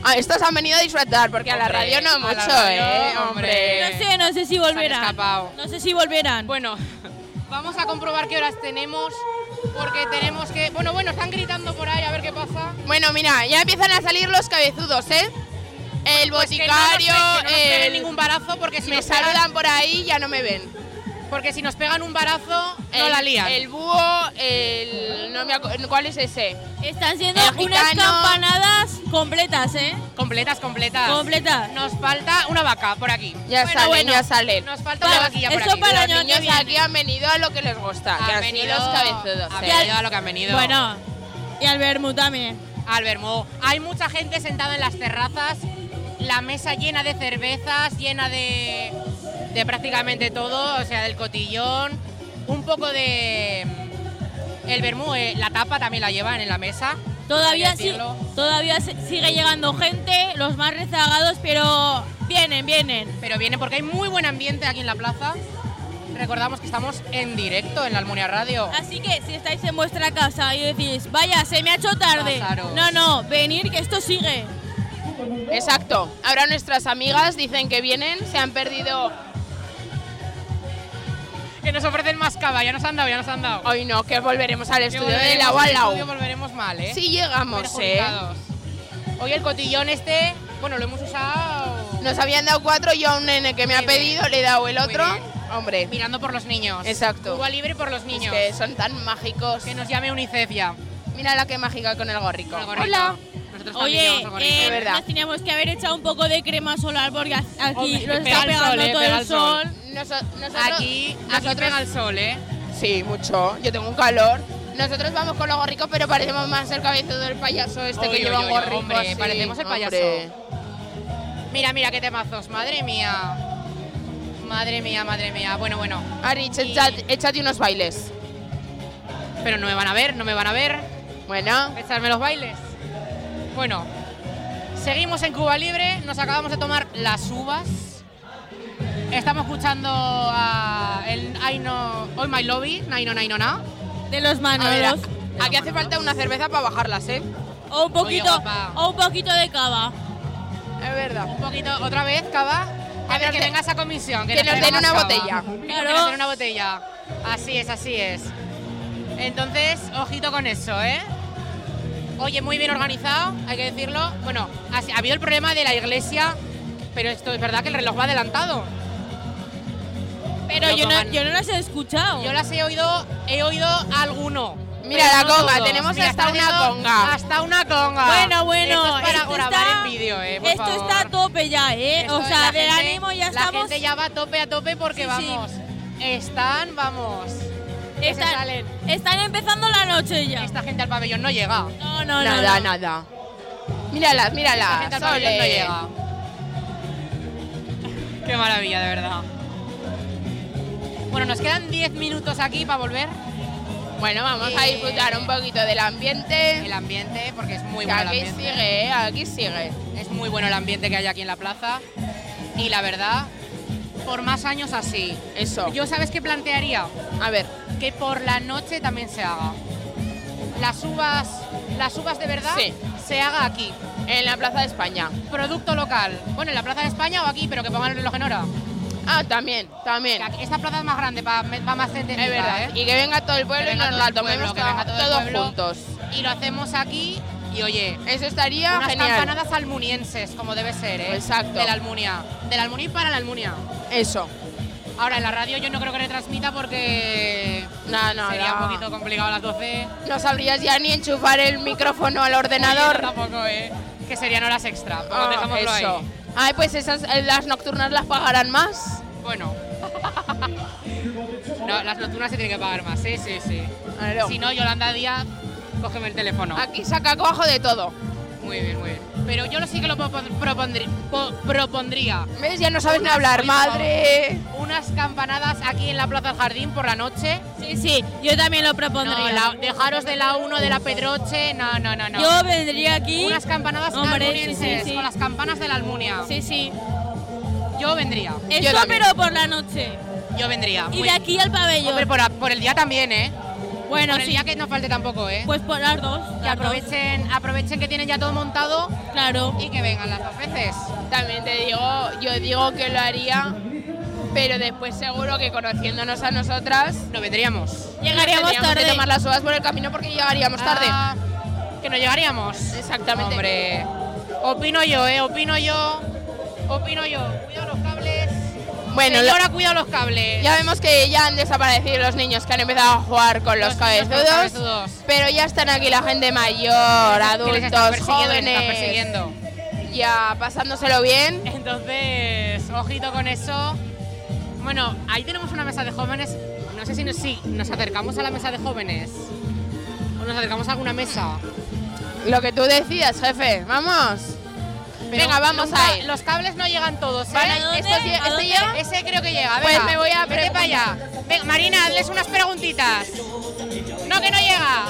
Speaker 8: Ah, estos han venido a disfrutar, porque a la
Speaker 2: Hombre,
Speaker 8: radio
Speaker 2: a
Speaker 8: no
Speaker 2: la
Speaker 8: mucho,
Speaker 2: radio,
Speaker 8: ¿eh?
Speaker 2: hombre.
Speaker 12: No
Speaker 8: Hombre.
Speaker 12: sé, no sé si
Speaker 2: Se han
Speaker 12: volverán.
Speaker 2: escapado.
Speaker 12: No sé si volverán.
Speaker 2: Bueno, Vamos a comprobar qué horas tenemos porque tenemos que... Bueno, bueno, están gritando por ahí, a ver qué pasa.
Speaker 8: Bueno, mira, ya empiezan a salir los cabezudos, ¿eh? El
Speaker 2: Pues que no nos pe-
Speaker 8: boticario,
Speaker 2: que no nos peguen
Speaker 8: el-
Speaker 2: ningún barazo porque si
Speaker 8: me
Speaker 2: nos pegan-
Speaker 8: saludan por ahí y ya no me ven.
Speaker 2: Porque si nos pegan un barazo, no
Speaker 8: El-
Speaker 2: la lían.
Speaker 8: El búho, el... No me acu- ¿Cuál es ese?
Speaker 12: Están siendo
Speaker 8: El
Speaker 12: unas
Speaker 8: gitano.
Speaker 12: campanadas completas, ¿eh?
Speaker 2: Completas, completas.
Speaker 12: Completas.
Speaker 2: Nos falta una vaca por aquí.
Speaker 8: Ya
Speaker 2: Bueno,
Speaker 8: salen,
Speaker 2: bueno,
Speaker 8: ya salen.
Speaker 2: Nos falta una vaquilla por aquí.
Speaker 8: Los niños aquí han venido a lo que les gusta, que han sido los cabezudos,
Speaker 2: han
Speaker 8: ¿eh?
Speaker 2: venido a lo que han venido.
Speaker 12: Bueno, y al Bermú también.
Speaker 2: Al Bermú. Hay mucha gente sentada en las terrazas, la mesa llena de cervezas, llena de, de prácticamente todo, o sea, del cotillón, un poco de... El Bermú, eh, la tapa también la llevan en la mesa.
Speaker 12: Todavía
Speaker 2: hay que
Speaker 12: sí,
Speaker 2: decirlo.
Speaker 12: todavía se- sigue llegando gente, los más rezagados, pero Vienen, vienen.
Speaker 2: Pero vienen porque hay muy buen ambiente aquí en la plaza. Recordamos que estamos en directo en la Almunia Radio.
Speaker 12: Así que si estáis en vuestra casa y decís, vaya, se me ha hecho tarde.
Speaker 2: Pasaros.
Speaker 12: No, no, venir que esto sigue.
Speaker 8: Exacto. Ahora nuestras amigas dicen que vienen, se han perdido.
Speaker 2: Que nos ofrecen más cava, ya nos han dado, ya nos han dado.
Speaker 8: Hoy no, que volveremos al
Speaker 2: Que
Speaker 8: estudio
Speaker 2: volveremos
Speaker 8: de la al
Speaker 2: al
Speaker 8: lado.
Speaker 2: estudio, volveremos mal, ¿eh?
Speaker 8: Sí llegamos,
Speaker 2: Perjudicados. Hoy el cotillón este, bueno, lo hemos usado
Speaker 8: Nos habían dado cuatro, yo a un nene que me ha
Speaker 2: Muy bien.
Speaker 8: pedido le he dado el
Speaker 2: Muy
Speaker 8: otro.
Speaker 2: bien.
Speaker 8: Hombre.
Speaker 2: mirando por los niños.
Speaker 8: Exacto.
Speaker 2: Cuba libre por los niños.
Speaker 8: Es que son tan mágicos.
Speaker 2: Que nos llame UNICEF ya.
Speaker 8: Mira la que mágica con el gorrico.
Speaker 2: gorrico.
Speaker 8: Hola.
Speaker 2: Nosotros también
Speaker 12: Oye,
Speaker 2: llevamos algo rico.
Speaker 12: eh, nos teníamos que haber echado un poco de crema solar porque a- aquí
Speaker 2: Hombre,
Speaker 12: nos está
Speaker 2: pega el
Speaker 12: pegando
Speaker 2: sol, eh,
Speaker 12: todo
Speaker 2: pega
Speaker 12: el
Speaker 2: el sol.
Speaker 12: sol.
Speaker 8: Noso- nosotros-
Speaker 2: Aquí, aquí pega el sol, ¿eh?
Speaker 8: Sí, mucho. Yo tengo un calor. Nosotros vamos con los gorricos, pero parecemos más el cabezudo del payaso este
Speaker 2: Oy,
Speaker 8: que
Speaker 2: oy,
Speaker 8: lleva
Speaker 2: oy,
Speaker 8: un gorrico.
Speaker 2: hombre,
Speaker 8: así.
Speaker 2: parecemos el payaso.
Speaker 8: Hombre.
Speaker 2: Mira, mira qué temazos, madre mía. Madre mía, madre mía. Bueno, bueno.
Speaker 8: Ari, che- echa- échate unos bailes.
Speaker 2: Pero no me van a ver, no me van a ver.
Speaker 8: Bueno.
Speaker 2: Echarme los bailes. Bueno, seguimos en Cuba Libre, nos acabamos de tomar las uvas. Estamos escuchando a el I no, Hoy My Lobby, Naino Naino Na.
Speaker 12: De los
Speaker 2: A ver,
Speaker 12: manolos.
Speaker 2: aquí hace falta una cerveza para bajarlas, ¿eh?
Speaker 12: O un
Speaker 2: Oye,
Speaker 12: poquito,
Speaker 2: guapa.
Speaker 12: o un poquito de cava.
Speaker 8: Es verdad.
Speaker 2: Un poquito, otra vez, Cava. A ver, que venga esa comisión. Que,
Speaker 8: que nos den
Speaker 2: traiga más
Speaker 8: una
Speaker 2: cava.
Speaker 8: botella.
Speaker 2: Que nos den una botella. Así es, así es. Entonces, ojito con eso, ¿eh? Oye, muy bien organizado, hay que decirlo. Bueno, ha, ha habido el problema de la iglesia, pero esto es verdad que el reloj va adelantado.
Speaker 12: Pero yo no, yo no las he escuchado.
Speaker 2: Yo las he oído, he oído alguno.
Speaker 8: Mira
Speaker 2: pero
Speaker 8: la
Speaker 2: no
Speaker 8: conga,
Speaker 2: todos.
Speaker 8: tenemos
Speaker 2: Mira,
Speaker 8: hasta
Speaker 2: están
Speaker 8: una
Speaker 2: haciendo
Speaker 8: conga.
Speaker 2: Hasta una conga.
Speaker 12: Bueno, bueno,
Speaker 2: Esto es para
Speaker 12: esto
Speaker 2: grabar
Speaker 12: está-
Speaker 2: en vídeo, eh, por
Speaker 12: Esto
Speaker 2: favor.
Speaker 12: está a tope ya, ¿eh?
Speaker 2: Esto
Speaker 12: o
Speaker 2: es
Speaker 12: sea,
Speaker 2: la
Speaker 12: del
Speaker 2: gente-
Speaker 12: ánimo ya
Speaker 2: La
Speaker 12: estamos.
Speaker 2: gente ya va a tope, a tope, porque
Speaker 12: Sí, sí.
Speaker 2: vamos. Están, vamos. que se
Speaker 12: están,
Speaker 2: salen.
Speaker 12: están empezando la noche ya.
Speaker 2: Esta gente al pabellón no llega.
Speaker 12: No, no, no.
Speaker 8: nada,
Speaker 12: no.
Speaker 8: nada. Míralas,
Speaker 2: Esta
Speaker 8: míralas.
Speaker 2: gente al
Speaker 8: Sole.
Speaker 2: pabellón no llega. Qué maravilla, de verdad. Bueno, nos quedan 10 minutos aquí para volver.
Speaker 8: Bueno, vamos a
Speaker 2: Eh,
Speaker 8: disfrutar un poquito del ambiente.
Speaker 2: El ambiente, porque es muy
Speaker 8: Que
Speaker 2: bueno el
Speaker 8: aquí
Speaker 2: ambiente.
Speaker 8: sigue, eh, aquí sigue.
Speaker 2: Es muy bueno el ambiente que hay aquí en la plaza. Y la verdad, por más años así.
Speaker 8: Eso.
Speaker 2: Yo sabes qué plantearía
Speaker 8: A ver,
Speaker 2: que por la noche también se haga. Las uvas, las uvas de verdad
Speaker 8: Sí.
Speaker 2: se haga aquí.
Speaker 8: en la Plaza de España.
Speaker 2: Producto local. Bueno, en la Plaza de España o aquí, pero que pongan el reloj en hora.
Speaker 8: Ah, también, también.
Speaker 2: Que aquí- Esta plaza es más grande, va, va más gente.
Speaker 8: Es verdad. Y que venga todo el pueblo
Speaker 2: ¿eh? Que
Speaker 8: y
Speaker 2: venga
Speaker 8: nos
Speaker 2: todo
Speaker 8: la
Speaker 2: el
Speaker 8: tomemos
Speaker 2: pueblo, que venga todo el
Speaker 8: todos
Speaker 2: pueblo.
Speaker 8: juntos.
Speaker 2: Y lo hacemos aquí y oye,
Speaker 8: Eso estaría
Speaker 2: unas
Speaker 8: genial.
Speaker 2: campanadas almunienses, como debe ser, ¿eh?
Speaker 8: Exacto.
Speaker 2: De la Almunia. De la Almunia y para la Almunia.
Speaker 8: Eso.
Speaker 2: Ahora, en la radio yo no creo que retransmita porque
Speaker 8: No, no,
Speaker 2: sería
Speaker 8: no.
Speaker 2: un poquito complicado a las 12.
Speaker 8: No sabrías ya ni enchufar el micrófono al
Speaker 2: Oye, no,
Speaker 8: ordenador.
Speaker 2: tampoco, ¿eh? Que serían horas extra. Pues
Speaker 8: Ah,
Speaker 2: dejémoslo
Speaker 8: eso.
Speaker 2: ahí.
Speaker 8: Ay, pues esas eh, las nocturnas las pagarán más.
Speaker 2: Bueno. [LAUGHS] No, las nocturnas se tienen que pagar más, sí, sí, sí.
Speaker 8: Claro.
Speaker 2: Si no, Yolanda Díaz, cógeme el teléfono.
Speaker 8: Aquí saca cojo de todo.
Speaker 2: Muy bien, muy bien. Pero yo lo sí que lo propon- propondrí- po- propondría.
Speaker 8: ¿Ves? Ya no sabes ni
Speaker 2: Unas-
Speaker 8: hablar,
Speaker 2: oye, por favor,
Speaker 8: madre.
Speaker 2: Unas campanadas aquí en la Plaza del Jardín por la noche.
Speaker 12: Sí, sí, yo también lo
Speaker 2: No,
Speaker 12: propondría.
Speaker 2: la- dejaros de la 1 de la Pedroche. No, no, no, no.
Speaker 12: Yo vendría aquí.
Speaker 2: Unas campanadas
Speaker 12: Hombre,
Speaker 2: almunienses,
Speaker 12: sí, sí, sí.
Speaker 2: con las campanas de la Almunia.
Speaker 12: Sí, sí.
Speaker 2: Yo vendría.
Speaker 12: Eso,
Speaker 8: también.
Speaker 12: pero por la noche.
Speaker 2: Yo vendría.
Speaker 12: Y
Speaker 2: muy
Speaker 12: de
Speaker 2: bien.
Speaker 12: aquí al pabellón.
Speaker 2: Hombre, por, la- por el día también, ¿eh?
Speaker 12: bueno,
Speaker 2: por el
Speaker 12: sí.
Speaker 2: día que no falte tampoco, ¿eh?
Speaker 12: Pues por las dos.
Speaker 2: que
Speaker 12: las dos.
Speaker 2: aprovechen, aprovechen que tienen ya todo montado
Speaker 12: Claro.
Speaker 2: y que vengan las dos veces.
Speaker 8: También te digo, yo digo que lo haría, pero después seguro que conociéndonos a nosotras
Speaker 2: No vendríamos.
Speaker 12: Llegaríamos
Speaker 8: tendríamos
Speaker 12: tarde.
Speaker 8: que tomar las uvas por el camino porque llegaríamos tarde.
Speaker 2: Ah, que no llegaríamos.
Speaker 8: Exactamente.
Speaker 2: Hombre, opino yo, ¿eh? Opino yo. Opino yo. Cuidado los cables.
Speaker 8: Bueno, lo-
Speaker 2: ahora cuidado los cables.
Speaker 8: ya vemos que ya han desaparecido los niños que han empezado a jugar con los,
Speaker 2: Los niños con los
Speaker 8: cabezudos,
Speaker 2: cabezudos.
Speaker 8: pero ya están aquí la gente mayor,
Speaker 2: Que les
Speaker 8: adultos,
Speaker 2: están persiguiendo, les están
Speaker 8: jóvenes,
Speaker 2: persiguiendo.
Speaker 8: ya pasándoselo bien.
Speaker 2: Entonces, ojito con eso. Bueno, ahí tenemos una mesa de jóvenes. No sé si nos, si nos acercamos a la mesa de jóvenes. O nos acercamos a alguna mesa.
Speaker 8: Lo que tú decidas, jefe, vamos.
Speaker 2: Pero
Speaker 8: Venga, vamos
Speaker 2: los
Speaker 8: a
Speaker 2: ca-
Speaker 8: ir.
Speaker 2: Los cables no llegan todos, ¿eh?
Speaker 8: Van a-
Speaker 12: ¿A
Speaker 8: ¿Estos,
Speaker 12: dónde?
Speaker 8: lle-
Speaker 12: ¿A
Speaker 8: este
Speaker 12: dónde?
Speaker 8: llega?
Speaker 2: Ese creo que llega.
Speaker 8: Pues
Speaker 2: venga.
Speaker 8: me voy a
Speaker 2: Vete para allá. Venga, Marina, hazles unas preguntitas. No, que no llega.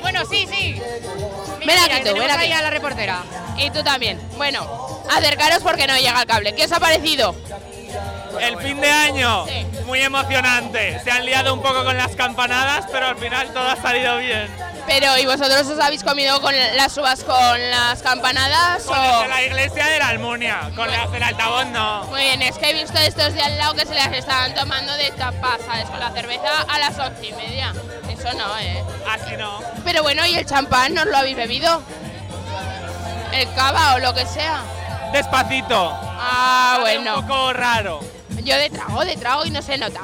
Speaker 2: Bueno, sí, sí.
Speaker 8: Ven
Speaker 2: Mira,
Speaker 8: aquí tú,
Speaker 2: tenemos
Speaker 8: ven aquí.
Speaker 2: ahí a la reportera.
Speaker 8: Y tú también. Bueno, acercaros porque no llega el cable. ¿Qué os ha parecido?
Speaker 5: El fin de año, muy emocionante. Se han liado un poco con las campanadas, pero al final todo ha salido bien.
Speaker 8: Pero, ¿y vosotros os habéis comido con las uvas con las campanadas?
Speaker 5: Con
Speaker 8: o-
Speaker 5: las de la iglesia de la Almunia, con las del altavoz no.
Speaker 8: Muy bien, es que he visto estos de al lado que se las estaban tomando de tapa, ¿sabes? Con la cerveza a las once y media. Eso no, ¿eh?
Speaker 5: Así no.
Speaker 8: Pero bueno, ¿y el champán no os lo habéis bebido? El cava o lo que sea.
Speaker 5: Despacito.
Speaker 8: Ah, bueno.
Speaker 5: Un poco raro.
Speaker 8: Yo de trago, de trago y no se nota.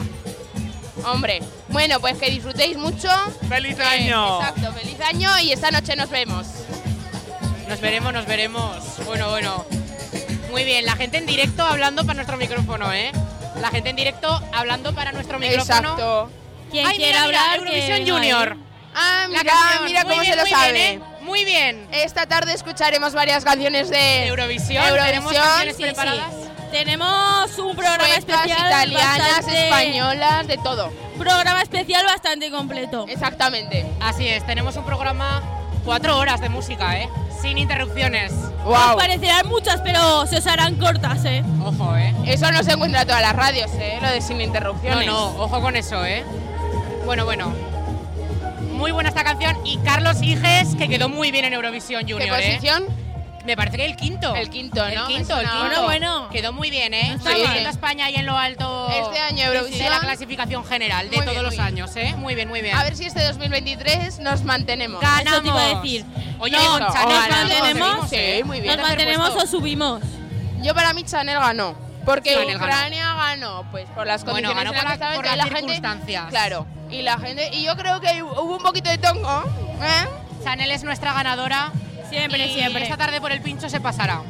Speaker 8: Hombre, bueno, pues que disfrutéis mucho.
Speaker 5: ¡Feliz
Speaker 2: año!
Speaker 8: Exacto, feliz año y esta noche nos vemos.
Speaker 2: Nos veremos, nos veremos. Bueno, bueno. Muy bien, la gente en directo hablando para nuestro micrófono, ¿eh? La gente en directo hablando para nuestro micrófono.
Speaker 8: Exacto.
Speaker 2: Quien quiera hablar, Eurovisión Junior.
Speaker 8: Ah,
Speaker 2: La
Speaker 8: mira,
Speaker 2: canción.
Speaker 8: mira
Speaker 2: Muy
Speaker 8: cómo
Speaker 2: bien,
Speaker 8: se lo
Speaker 2: muy bien,
Speaker 8: sabe.
Speaker 2: ¿eh? Muy bien.
Speaker 8: Esta tarde escucharemos varias canciones de
Speaker 2: Eurovisión.
Speaker 8: Eurovisión.
Speaker 2: Tenemos canciones
Speaker 8: Sí,
Speaker 2: preparadas.
Speaker 8: sí.
Speaker 12: Tenemos un programa
Speaker 8: Suecas,
Speaker 12: especial.
Speaker 8: italianas,
Speaker 12: bastante-
Speaker 8: españolas, de todo.
Speaker 12: Programa especial bastante completo.
Speaker 8: Exactamente.
Speaker 2: Así es, tenemos un programa cuatro horas de música, ¿eh? Sin interrupciones.
Speaker 12: Os parecerán muchas, pero se os harán cortas, ¿eh?
Speaker 2: Ojo, ¿eh?
Speaker 8: Eso no se encuentra en todas las radios, ¿eh? Lo de sin interrupciones.
Speaker 2: No, no, ojo con eso, ¿eh? Bueno, bueno. Muy buena esta canción y Carlos Higes, que quedó muy bien en Eurovisión Junior. ¿eh?
Speaker 8: posición?
Speaker 2: Me parece que el quinto. El
Speaker 8: quinto, ¿no?
Speaker 2: El quinto,
Speaker 8: Me
Speaker 2: el
Speaker 8: suena-
Speaker 2: quinto.
Speaker 8: Bueno, bueno.
Speaker 2: Quedó muy bien, ¿eh?
Speaker 8: está
Speaker 2: Sí.
Speaker 8: mal.
Speaker 2: Teniendo a España ahí en lo alto
Speaker 8: Este año
Speaker 2: de-
Speaker 8: Eurovisión.
Speaker 2: de la clasificación general de
Speaker 8: Muy
Speaker 2: todos
Speaker 8: bien,
Speaker 2: los
Speaker 8: muy bien.
Speaker 2: años, ¿eh? Muy bien, muy bien.
Speaker 8: A ver si este 2023 nos mantenemos.
Speaker 2: Ganamos. Eso te iba a decir. Oye,
Speaker 8: Eso,
Speaker 2: Concha, ¿nos
Speaker 8: ojalá.
Speaker 2: mantenemos?
Speaker 8: Sí, muy bien.
Speaker 2: ¿Nos mantenemos o
Speaker 12: subimos?
Speaker 8: Yo para mí Chanel ganó. Porque
Speaker 2: Chanel ganó.
Speaker 8: Ucrania ganó. pues por las
Speaker 2: Bueno,
Speaker 8: condiciones
Speaker 2: ganó
Speaker 8: en las
Speaker 2: por
Speaker 8: que
Speaker 2: la-
Speaker 8: estaba,
Speaker 2: por
Speaker 8: entonces
Speaker 2: las
Speaker 8: la gente-
Speaker 2: circunstancias.
Speaker 8: claro. Y la gente, y yo creo que hubo un poquito de tongo, ¿eh?
Speaker 2: Chanel es nuestra ganadora. Siempre,
Speaker 8: siempre.
Speaker 2: Esta tarde por el pincho se pasará.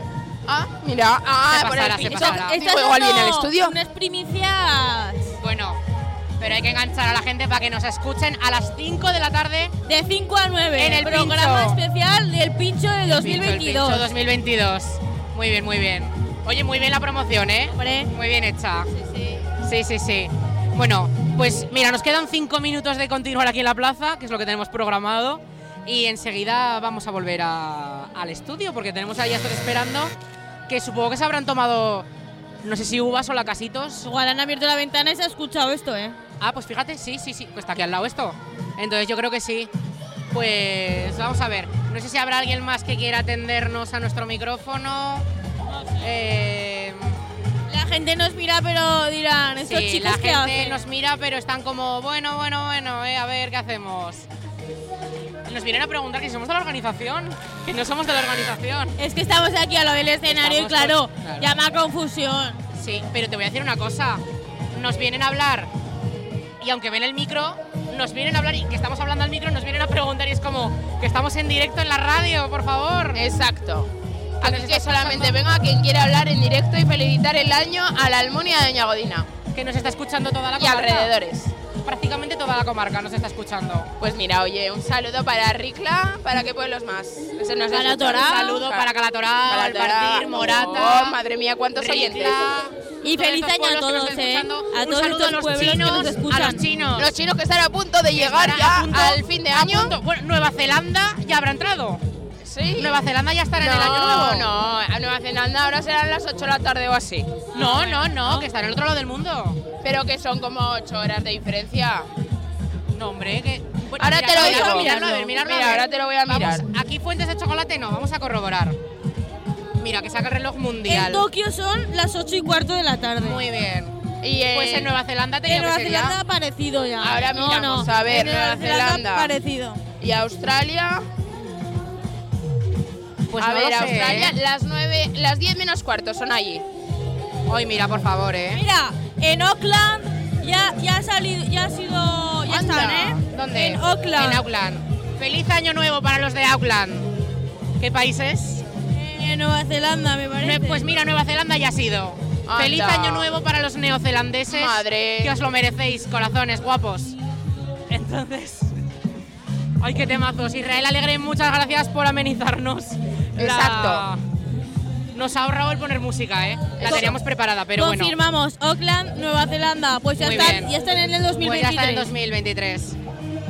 Speaker 8: Ah, mira, ah,
Speaker 2: se
Speaker 8: por
Speaker 2: pasará,
Speaker 8: el
Speaker 2: se
Speaker 8: pincho.
Speaker 2: pasará.
Speaker 8: Digo, igual viene al estudio.
Speaker 12: Unas primicias.
Speaker 2: Bueno, pero hay que enganchar a la gente para que nos escuchen a las 5 de la tarde.
Speaker 12: De 5 a 9.
Speaker 2: En el
Speaker 12: programa
Speaker 2: pincho.
Speaker 12: especial del pincho de
Speaker 2: El pincho, el
Speaker 12: 2022.
Speaker 2: pincho 2022. Muy bien, muy bien. Oye, muy bien la promoción, ¿eh? Muy bien hecha. Sí, sí. Sí, sí, Bueno, pues mira, nos quedan 5 minutos de continuar aquí en la plaza, que es lo que tenemos programado. Y enseguida vamos a volver a- al estudio, porque tenemos ahí a estos esperando, que supongo que se habrán tomado, no sé si uvas o lacasitos.
Speaker 12: Igual han abierto la ventana y se ha escuchado esto, ¿eh?
Speaker 2: Ah, pues fíjate, sí, sí, sí, pues está aquí al lado esto. Entonces yo creo que sí. Pues vamos a ver. No sé si habrá alguien más que quiera atendernos a nuestro micrófono. Eh,
Speaker 12: La gente nos mira, pero dirán, ¿estos
Speaker 2: sí,
Speaker 12: chicos
Speaker 2: la
Speaker 12: qué
Speaker 2: gente
Speaker 12: hacen?
Speaker 2: nos mira, pero están como, bueno, bueno, bueno, eh, a ver qué hacemos. Nos vienen a preguntar que si somos de la organización, que no somos de la organización.
Speaker 12: Es que estamos aquí a lo del escenario y claro,
Speaker 2: Estamos con- claro.
Speaker 12: llama confusión.
Speaker 2: Sí, pero te voy a decir una cosa. Nos vienen a hablar y aunque ven el micro, nos vienen a hablar y que estamos hablando al micro, nos vienen a preguntar y es como que estamos en directo en la radio, por favor.
Speaker 8: Exacto. Así que solamente venga quien quiera hablar en directo y felicitar el año a la Almunia de Doña Godina.
Speaker 2: Que nos está escuchando toda la
Speaker 8: Y
Speaker 2: comarca.
Speaker 8: alrededores.
Speaker 2: Prácticamente toda la comarca nos está escuchando.
Speaker 8: Pues mira, oye, un saludo para Ricla, para qué pueblos más. Se nos escucha.
Speaker 2: Calatorao.
Speaker 8: Un
Speaker 2: Saludo para Calatorao, Alpartir,
Speaker 8: Oh,
Speaker 2: Morata,
Speaker 8: madre mía, cuántos
Speaker 2: Ricla.
Speaker 8: oyentes.
Speaker 12: Y
Speaker 2: Todos feliz estos año a pueblos que nos todos, estén ¿eh? escuchando, A un todos saludo estos a los pueblos que nos chinos, escuchan. a los chinos.
Speaker 8: Los chinos que están a punto de llegar
Speaker 2: Estará
Speaker 8: ya
Speaker 2: a punto-
Speaker 8: al fin de
Speaker 2: a
Speaker 8: año.
Speaker 2: punto- Bueno, Nueva Zelanda ya habrá entrado.
Speaker 8: Sí.
Speaker 2: Nueva Zelanda ya estará en el año
Speaker 8: No,
Speaker 2: nuevo.
Speaker 8: no, a Nueva Zelanda ahora serán las 8 de la tarde o así.
Speaker 2: No, no, Ah, no, que están en el otro lado del mundo.
Speaker 8: Pero que son como 8 horas de diferencia.
Speaker 2: No, hombre, que. Bueno,
Speaker 8: Ahora te lo
Speaker 2: mirarlo,
Speaker 8: digo.
Speaker 2: Mirarlo, a ver, mirarlo, a
Speaker 8: Mira,
Speaker 2: ver.
Speaker 8: ahora te lo voy a
Speaker 2: Vamos,
Speaker 8: mirar.
Speaker 2: aquí fuentes de chocolate no, vamos a corroborar. Mira, que saca el reloj mundial.
Speaker 12: En Tokio son las 8 y cuarto de la tarde.
Speaker 2: Muy bien.
Speaker 8: Y
Speaker 2: Pues en Nueva Zelanda tenía
Speaker 12: En
Speaker 2: que
Speaker 12: Nueva
Speaker 2: ser
Speaker 12: Zelanda parecido ya.
Speaker 8: Ahora
Speaker 12: no,
Speaker 8: miramos,
Speaker 12: no.
Speaker 8: a ver,
Speaker 12: En
Speaker 8: Nueva Zelanda.
Speaker 12: Parecido.
Speaker 8: Y Australia.
Speaker 2: Pues
Speaker 8: a
Speaker 2: no
Speaker 8: ver,
Speaker 2: lo sé,
Speaker 8: Australia,
Speaker 2: ¿eh?
Speaker 8: las 9, las 10 menos cuarto son allí.
Speaker 2: Hoy mira, por favor, eh.
Speaker 12: Mira, en Oakland ya, ya ha salido, ya ha sido, ya están, ¿eh?
Speaker 2: ¿Dónde?
Speaker 12: En Auckland.
Speaker 2: En Auckland. Feliz año nuevo para los de Auckland. ¿Qué países?
Speaker 12: En Eh, Nueva Zelanda, me parece.
Speaker 2: Pues mira, Nueva Zelanda ya ha sido.
Speaker 8: Anda.
Speaker 2: Feliz año nuevo para los neozelandeses.
Speaker 8: Madre.
Speaker 2: Que os lo merecéis, corazones guapos. Entonces. Ay, qué temazos. Israel Alegre, muchas gracias por amenizarnos. la-
Speaker 8: Exacto.
Speaker 2: Nos ha ahorrado el poner música, ¿eh? La teníamos preparada, pero bueno.
Speaker 12: Confirmamos, Auckland, Nueva Zelanda, pues ya
Speaker 2: Muy
Speaker 12: están,
Speaker 2: bien.
Speaker 12: ya están en el 2023.
Speaker 2: Pues ya está en 2023.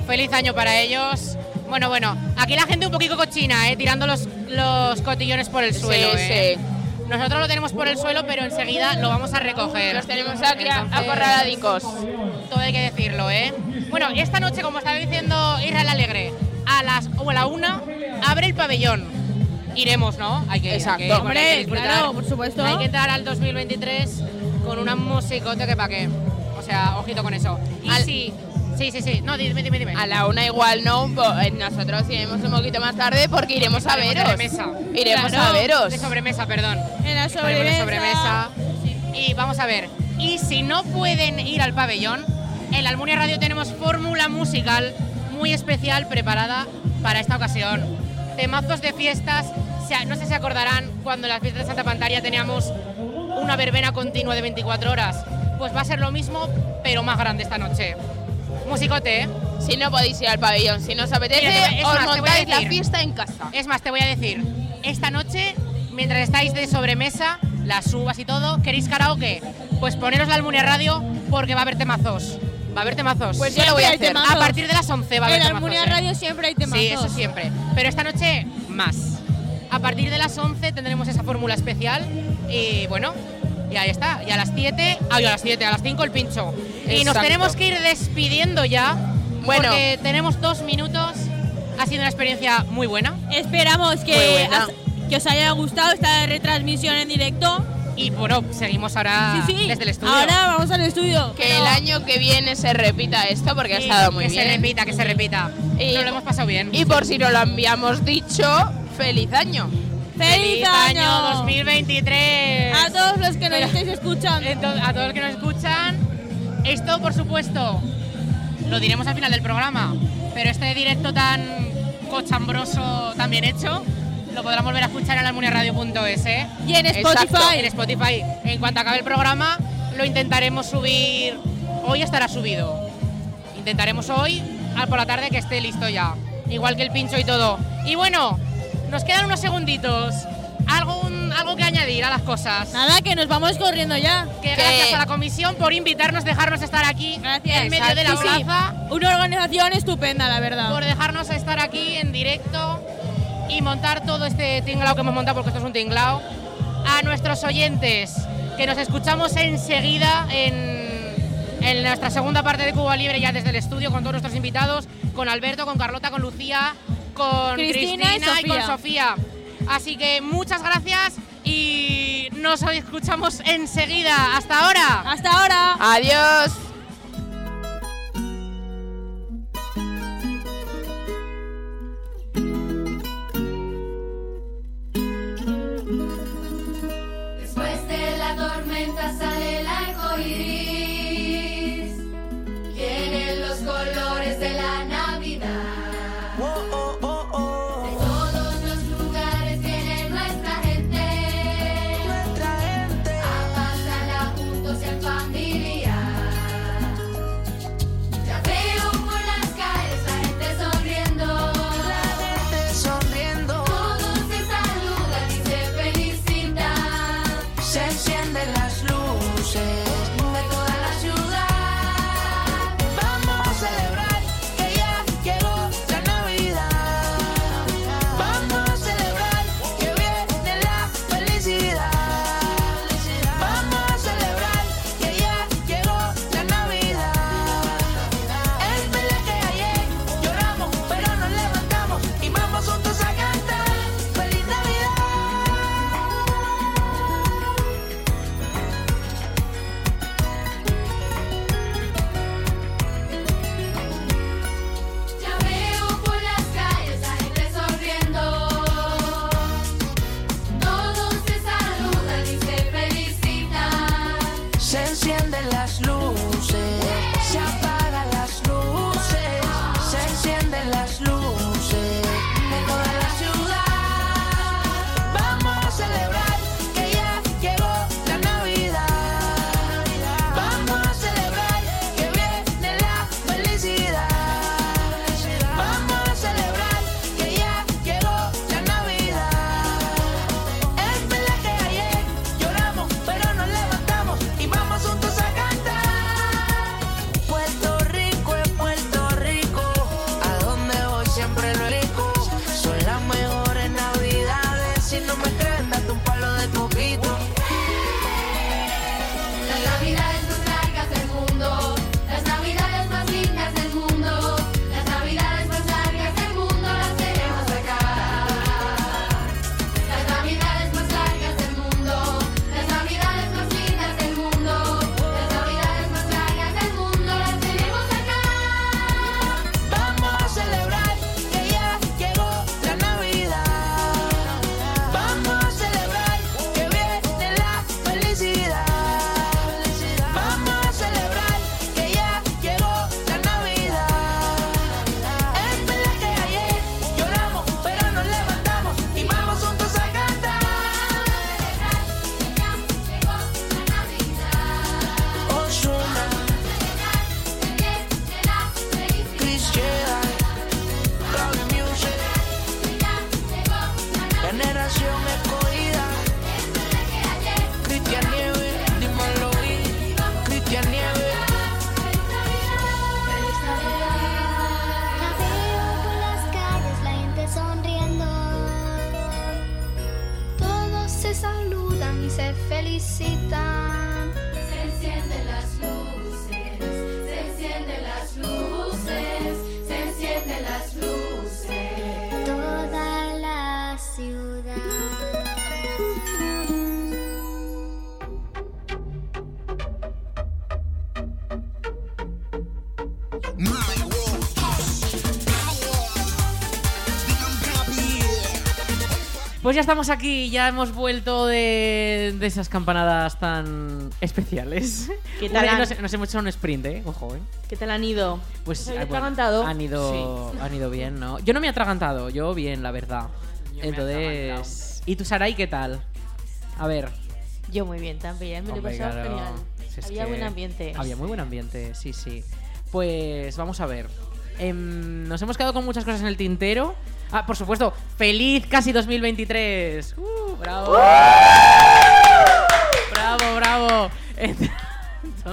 Speaker 2: Feliz año para ellos. Bueno, bueno, aquí la gente un poquito cochina, ¿eh? tirando los, los cotillones por el suelo. ¿eh? Nosotros lo tenemos por el suelo, pero enseguida lo vamos a recoger.
Speaker 8: Los tenemos aquí a-
Speaker 2: Entonces,
Speaker 8: acorraladicos.
Speaker 2: Todo hay que decirlo, ¿eh? Bueno, esta noche, como estaba diciendo Israel Alegre, a las o a la una abre el pabellón. Iremos, ¿no? Hay que, hay
Speaker 8: Exacto.
Speaker 2: que-
Speaker 8: Hombre,
Speaker 2: hay que disfrutar.
Speaker 8: claro, por supuesto.
Speaker 2: Hay que entrar al 2023 con una musicote que pa' qué. O sea, ojito con eso. Y sí, sí, sí, sí. No, dime, dime, dime.
Speaker 8: A la una igual no, bo- eh, nosotros iremos un poquito más tarde porque iremos a
Speaker 2: Haremos de
Speaker 8: veros.
Speaker 2: remesa.
Speaker 8: Iremos
Speaker 2: Claro,
Speaker 8: a veros.
Speaker 2: De sobremesa, perdón. En la
Speaker 8: sobremesa.
Speaker 2: sobremesa. Y vamos a ver. Y si no pueden ir al pabellón, en la Almunia Radio tenemos fórmula musical muy especial preparada para esta ocasión. Temazos de fiestas. Se- No sé si se acordarán cuando en las fiestas de Santa Pantaria teníamos una verbena continua de 24 horas. Pues va a ser lo mismo, pero más grande esta noche. Musicote, ¿eh?
Speaker 8: Si no podéis ir al pabellón, si no os apetece,
Speaker 2: Mira, te voy-
Speaker 8: os
Speaker 2: es más, te voy a
Speaker 8: montáis la
Speaker 2: decir.
Speaker 8: fiesta en casa.
Speaker 2: Es más, te voy a decir, esta noche, mientras estáis de sobremesa, las uvas y todo, ¿queréis karaoke? Pues poneros la Almunia Radio porque va a haber temazos. Va a haber temazos.
Speaker 8: Pues yo lo voy a
Speaker 2: Siempre hay
Speaker 8: hacer.
Speaker 2: temazos. A partir de las 11 va a
Speaker 12: En
Speaker 2: haber
Speaker 12: la
Speaker 2: temazos.
Speaker 12: Almunia
Speaker 2: ¿eh?
Speaker 12: Radio siempre hay temazos.
Speaker 2: Sí, eso siempre. Pero esta noche, más. A partir de las 11 tendremos esa fórmula especial y bueno, y ahí está. Y a las 7, ay, a las 7, a las 5 el pincho. Y nos
Speaker 8: Exacto.
Speaker 2: tenemos que ir despidiendo ya.
Speaker 8: Bueno.
Speaker 2: Porque tenemos dos minutos. Ha sido una experiencia muy buena.
Speaker 12: Esperamos
Speaker 2: Muy
Speaker 12: que,
Speaker 2: buena.
Speaker 12: as- que os haya gustado esta retransmisión en directo.
Speaker 2: Y bueno, seguimos ahora
Speaker 12: Sí, sí.
Speaker 2: desde el estudio.
Speaker 12: Ahora vamos al estudio.
Speaker 8: Que el año que viene se repita esto porque ha
Speaker 2: Sí,
Speaker 8: estado muy
Speaker 2: que
Speaker 8: bien.
Speaker 2: se repita, que se repita.
Speaker 8: Y,
Speaker 2: Nos lo hemos pasado bien.
Speaker 8: y por si no lo habíamos dicho, feliz año.
Speaker 2: ¡Feliz año 2023!
Speaker 12: A todos los que nos estáis escuchando.
Speaker 2: a todos los que nos escuchan. Esto, por supuesto, lo diremos al final del programa, pero este directo tan cochambroso, tan bien hecho, lo podrán volver a escuchar en almuniaradio.es. ¿eh?
Speaker 12: Y en Spotify.
Speaker 2: Exacto, en Spotify. En cuanto acabe el programa, lo intentaremos subir. Hoy estará subido. Intentaremos hoy, al por la tarde, que esté listo ya. Igual que el pincho y todo. Y bueno, nos quedan unos segunditos. ¿Algún, algo que añadir a las cosas.
Speaker 12: Nada, que nos vamos corriendo ya.
Speaker 2: Que gracias a la comisión por invitarnos, dejarnos estar aquí en medio de la
Speaker 12: Sí, sí.
Speaker 2: plaza,
Speaker 12: Una organización estupenda, la verdad.
Speaker 2: por dejarnos estar aquí en directo y montar todo este tinglao que hemos montado, porque esto es un tinglao. A nuestros oyentes, que nos escuchamos enseguida en, en nuestra segunda parte de Cuba Libre, ya desde el estudio, con todos nuestros invitados, con Alberto, con Carlota, con Lucía, con
Speaker 12: Cristina
Speaker 2: Cristina,
Speaker 12: y
Speaker 2: y con Sofía. Así que muchas gracias y nos escuchamos enseguida. Hasta ahora.
Speaker 12: Hasta ahora.
Speaker 8: Adiós.
Speaker 1: Después de la tormenta sale el arco iris. Vienen los colores de la Navidad. oh, De todos los lugares viene nuestra gente. A pasarla juntos en familia. Ya veo por las calles la gente sonriendo. Todos se saludan y se felicitan.
Speaker 21: Se encienden las luces
Speaker 1: de toda la ciudad.
Speaker 21: Vamos a celebrar que ya Este
Speaker 2: Pues ya estamos aquí, ya hemos vuelto de, de esas campanadas tan especiales.
Speaker 22: ¿Qué tal
Speaker 2: Una-
Speaker 22: han-
Speaker 2: nos, nos hemos hecho un sprint, ¿eh? Ojo, ¿eh?
Speaker 22: ¿Qué tal han ido?
Speaker 2: Pues
Speaker 22: ¿Os habéis
Speaker 2: ah, bueno,
Speaker 22: atragantado?
Speaker 2: han ido, han ido bien, ¿no? Yo no me he atragantado, yo bien, la verdad. Entonces, ¿y tú Sarai qué tal? A ver,
Speaker 12: Yo muy bien también, me lo he
Speaker 2: Hombre,
Speaker 12: pasado
Speaker 2: claro.
Speaker 12: genial.
Speaker 2: Si es
Speaker 12: Había
Speaker 2: que
Speaker 12: buen ambiente.
Speaker 2: Había muy buen ambiente, sí, sí. Pues vamos a ver. Em, nos hemos quedado con muchas cosas en el tintero. Ah, por supuesto, feliz casi 2023. ¡Uh, bravo. Bravo, bravo. Entonces-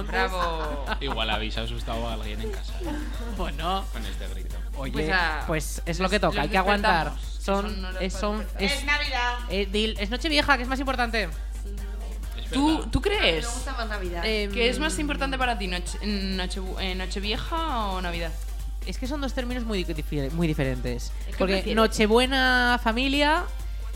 Speaker 5: Bravo. Igual habéis asustado a alguien en casa.
Speaker 2: Bueno.
Speaker 5: Con este grito.
Speaker 2: Oye,
Speaker 5: Pues,
Speaker 2: pues,
Speaker 5: ah,
Speaker 2: es lo que
Speaker 5: los-
Speaker 2: toca, hay
Speaker 5: los
Speaker 2: que aguantar.
Speaker 5: despertamos.
Speaker 2: Son, es, son, es,
Speaker 7: Es Navidad.
Speaker 2: eh, Dil, es Nochevieja, que es más importante.
Speaker 8: ¿Tú, ¿Tú crees?
Speaker 7: Me gusta más Navidad.
Speaker 12: Em,
Speaker 8: ¿Qué es más importante para ti, noche, noche, eh, Nochevieja o Navidad?
Speaker 2: Es que son dos términos muy, difi- muy diferentes.
Speaker 8: ¿Qué
Speaker 2: Porque
Speaker 8: prefieres?
Speaker 2: Nochebuena familia,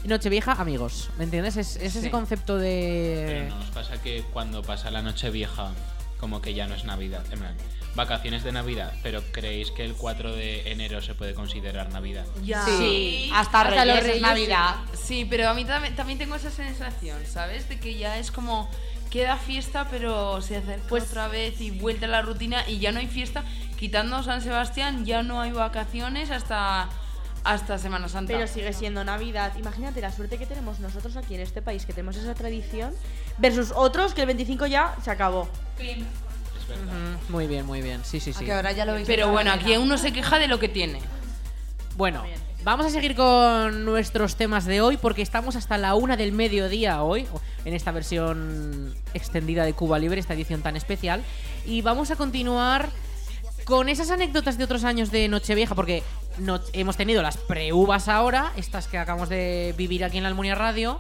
Speaker 2: Nochevieja amigos. ¿Me entiendes? Es, es
Speaker 5: Sí.
Speaker 2: ese concepto
Speaker 5: Pero
Speaker 2: de.
Speaker 5: nos pasa que cuando pasa la noche vieja, como que ya no es Navidad. En plan, vacaciones de Navidad, pero creéis que el 4 de enero se puede considerar Navidad.
Speaker 23: Sí. Hasta Hasta Reyes los es Reyes, Navidad.
Speaker 8: Sí, pero a mí tam- también tengo esa sensación, ¿sabes? De que ya es como queda fiesta, pero se acerca
Speaker 23: Pues
Speaker 8: otra vez y vuelta a la rutina y ya no hay fiesta. Quitando San Sebastián, ya no hay vacaciones hasta, hasta Semana Santa.
Speaker 22: Pero sigue siendo Navidad. Imagínate la suerte que tenemos nosotros aquí en este país, que tenemos esa tradición, versus otros que el 25 ya se acabó.
Speaker 2: Ujú, Muy bien, muy bien. Sí, sí,
Speaker 8: Ah,
Speaker 2: sí.
Speaker 8: Pero bueno, aquí uno se queja de lo que tiene.
Speaker 2: Bueno, vamos a seguir con nuestros temas de hoy porque estamos hasta la una del mediodía hoy, en esta versión extendida de Cuba Libre, esta edición tan especial. Y vamos a continuar con esas anécdotas de otros años de Nochevieja, porque no- hemos tenido las pre-uvas ahora, estas que acabamos de vivir aquí en la Almunia Radio,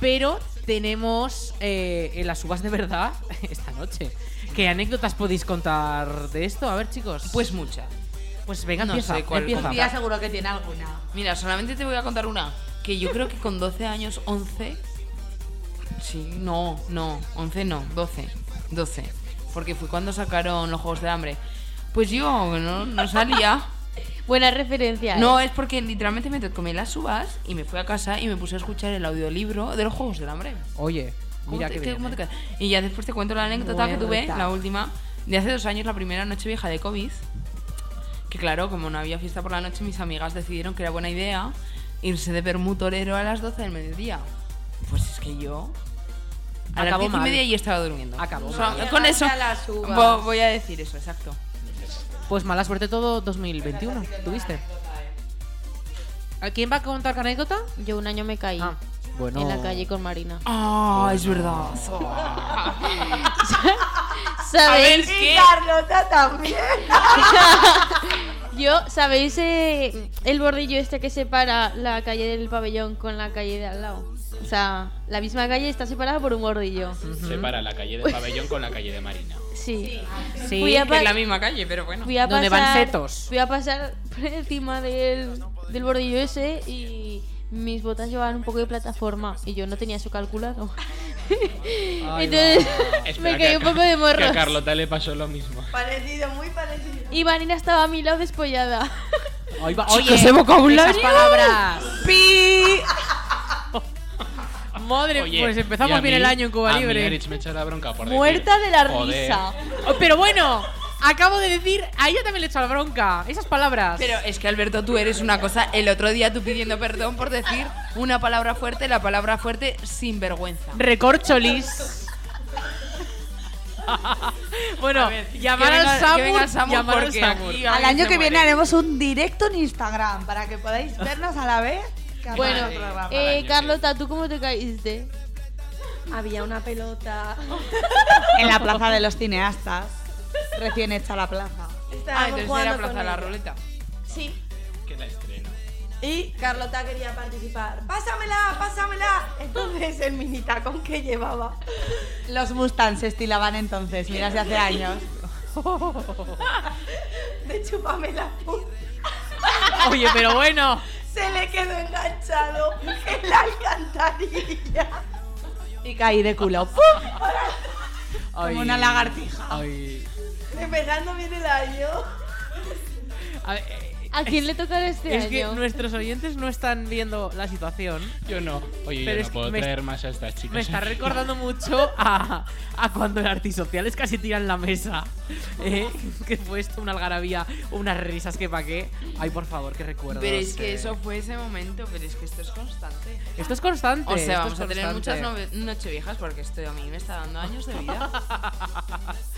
Speaker 2: pero tenemos eh, las uvas de verdad [LAUGHS] esta noche. ¿Qué anécdotas podéis contar de esto? A ver, chicos.
Speaker 8: Pues muchas.
Speaker 2: Pues venga,
Speaker 8: No
Speaker 2: empieza,
Speaker 8: sé cuál
Speaker 2: empieza.
Speaker 8: contar.
Speaker 7: Ya seguro que tiene alguna.
Speaker 8: Mira, solamente te voy a contar una. Que yo creo que con 12 años, 11. Sí, no, no, 11 no, 12. 12. Porque fue cuando sacaron los Juegos del Hambre. Pues yo no, no
Speaker 7: [LAUGHS]
Speaker 8: salía.
Speaker 12: Buena referencia. ¿eh?
Speaker 8: No, es porque literalmente me comí las uvas y me fui a casa y me puse a escuchar el audiolibro de los Juegos del Hambre.
Speaker 2: Oye,
Speaker 8: ¿Cómo
Speaker 2: mira eh?
Speaker 8: te-
Speaker 2: que
Speaker 8: qué- cómo te quedas? Y ya después te cuento la anécdota que tuve,
Speaker 2: Muerta.
Speaker 8: la última, de hace dos años, la primera noche vieja de COVID. Que claro, como no había fiesta por la noche, mis amigas decidieron que era buena idea irse de permutorero a las 12 del mediodía. Pues es que yo. A las
Speaker 2: Acabó
Speaker 8: 10 y
Speaker 2: mal.
Speaker 8: media y estaba durmiendo.
Speaker 2: Acabó
Speaker 8: O sea,
Speaker 2: mal.
Speaker 8: Con eso.
Speaker 2: A las uvas.
Speaker 8: vo- Voy a decir eso, exacto.
Speaker 2: Pues mala suerte todo 2021, ¿tuviste? ¿A quién va a contar qué anécdota? Ah,
Speaker 12: Yo un año me caí.
Speaker 2: bueno.
Speaker 12: En la calle con Marina.
Speaker 8: Ah, es verdad.
Speaker 12: ¿Sabéis
Speaker 7: Y Carlota también.
Speaker 12: [LAUGHS] Yo, ¿sabéis eh, el bordillo este que separa la calle del pabellón con la calle de al lado? O sea, la misma calle está separada por un bordillo.
Speaker 5: Separa la calle de Pabellón con la calle de Marina.
Speaker 12: Sí.
Speaker 8: Sí,
Speaker 12: Fui a
Speaker 8: que
Speaker 12: pa-
Speaker 8: es la misma calle, pero bueno.
Speaker 12: Fui a
Speaker 2: Donde van
Speaker 12: pasar,
Speaker 2: setos.
Speaker 12: Fui a pasar por encima del, del bordillo ese y mis botas llevaban un poco de plataforma y yo no tenía eso calculado. [LAUGHS] Entonces
Speaker 5: Espera,
Speaker 12: me caí
Speaker 5: que a
Speaker 12: un
Speaker 5: Ca-
Speaker 12: poco de
Speaker 5: Que a
Speaker 12: morro.
Speaker 5: Carlota le pasó lo mismo.
Speaker 7: Parecido, muy parecido.
Speaker 12: Y Marina estaba a mi lado despollada.
Speaker 2: Oye,
Speaker 12: ese vocabulario.
Speaker 2: esas palabras.
Speaker 12: ¡Pi!
Speaker 2: Madre,
Speaker 5: Oye,
Speaker 2: pues
Speaker 5: y a
Speaker 2: empezamos bien
Speaker 5: mí-
Speaker 2: el año en Cuba
Speaker 5: A mí
Speaker 2: Libre.
Speaker 5: Erich me echa la bronca por
Speaker 2: Muerta
Speaker 5: decir,
Speaker 2: de la
Speaker 5: "Joder,
Speaker 2: risa. Oh, Pero bueno, acabo de decir, a ella también le he hecho la bronca. Esas palabras.
Speaker 8: Pero es que Alberto, tú eres una cosa. El otro día tú pidiendo perdón por decir una palabra fuerte, la palabra fuerte sin vergüenza. [LAUGHS]
Speaker 2: Recorcholis. bueno, llamar
Speaker 8: que venga-
Speaker 2: al
Speaker 8: que venga el
Speaker 2: Samur. este
Speaker 8: Samur,
Speaker 2: Llamar al
Speaker 8: porque
Speaker 2: Samur.
Speaker 8: aquí
Speaker 7: Al año que viene haremos un directo en Instagram para que podáis vernos a la vez. que
Speaker 12: Bueno,
Speaker 7: hacemos el programa.
Speaker 12: eh, Carlota, ¿tú cómo te caíste?
Speaker 1: Había una pelota.
Speaker 7: en la plaza de los cineastas. Recién hecha la plaza.
Speaker 8: Ah, entonces era
Speaker 1: jugando
Speaker 8: plaza
Speaker 1: con
Speaker 8: la
Speaker 1: ella.
Speaker 8: ruleta.
Speaker 1: Sí.
Speaker 5: Que la estreno.
Speaker 1: Y Carlota quería participar. ¡Pásamela! ¡Pásamela! Entonces el mini tacón que llevaba.
Speaker 7: Los Mustangs se estilaban entonces, mira, hace años.
Speaker 1: De chúpame la pu-
Speaker 2: Oye, pero bueno.
Speaker 1: Se le quedó enganchado en la alcantarilla.
Speaker 7: Y caí de culo. ¡Pum! Como una lagartija.
Speaker 2: Ay.
Speaker 1: Empezando bien el año.
Speaker 2: A ver, eh,
Speaker 24: ¿A quién le tocará este
Speaker 2: es que
Speaker 24: año?
Speaker 2: nuestros oyentes no están viendo la situación.
Speaker 5: Yo no. Oye, yo
Speaker 2: Pero es
Speaker 5: no
Speaker 2: que
Speaker 5: puedo
Speaker 2: me-
Speaker 5: traer más a estas chicas.
Speaker 2: Me está recordando mucho a, a cuando en Artisociales casi tiran
Speaker 8: [LAUGHS]
Speaker 2: la mesa. ¿eh? Que fue esto, una algarabía, unas risas que pa' qué. Ay, por favor, que recuerdo.
Speaker 8: Pero es que eso fue ese momento, pero es que esto es constante.
Speaker 2: Esto es constante,
Speaker 8: O
Speaker 2: esto es
Speaker 8: sea, vamos a tener muchas
Speaker 2: constante.
Speaker 8: nove- nocheviejas porque esto a mí me está dando años de vida.
Speaker 2: [LAUGHS]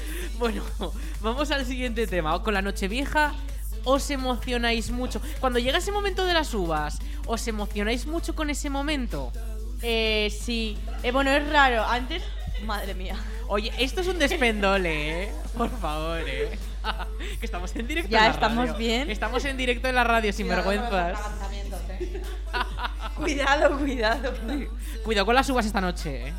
Speaker 2: [LAUGHS] Bueno, vamos al siguiente tema. Con la Nochevieja os emocionáis mucho. Cuando llega ese momento de las uvas, ¿os emocionáis mucho con ese momento?
Speaker 7: Eh, sí. Eh, bueno, es raro. Antes, madre mía.
Speaker 2: Oye, esto es un despendole, ¿eh? Por favor, ¿eh? [LAUGHS] que estamos en directo.
Speaker 7: Ya,
Speaker 2: en la
Speaker 7: estamos
Speaker 2: radio.
Speaker 7: bien.
Speaker 2: Estamos en directo en la radio, sin vergüenzas.
Speaker 7: Cuidado, cuidado.
Speaker 2: Cuidado con las uvas esta noche, ¿eh?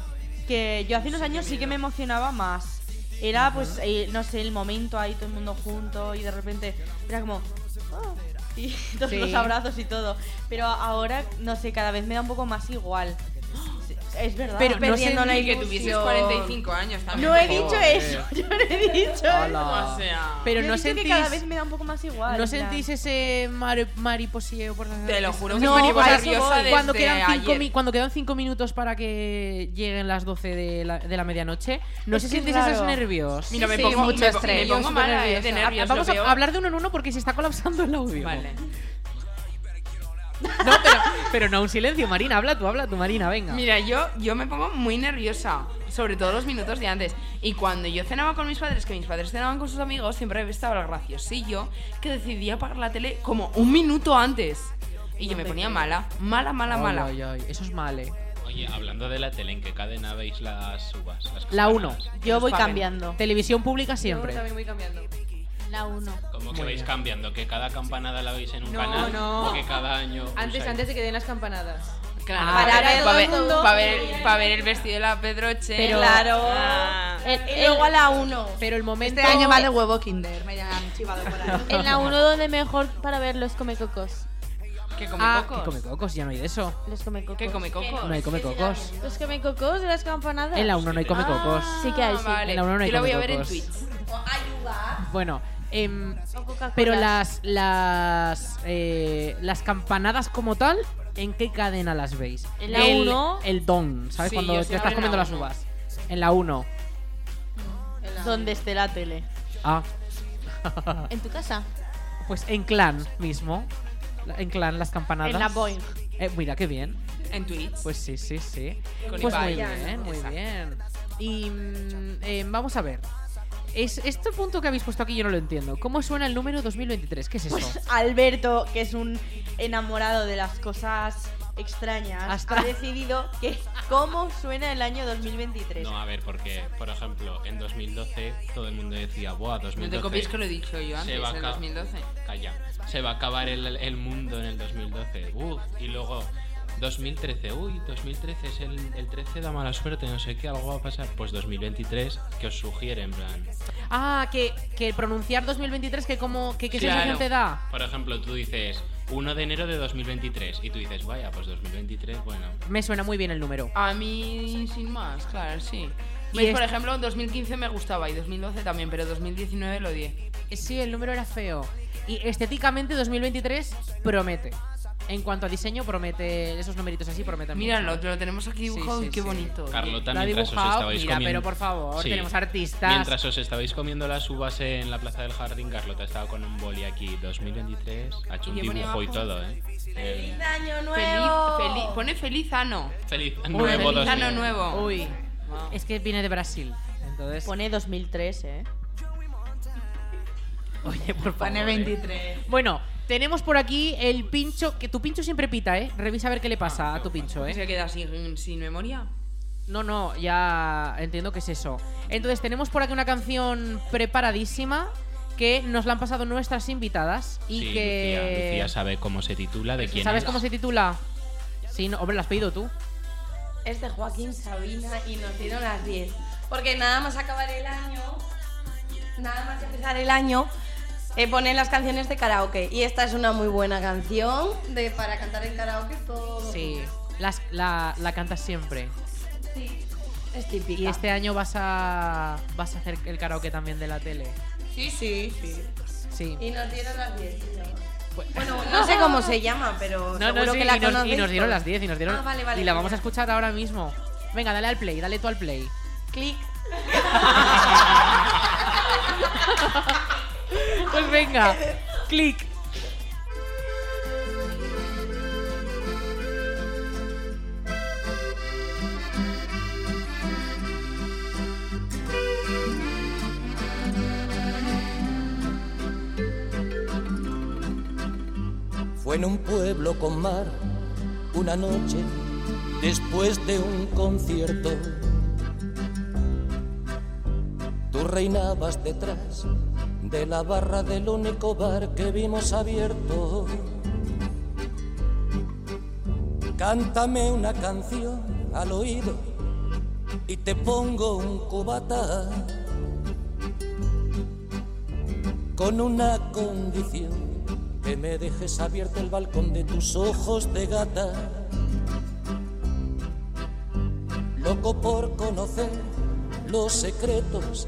Speaker 7: Que yo hace unos años sí que me emocionaba más. Era pues, eh, no sé, el momento ahí, todo el mundo junto y de repente era como... "Ah", Y [LAUGHS] todos
Speaker 24: Sí.
Speaker 7: los abrazos y todo. Pero ahora, no sé, cada vez me da un poco más igual. Sí, Es verdad.
Speaker 8: Pero no
Speaker 7: perdiendo
Speaker 8: sé
Speaker 7: la
Speaker 8: ni que tuvieses
Speaker 7: ilusión.
Speaker 8: 45 años también,
Speaker 7: No he
Speaker 8: por
Speaker 7: dicho
Speaker 8: favor.
Speaker 7: eso, [LAUGHS] yo no he dicho
Speaker 2: Hola.
Speaker 7: eso.
Speaker 2: O sea, Pero
Speaker 7: Yo he
Speaker 2: no
Speaker 7: dicho que
Speaker 2: sentís-
Speaker 7: cada vez me da un poco más igual.
Speaker 2: ¿No
Speaker 7: en plan.
Speaker 2: sentís ese mar- mariposeo por la
Speaker 8: Te lo juro que
Speaker 2: no,
Speaker 8: me pongo
Speaker 2: a eso
Speaker 8: nerviosa
Speaker 2: voy. cuando
Speaker 8: desde
Speaker 2: quedan cinco
Speaker 8: ayer.
Speaker 2: mi- cuando quedan cinco minutos para que lleguen las 12 de la, de la medianoche, ¿no
Speaker 8: Es
Speaker 2: se
Speaker 8: que
Speaker 2: sientes
Speaker 8: es
Speaker 2: esos
Speaker 8: raro.
Speaker 2: nervios?
Speaker 8: Mira, me Sí, pongo- mucho me po- estrés. me pongo
Speaker 2: Yo
Speaker 8: mala,
Speaker 2: supernerviosa.
Speaker 8: eh, de nervios,
Speaker 2: Ah, Vamos
Speaker 8: lo veo.
Speaker 2: a hablar de uno en uno porque se está colapsando el audio.
Speaker 8: Vale.
Speaker 2: Pero [LAUGHS] no un silencio, Marina, habla tú, habla tú, Marina, venga.
Speaker 8: Mira, yo, yo me pongo muy nerviosa, sobre todo los minutos de antes. Y cuando yo cenaba con mis padres, que mis padres cenaban con sus amigos, siempre estaba el graciosillo que decidía apagar la tele como un minuto antes. Y yo me ponía mala, mala, mala,
Speaker 5: Ay,
Speaker 8: mala.
Speaker 5: ay,
Speaker 2: eso es mal, eh.
Speaker 5: Oye, hablando de la tele, ¿en qué cadena veis las uvas? Las
Speaker 2: La 1.
Speaker 5: campanadas?
Speaker 2: Televisión pública siempre.
Speaker 25: voy cambiando.
Speaker 24: La 1.
Speaker 5: Como que
Speaker 2: Muy
Speaker 5: vais
Speaker 2: bien.
Speaker 5: cambiando, que cada campanada la veis en un
Speaker 25: No,
Speaker 5: canal
Speaker 25: no.
Speaker 5: o que cada año.
Speaker 25: Antes,
Speaker 5: usáis-
Speaker 25: antes de que den las campanadas.
Speaker 8: Claro,
Speaker 25: Ah,
Speaker 8: para,
Speaker 25: para
Speaker 8: ver,
Speaker 25: todo
Speaker 8: pa'
Speaker 25: el
Speaker 8: ver-
Speaker 25: mundo.
Speaker 8: pa' ver- pa' ver el vestido de la Pedroche.
Speaker 7: Pero- Claro.
Speaker 8: Ah.
Speaker 7: Y luego a la 1.
Speaker 2: Pero el momento.
Speaker 1: Este año va de huevo Kinder, me han chivado
Speaker 7: [LAUGHS]
Speaker 1: por ahí.
Speaker 24: [LAUGHS] En la 1 donde mejor para ver los comecocos.
Speaker 8: ¿Qué
Speaker 2: Ah, que come cocos, ya no hay de eso.
Speaker 24: Los comecocos. ¿Qué
Speaker 2: No hay come cocos.
Speaker 24: Los comecocos de las campanadas.
Speaker 2: En la 1 no hay come cocos.
Speaker 24: Sí que hay,
Speaker 12: Ah,
Speaker 24: sí.
Speaker 2: En la 1 no hay come cocos. Bueno, em, pero las las eh, las campanadas como tal, ¿en qué cadena las veis?
Speaker 24: En la
Speaker 2: El-
Speaker 24: uno.
Speaker 2: El don, ¿sabes?
Speaker 24: Sí,
Speaker 2: Cuando
Speaker 24: yo
Speaker 2: te
Speaker 24: siempre
Speaker 2: estás
Speaker 24: en
Speaker 2: comiendo
Speaker 24: la
Speaker 2: las
Speaker 24: uno.
Speaker 2: uvas. En la 1.
Speaker 7: Donde esté Este, la tele.
Speaker 2: Ah.
Speaker 24: [LAUGHS] ¿En tu casa?
Speaker 2: pues en clan mismo. La- En clan las campanadas.
Speaker 24: En la Boing.
Speaker 2: Eh, mira, qué bien.
Speaker 8: En Twitch.
Speaker 2: Pues sí, sí, sí.
Speaker 8: Con
Speaker 2: pues muy
Speaker 8: Ibai.
Speaker 2: bien, muy
Speaker 8: Exacto.
Speaker 2: bien. Y mm, eh, vamos a ver. Es, este punto que habéis puesto aquí yo no lo entiendo. ¿Cómo suena el número 2023? ¿Qué es eso?
Speaker 7: Alberto, que es un enamorado de las cosas extrañas, ha decidido que cómo suena el año 2023.
Speaker 5: No, a ver, porque, por ejemplo, en 2012 todo el mundo decía, ¡buah, 2012!
Speaker 8: No te copies que lo he dicho yo
Speaker 5: se
Speaker 8: antes,
Speaker 5: va a
Speaker 8: en
Speaker 5: ca-
Speaker 8: 2012.
Speaker 5: Calla. Se va a acabar el, el mundo en el 2012. Uf, y luego 2013. Uy, 2013 es el, el 13 da mala suerte, no sé qué, algo va a pasar. Pues 2023, ¿qué os sugiere? En plan,
Speaker 2: Ah, que, que pronunciar 2023, que como que, que sensación te da.
Speaker 5: Por ejemplo, tú dices 1 de enero de 2023 y tú dices, vaya, pues 2023, bueno.
Speaker 2: Me suena muy bien el número.
Speaker 8: A mí, sin más, claro, sí.
Speaker 2: Y
Speaker 8: ¿Veis,
Speaker 2: es-
Speaker 8: por ejemplo, 2015 me gustaba y 2012 también, pero 2019 lo odié.
Speaker 2: Eh, Sí, el número era feo. Y estéticamente 2023 promete. En cuanto a diseño, promete esos numeritos así, prometen
Speaker 8: Míralo,
Speaker 2: mucho. ¿eh?
Speaker 8: lo tenemos aquí dibujado y qué bonito.
Speaker 5: Carlota,
Speaker 2: Lo ha
Speaker 5: mientras os
Speaker 2: dibujado,
Speaker 5: estabais
Speaker 2: mira,
Speaker 5: comiendo.
Speaker 2: pero por favor, tenemos artistas.
Speaker 5: Mientras os estabais comiendo las uvas en la plaza del jardín, Carlota estaba con un boli aquí 2023. Ha hecho un
Speaker 8: Y yo ponía
Speaker 5: dibujo y
Speaker 8: abajo,
Speaker 5: todo, ¿eh? Eh,
Speaker 7: año
Speaker 8: nuevo! Feliz, feliz- pone feliz ano.
Speaker 5: Feliz
Speaker 8: Uy,
Speaker 5: nuevo
Speaker 8: feliz ano
Speaker 5: 2000.
Speaker 8: nuevo.
Speaker 2: Uy. Es que viene de Brasil. Entonces.
Speaker 7: Pone 2003, ¿eh?
Speaker 2: [LAUGHS] Oye, por favor.
Speaker 1: Pone
Speaker 2: ¿eh?
Speaker 1: 23.
Speaker 2: Bueno, tenemos por aquí el pincho. Que tu pincho siempre pita, ¿eh? Revisa a ver qué le pasa a tu pincho, ¿eh?
Speaker 8: Se queda sin, sin memoria.
Speaker 2: No, no, ya entiendo que es eso. Entonces, tenemos por aquí una canción preparadísima que nos la han pasado nuestras invitadas y
Speaker 5: sí,
Speaker 2: que.
Speaker 5: Lucía, Lucía sabe cómo se titula, de quién
Speaker 2: ¿Sabes
Speaker 5: es.
Speaker 2: cómo se titula? Sí, no, hombre, la has pedido tú.
Speaker 12: Es de Joaquín Sabina y nos dieron las 10. Porque nada más acabar el año, nada más empezar el año, eh, ponen las canciones de karaoke. Y esta es una muy buena canción de para cantar en karaoke todo.
Speaker 2: Sí, las- la, la cantas siempre.
Speaker 12: Sí, es típica.
Speaker 2: Y este año vas a vas a hacer el karaoke también de la tele.
Speaker 12: Sí, sí, sí.
Speaker 2: Sí.
Speaker 12: Y nos dieron las 10.
Speaker 26: No sé cómo se llama, pero
Speaker 2: No,
Speaker 26: Pues seguro
Speaker 2: no, sí,
Speaker 26: que la
Speaker 2: y, nos, y
Speaker 26: conocéis
Speaker 2: nos dieron
Speaker 26: todos.
Speaker 2: las 10 y nos dieron.
Speaker 26: Ah, vale, vale,
Speaker 2: y la
Speaker 26: genial.
Speaker 2: vamos a escuchar ahora mismo. Venga, dale al play, dale tú al play.
Speaker 26: Clic.
Speaker 2: pues venga, clic.
Speaker 27: Fue en un pueblo con mar una noche después de un concierto. Tú reinabas detrás de la barra del único bar que vimos abierto. Cántame una canción al oído y te pongo un cubata con una condición que me dejes abierto el balcón de tus ojos de gata. Loco por conocer los secretos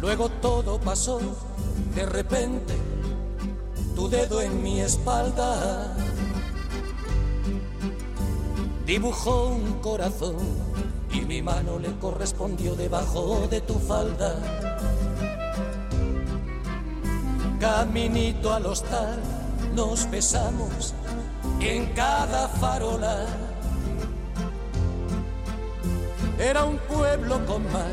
Speaker 27: Luego todo pasó, de repente, tu dedo en mi espalda dibujó un corazón y mi mano le correspondió debajo de tu falda. Caminito al hostal nos besamos en cada farola. Era un pueblo con mar,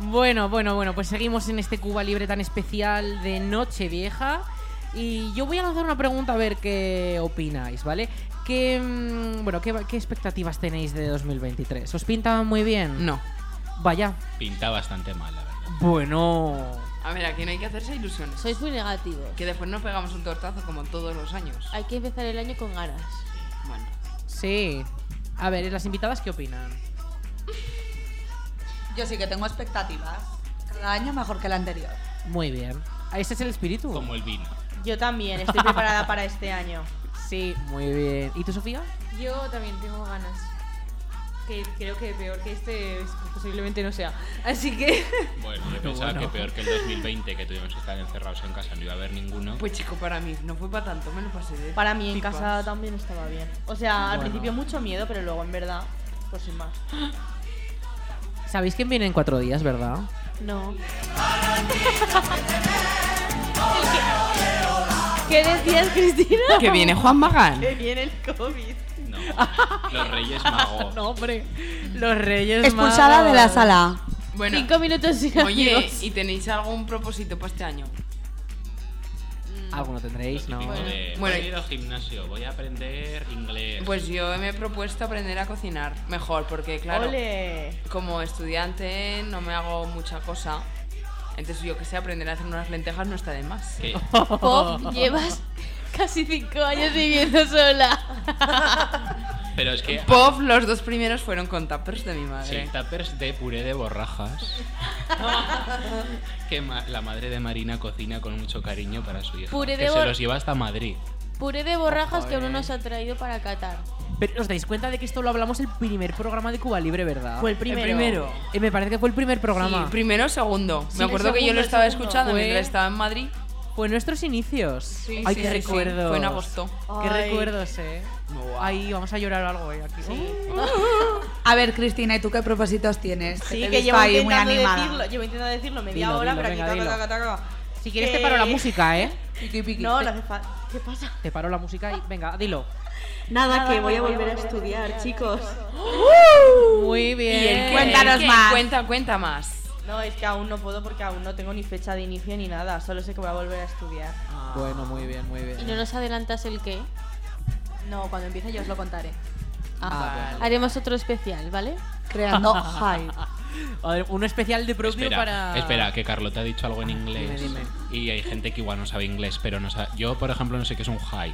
Speaker 2: Bueno, bueno, bueno, pues seguimos en este Cuba Libre tan especial de Nochevieja. Y yo voy a lanzar una pregunta a ver qué opináis, ¿vale? ¿Qué, mm, bueno, ¿qué, qué expectativas tenéis de 2023? ¿Os pinta muy bien? No. Vaya.
Speaker 5: Pinta bastante mal, la verdad.
Speaker 2: Bueno.
Speaker 8: A ver, aquí no hay que hacerse ilusiones.
Speaker 12: Sois muy negativos.
Speaker 8: Que después nos pegamos un tortazo como todos los años.
Speaker 12: Hay que empezar el año con ganas.
Speaker 8: Bueno.
Speaker 2: Sí. A ver, ¿y las invitadas qué opinan?
Speaker 28: Yo sí que tengo expectativas. Cada año mejor que el anterior.
Speaker 2: Muy bien. Ah, Ese es el espíritu. Como
Speaker 5: el vino.
Speaker 7: Yo también estoy preparada para este
Speaker 28: [LAUGHS]
Speaker 7: año.
Speaker 2: Sí, muy bien. ¿Y tú, Sofía?
Speaker 29: Yo también tengo ganas. Que creo que peor que este es- posiblemente no sea. Así que.
Speaker 5: Bueno, yo pensaba
Speaker 8: bueno.
Speaker 5: que peor que el 2020, que tuvimos que estar encerrados en casa, no iba a haber ninguno.
Speaker 8: Pues chico, para mí no fue para tanto, me lo pasé de
Speaker 7: Para mí en
Speaker 8: pipas.
Speaker 7: casa también estaba bien. O sea, al
Speaker 2: Bueno.
Speaker 7: principio mucho miedo, pero luego en verdad, pues sin
Speaker 28: [GASPS]
Speaker 7: más.
Speaker 2: Sabéis quién viene en cuatro días, ¿verdad?
Speaker 7: [LAUGHS] No.
Speaker 12: [LAUGHS] ¿Qué decías, Cristina?
Speaker 8: Que viene Juan Magán.
Speaker 7: Que viene el
Speaker 2: [LAUGHS]
Speaker 7: COVID.
Speaker 5: Los Reyes
Speaker 12: [LAUGHS]
Speaker 5: Magos.
Speaker 2: no, hombre. Los Reyes
Speaker 30: Expulsada de la sala.
Speaker 8: Bueno,
Speaker 12: Cinco minutos sin
Speaker 8: Oye,
Speaker 12: amigos.
Speaker 8: ¿y tenéis algún propósito para este año?
Speaker 2: Alguno tendréis, Ah, ¿no?
Speaker 8: Bueno.
Speaker 5: Eh,
Speaker 8: Bueno,
Speaker 5: voy a ir al gimnasio, voy a aprender inglés.
Speaker 8: Pues yo me he propuesto aprender a cocinar mejor, porque claro,
Speaker 7: Ole.
Speaker 8: como estudiante no me hago mucha cosa. Entonces yo que sé, aprender a hacer unas lentejas no está de más. [LAUGHS]
Speaker 5: ¿Qué?
Speaker 12: Pop, llevas casi cinco años viviendo
Speaker 2: [LAUGHS]
Speaker 12: sola.
Speaker 5: Pero es que.
Speaker 8: [LAUGHS] Pop, los dos primeros fueron con tuppers de mi madre.
Speaker 5: Sí, tuppers de puré de borrajas. que ma- la madre de Marina cocina con mucho cariño para su hija.
Speaker 12: Puré
Speaker 5: que
Speaker 12: de
Speaker 5: se
Speaker 12: bor-
Speaker 5: los lleva hasta Madrid.
Speaker 12: Puré de borrajas que uno
Speaker 2: Joder.
Speaker 12: nos ha traído para Qatar.
Speaker 2: Pero os dais cuenta de que esto lo hablamos el primer programa de Cuba Libre, ¿verdad?
Speaker 12: Fue el primero. El primero.
Speaker 2: Eh, me parece que fue el primer programa.
Speaker 8: Sí, primero o segundo.
Speaker 2: Sí,
Speaker 8: me
Speaker 2: el
Speaker 8: acuerdo que yo
Speaker 2: segundo,
Speaker 8: lo
Speaker 2: el
Speaker 8: estaba
Speaker 2: segundo.
Speaker 8: escuchando
Speaker 2: Fue-
Speaker 8: mientras estaba en Madrid.
Speaker 2: Fue nuestros inicios.
Speaker 8: Sí,
Speaker 2: Ay,
Speaker 8: sí,
Speaker 2: qué
Speaker 8: sí, sí.
Speaker 2: recuerdos.
Speaker 8: Fue en agosto.
Speaker 2: Qué
Speaker 8: Ay.
Speaker 2: recuerdos, eh. Ay, vamos a llorar o algo, eh, aquí.
Speaker 28: A ver, Cristina, ¿y tú qué propósitos tienes?
Speaker 7: Sí,
Speaker 28: te he
Speaker 7: que
Speaker 28: visto
Speaker 7: llevo
Speaker 28: ahí muy
Speaker 7: intentando
Speaker 28: animada.
Speaker 7: decirlo, llevo intentando decirlo media
Speaker 2: Dilo,
Speaker 7: hora,
Speaker 2: dilo,
Speaker 7: pero aquí
Speaker 2: venga,
Speaker 7: taca,
Speaker 2: dilo.
Speaker 7: taca, taca.
Speaker 2: Si quieres te paro la música, eh.
Speaker 7: No, no hace falta. ¿Qué pasa?
Speaker 2: Te paro la música y venga, dilo.
Speaker 31: Nada, que voy a volver a estudiar, chicos.
Speaker 8: ¡Uh!
Speaker 2: Muy bien.
Speaker 8: ¿Qué? Cuenta, cuenta más.
Speaker 7: No, es que aún no puedo porque aún no tengo ni fecha de inicio ni nada. Solo sé que voy a volver a estudiar.
Speaker 2: Bueno, muy bien, muy bien.
Speaker 12: ¿Y no nos adelantas el qué?
Speaker 7: No, cuando empiece yo os lo contaré.
Speaker 2: Ah, bueno.
Speaker 12: Haremos otro especial, ¿vale? [LAUGHS]
Speaker 2: Creando hype. A ver, un especial de propio
Speaker 5: Espera,
Speaker 2: para.
Speaker 5: Pues espera, que Carlota ha dicho algo en inglés.
Speaker 2: Dime,
Speaker 5: Y hay gente que igual no sabe inglés, pero no sabe. Yo, por ejemplo, no sé qué es un high.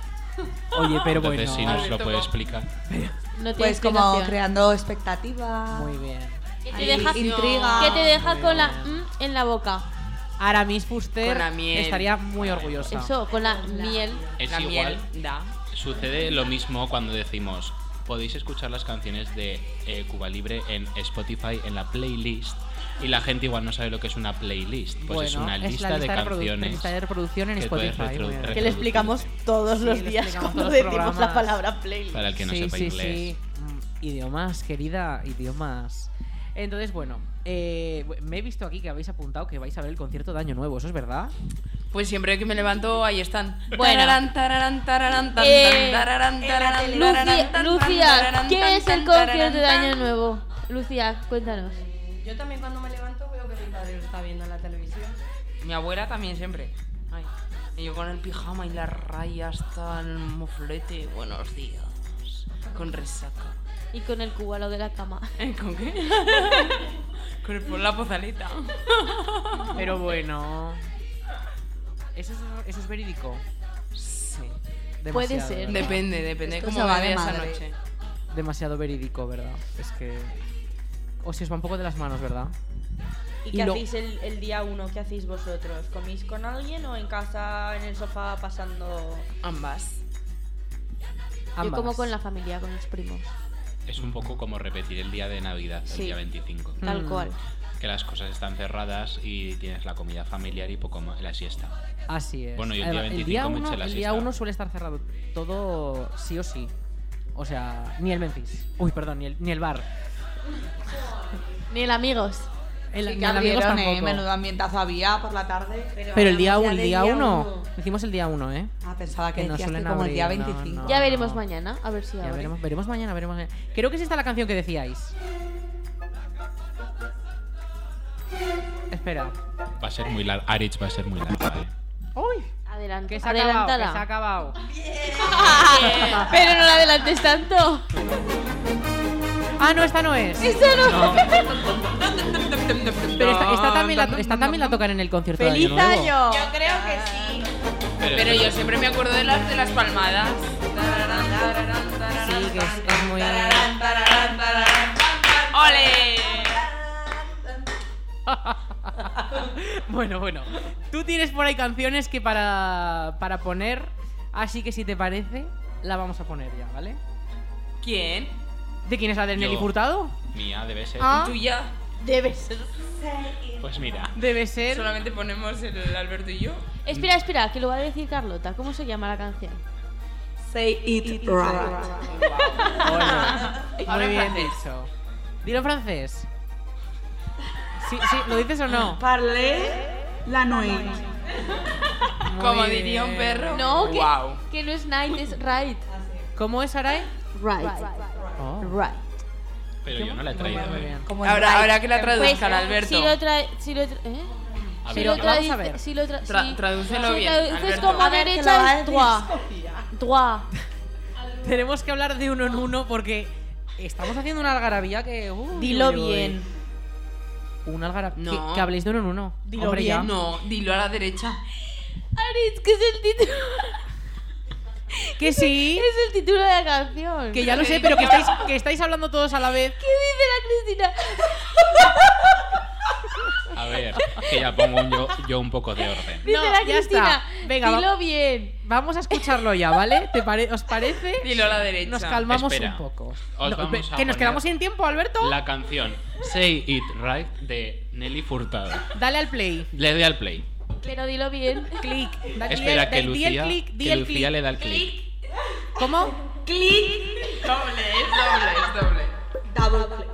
Speaker 2: Oye, pero
Speaker 5: Entonces,
Speaker 2: bueno.
Speaker 5: si nos lo
Speaker 2: Alberto,
Speaker 5: puede explicar.
Speaker 12: No
Speaker 28: pues
Speaker 12: tienes
Speaker 28: como
Speaker 12: explicación.
Speaker 28: creando expectativas.
Speaker 2: Muy bien.
Speaker 12: Que
Speaker 28: Ahí,
Speaker 12: te deja,
Speaker 28: intriga.
Speaker 12: Que te deja con la mm en la boca.
Speaker 2: Ahora Miss Fuster
Speaker 12: Con la miel.
Speaker 2: estaría muy orgullosa.
Speaker 12: Eso, con la miel.
Speaker 5: Es La igual. miel Sucede lo mismo cuando decimos, podéis escuchar las canciones de eh, Cuba Libre en Spotify, en la playlist, y la gente igual no sabe lo que es una playlist, pues es
Speaker 2: Bueno,
Speaker 5: una
Speaker 2: es la
Speaker 5: lista, de
Speaker 2: lista de produ-
Speaker 5: canciones.
Speaker 2: lista de reproducción en
Speaker 5: que puedes
Speaker 2: Spotify,
Speaker 5: reprodu-
Speaker 2: muy bien.
Speaker 7: Que le
Speaker 5: reproducir.
Speaker 7: explicamos todos
Speaker 2: Sí,
Speaker 7: los
Speaker 2: le
Speaker 7: días
Speaker 2: explicamos
Speaker 7: cuando
Speaker 2: todos los
Speaker 7: decimos la
Speaker 2: programas.
Speaker 7: palabra playlist.
Speaker 5: Para el que no
Speaker 2: sí,
Speaker 5: sepa
Speaker 2: sí,
Speaker 5: inglés.
Speaker 2: sí. Mm, Idiomas, querida, idiomas. Entonces, bueno, eh, me he visto aquí que habéis apuntado que vais a ver el concierto de Año Nuevo, ¿eso es verdad?
Speaker 8: Pues siempre que me levanto, ahí están.
Speaker 12: Bueno.
Speaker 8: Tararán, tararán, tararán, tan,
Speaker 12: Eh,
Speaker 8: tan, tararán, tararán, tararán,
Speaker 12: Lucia,
Speaker 8: tan,
Speaker 12: Lucia,
Speaker 8: tararán, tan,
Speaker 12: ¿qué es el
Speaker 8: tan, tararán,
Speaker 12: concierto de
Speaker 8: tan.
Speaker 12: Año Nuevo? Lucia, cuéntanos.
Speaker 30: Yo también cuando me levanto veo que mi padre lo está viendo en la televisión.
Speaker 8: Mi abuela también siempre. Ay. Y yo con el pijama y las rayas hasta el moflete. Buenos días. Con resaca.
Speaker 12: Y con el cubalo de la [LAUGHS] cama.
Speaker 8: ¿Con qué? [LAUGHS] Con el- por la pozaleta.
Speaker 2: Pero bueno. ¿Eso es, eso es verídico?
Speaker 8: Sí.
Speaker 12: Puede ser.
Speaker 8: Depende, depende
Speaker 12: Es
Speaker 8: cómo
Speaker 12: cosa
Speaker 8: me
Speaker 12: va de
Speaker 8: vea esa
Speaker 12: madre.
Speaker 8: noche.
Speaker 2: Demasiado verídico, ¿verdad? Es que. O se os va un poco de las manos, ¿verdad?
Speaker 7: ¿Y qué
Speaker 2: lo-
Speaker 7: hacéis el, el día uno? ¿Qué hacéis vosotros? ¿Comís con alguien o en casa, en el sofá, pasando...?
Speaker 8: Ambas.
Speaker 12: Yo
Speaker 5: Ambas.
Speaker 12: como con la familia, con los primos.
Speaker 5: Es un poco como repetir el día de Navidad, el
Speaker 12: Sí,
Speaker 5: día 25.
Speaker 12: tal Mm. cual.
Speaker 5: Que las cosas están cerradas y tienes la comida familiar y poco más, la siesta.
Speaker 2: Así es.
Speaker 5: Bueno, yo el día
Speaker 2: Además,
Speaker 5: 25 me
Speaker 2: uno-
Speaker 5: eché la
Speaker 2: el
Speaker 5: siesta.
Speaker 2: día uno suele estar cerrado todo sí o sí. O sea, ni el Memphis. Uy, perdón, ni el, ni el bar.
Speaker 12: Ni el amigos.
Speaker 2: El-
Speaker 28: Sí
Speaker 2: ni
Speaker 28: que
Speaker 2: el amigos
Speaker 28: abrieron, eh,
Speaker 2: tampoco.
Speaker 28: menudo ambientazo había por la tarde.
Speaker 2: Pero el día uno, el día uno. Decimos el día uno, ¿eh?
Speaker 28: Ah, pensaba que
Speaker 2: no
Speaker 28: decías
Speaker 2: suelen
Speaker 28: que como el día
Speaker 2: abrir, no,
Speaker 28: 25.
Speaker 2: no,
Speaker 12: ya
Speaker 2: no.
Speaker 12: veremos mañana, a ver si
Speaker 2: Ya
Speaker 12: abre.
Speaker 2: veremos, veremos mañana, veremos mañana. Creo que es esta la canción que decíais. espera.
Speaker 5: Va a ser muy larga. Aritz va a ser muy larga. eh.
Speaker 2: ¡Uy!
Speaker 12: Adelante.
Speaker 2: Que se ha acabado, que se ha acabado.
Speaker 12: [LAUGHS] Pero no la adelantes tanto.
Speaker 2: Ah, no, [LAUGHS] esta no es.
Speaker 12: Esta no.
Speaker 2: Pero esta, esta también, la, esta también la tocan en el concierto de Año Nuevo.
Speaker 8: Yo creo que sí. Pero, yo siempre me acuerdo de las de las palmadas.
Speaker 2: Sí, que es, es muy...
Speaker 8: ¡Ole!
Speaker 2: [LAUGHS] Bueno, bueno. Tú tienes por ahí canciones que para, para poner, así que si te parece, la vamos a poner ya, ¿vale?
Speaker 4: ¿Quién?
Speaker 2: ¿De quién es la de Nelly
Speaker 5: Yo.
Speaker 2: Furtado?
Speaker 5: Mía, debe ser.
Speaker 2: Ah.
Speaker 4: ¿Tuya?
Speaker 12: Debe ser.
Speaker 5: Pues mira.
Speaker 2: Debe ser.
Speaker 4: Solamente ponemos el Alberto y yo.
Speaker 12: Espera, espera, que lo va a decir Carlota. ¿Cómo se llama la canción?
Speaker 26: Say it right.
Speaker 2: Muy bien dicho. Dilo en francés. Sí, sí, ¿lo dices o no?
Speaker 6: Parlé la noche.
Speaker 4: Como diría un perro.
Speaker 12: No, que,
Speaker 4: Guau.
Speaker 12: que no es night, es right.
Speaker 4: Ah,
Speaker 2: ¿Cómo es, Aray?
Speaker 12: Right.
Speaker 2: Oh.
Speaker 5: Pero yo no la he traído. eh.
Speaker 4: Ahora, ahora que la
Speaker 12: Pues,
Speaker 4: traduzcan, Alberto.
Speaker 12: Si lo trae. Si lo trae. ¿eh?
Speaker 4: A
Speaker 12: Si
Speaker 4: ver,
Speaker 12: lo
Speaker 4: vamos a
Speaker 12: traduce-
Speaker 4: ver.
Speaker 12: Si lo tra-
Speaker 4: Tra-
Speaker 12: si-
Speaker 4: tradúcelo
Speaker 12: si
Speaker 4: bien,
Speaker 12: traduces
Speaker 4: Alberto.
Speaker 12: con mano
Speaker 4: A ver, que lo va a
Speaker 12: derecha es
Speaker 4: decir
Speaker 12: doigt. Doigt.
Speaker 2: Tenemos que hablar de uno en uno porque estamos haciendo una algarabía que. uy,
Speaker 4: Dilo
Speaker 2: uy, uy.
Speaker 4: bien.
Speaker 2: Una algarabía.
Speaker 4: No.
Speaker 2: Que, que habléis de uno en uno.
Speaker 4: Dilo
Speaker 2: Hombre,
Speaker 4: bien.
Speaker 2: ya.
Speaker 4: No, dilo a la derecha.
Speaker 12: Aritz, que es el título.
Speaker 2: Que sí.
Speaker 12: Es el título de la canción.
Speaker 2: Que ya lo sé, pero que estáis, que estáis hablando todos a la vez.
Speaker 12: ¿Qué dice la Cristina?
Speaker 5: A ver, que ya pongo un yo, yo un poco de orden.
Speaker 12: Dice
Speaker 2: No,
Speaker 12: la
Speaker 2: ya está.
Speaker 12: Cristina.
Speaker 2: Venga, va-
Speaker 12: dilo bien.
Speaker 2: Vamos a escucharlo ya, ¿vale? ¿Te pare- ¿Os parece?
Speaker 4: Dilo a la derecha.
Speaker 2: Nos calmamos
Speaker 5: Espera.
Speaker 2: un poco.
Speaker 5: Os
Speaker 2: No,
Speaker 5: vamos
Speaker 2: pe-
Speaker 5: a
Speaker 2: que nos
Speaker 5: poner
Speaker 2: quedamos sin tiempo, Alberto.
Speaker 5: La canción Say It Right de Nelly Furtado.
Speaker 2: Dale al play.
Speaker 5: Le doy al play.
Speaker 12: Pero dilo bien.
Speaker 2: Clic. Da- di
Speaker 5: Espera
Speaker 2: el-
Speaker 5: que
Speaker 2: da- di
Speaker 5: Lucía,
Speaker 2: el clic, di
Speaker 5: que
Speaker 2: el
Speaker 5: Lucía
Speaker 2: clic.
Speaker 5: le da el clic.
Speaker 2: ¿Cómo?
Speaker 26: Clic.
Speaker 4: Doble, es doble, es doble.
Speaker 26: Double click.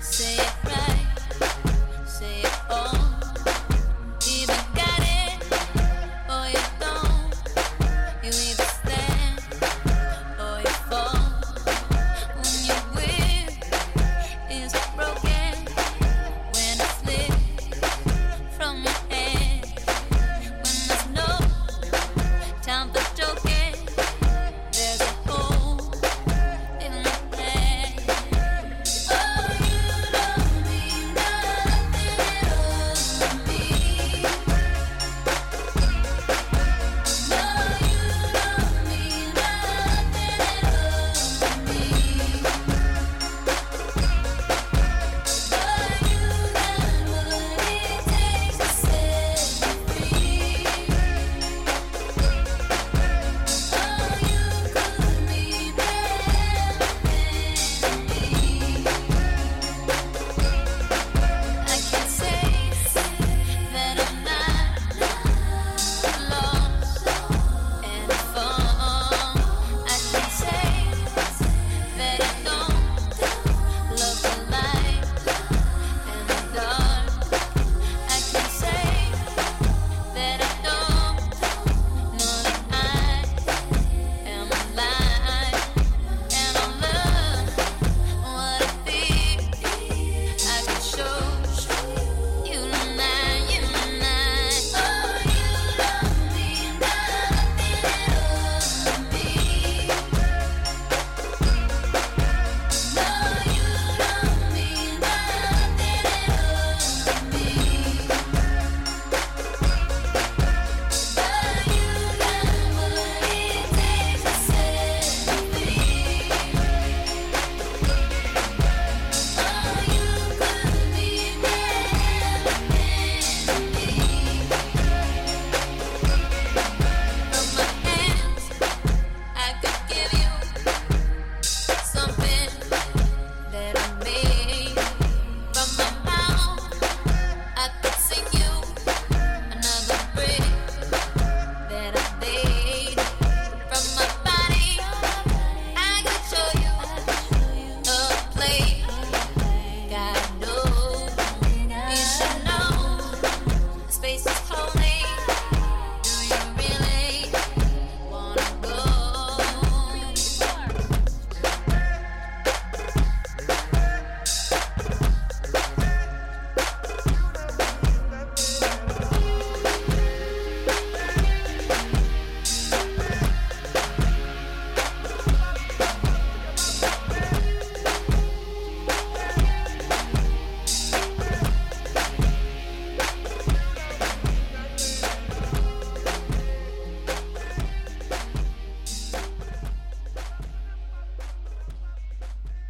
Speaker 18: Say it right, say it all.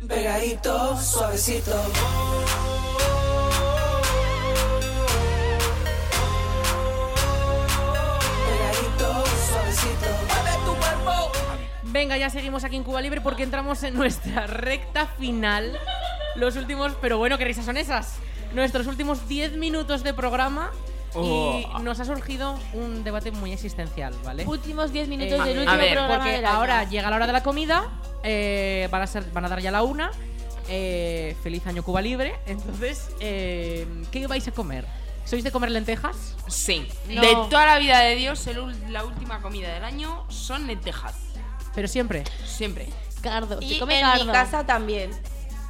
Speaker 27: Pegadito, suavecito. Pegadito, suavecito. Mueve tu cuerpo.
Speaker 2: Venga, ya seguimos aquí en Cuba Libre porque entramos en nuestra recta final. Los últimos, pero bueno, qué risas son esas. Nuestros últimos 10 minutos de programa
Speaker 32: Oh.
Speaker 2: y nos ha surgido un debate muy existencial, ¿vale?
Speaker 12: Últimos 10 minutos
Speaker 2: Eh,
Speaker 12: del último
Speaker 2: a ver,
Speaker 12: programa
Speaker 2: porque
Speaker 12: del año.
Speaker 2: ahora llega la hora de la comida, eh, van, a ser, van a dar ya la una. eh, feliz año Cuba Libre. Entonces, eh, ¿qué vais a comer? ¿Sois de comer lentejas?
Speaker 4: Sí.
Speaker 2: No.
Speaker 4: De toda la vida de Dios, el ul- la última comida del año son lentejas.
Speaker 2: Pero siempre.
Speaker 4: Siempre.
Speaker 12: Cardo,
Speaker 26: Y
Speaker 12: se come
Speaker 26: en
Speaker 12: cardo.
Speaker 26: mi casa también.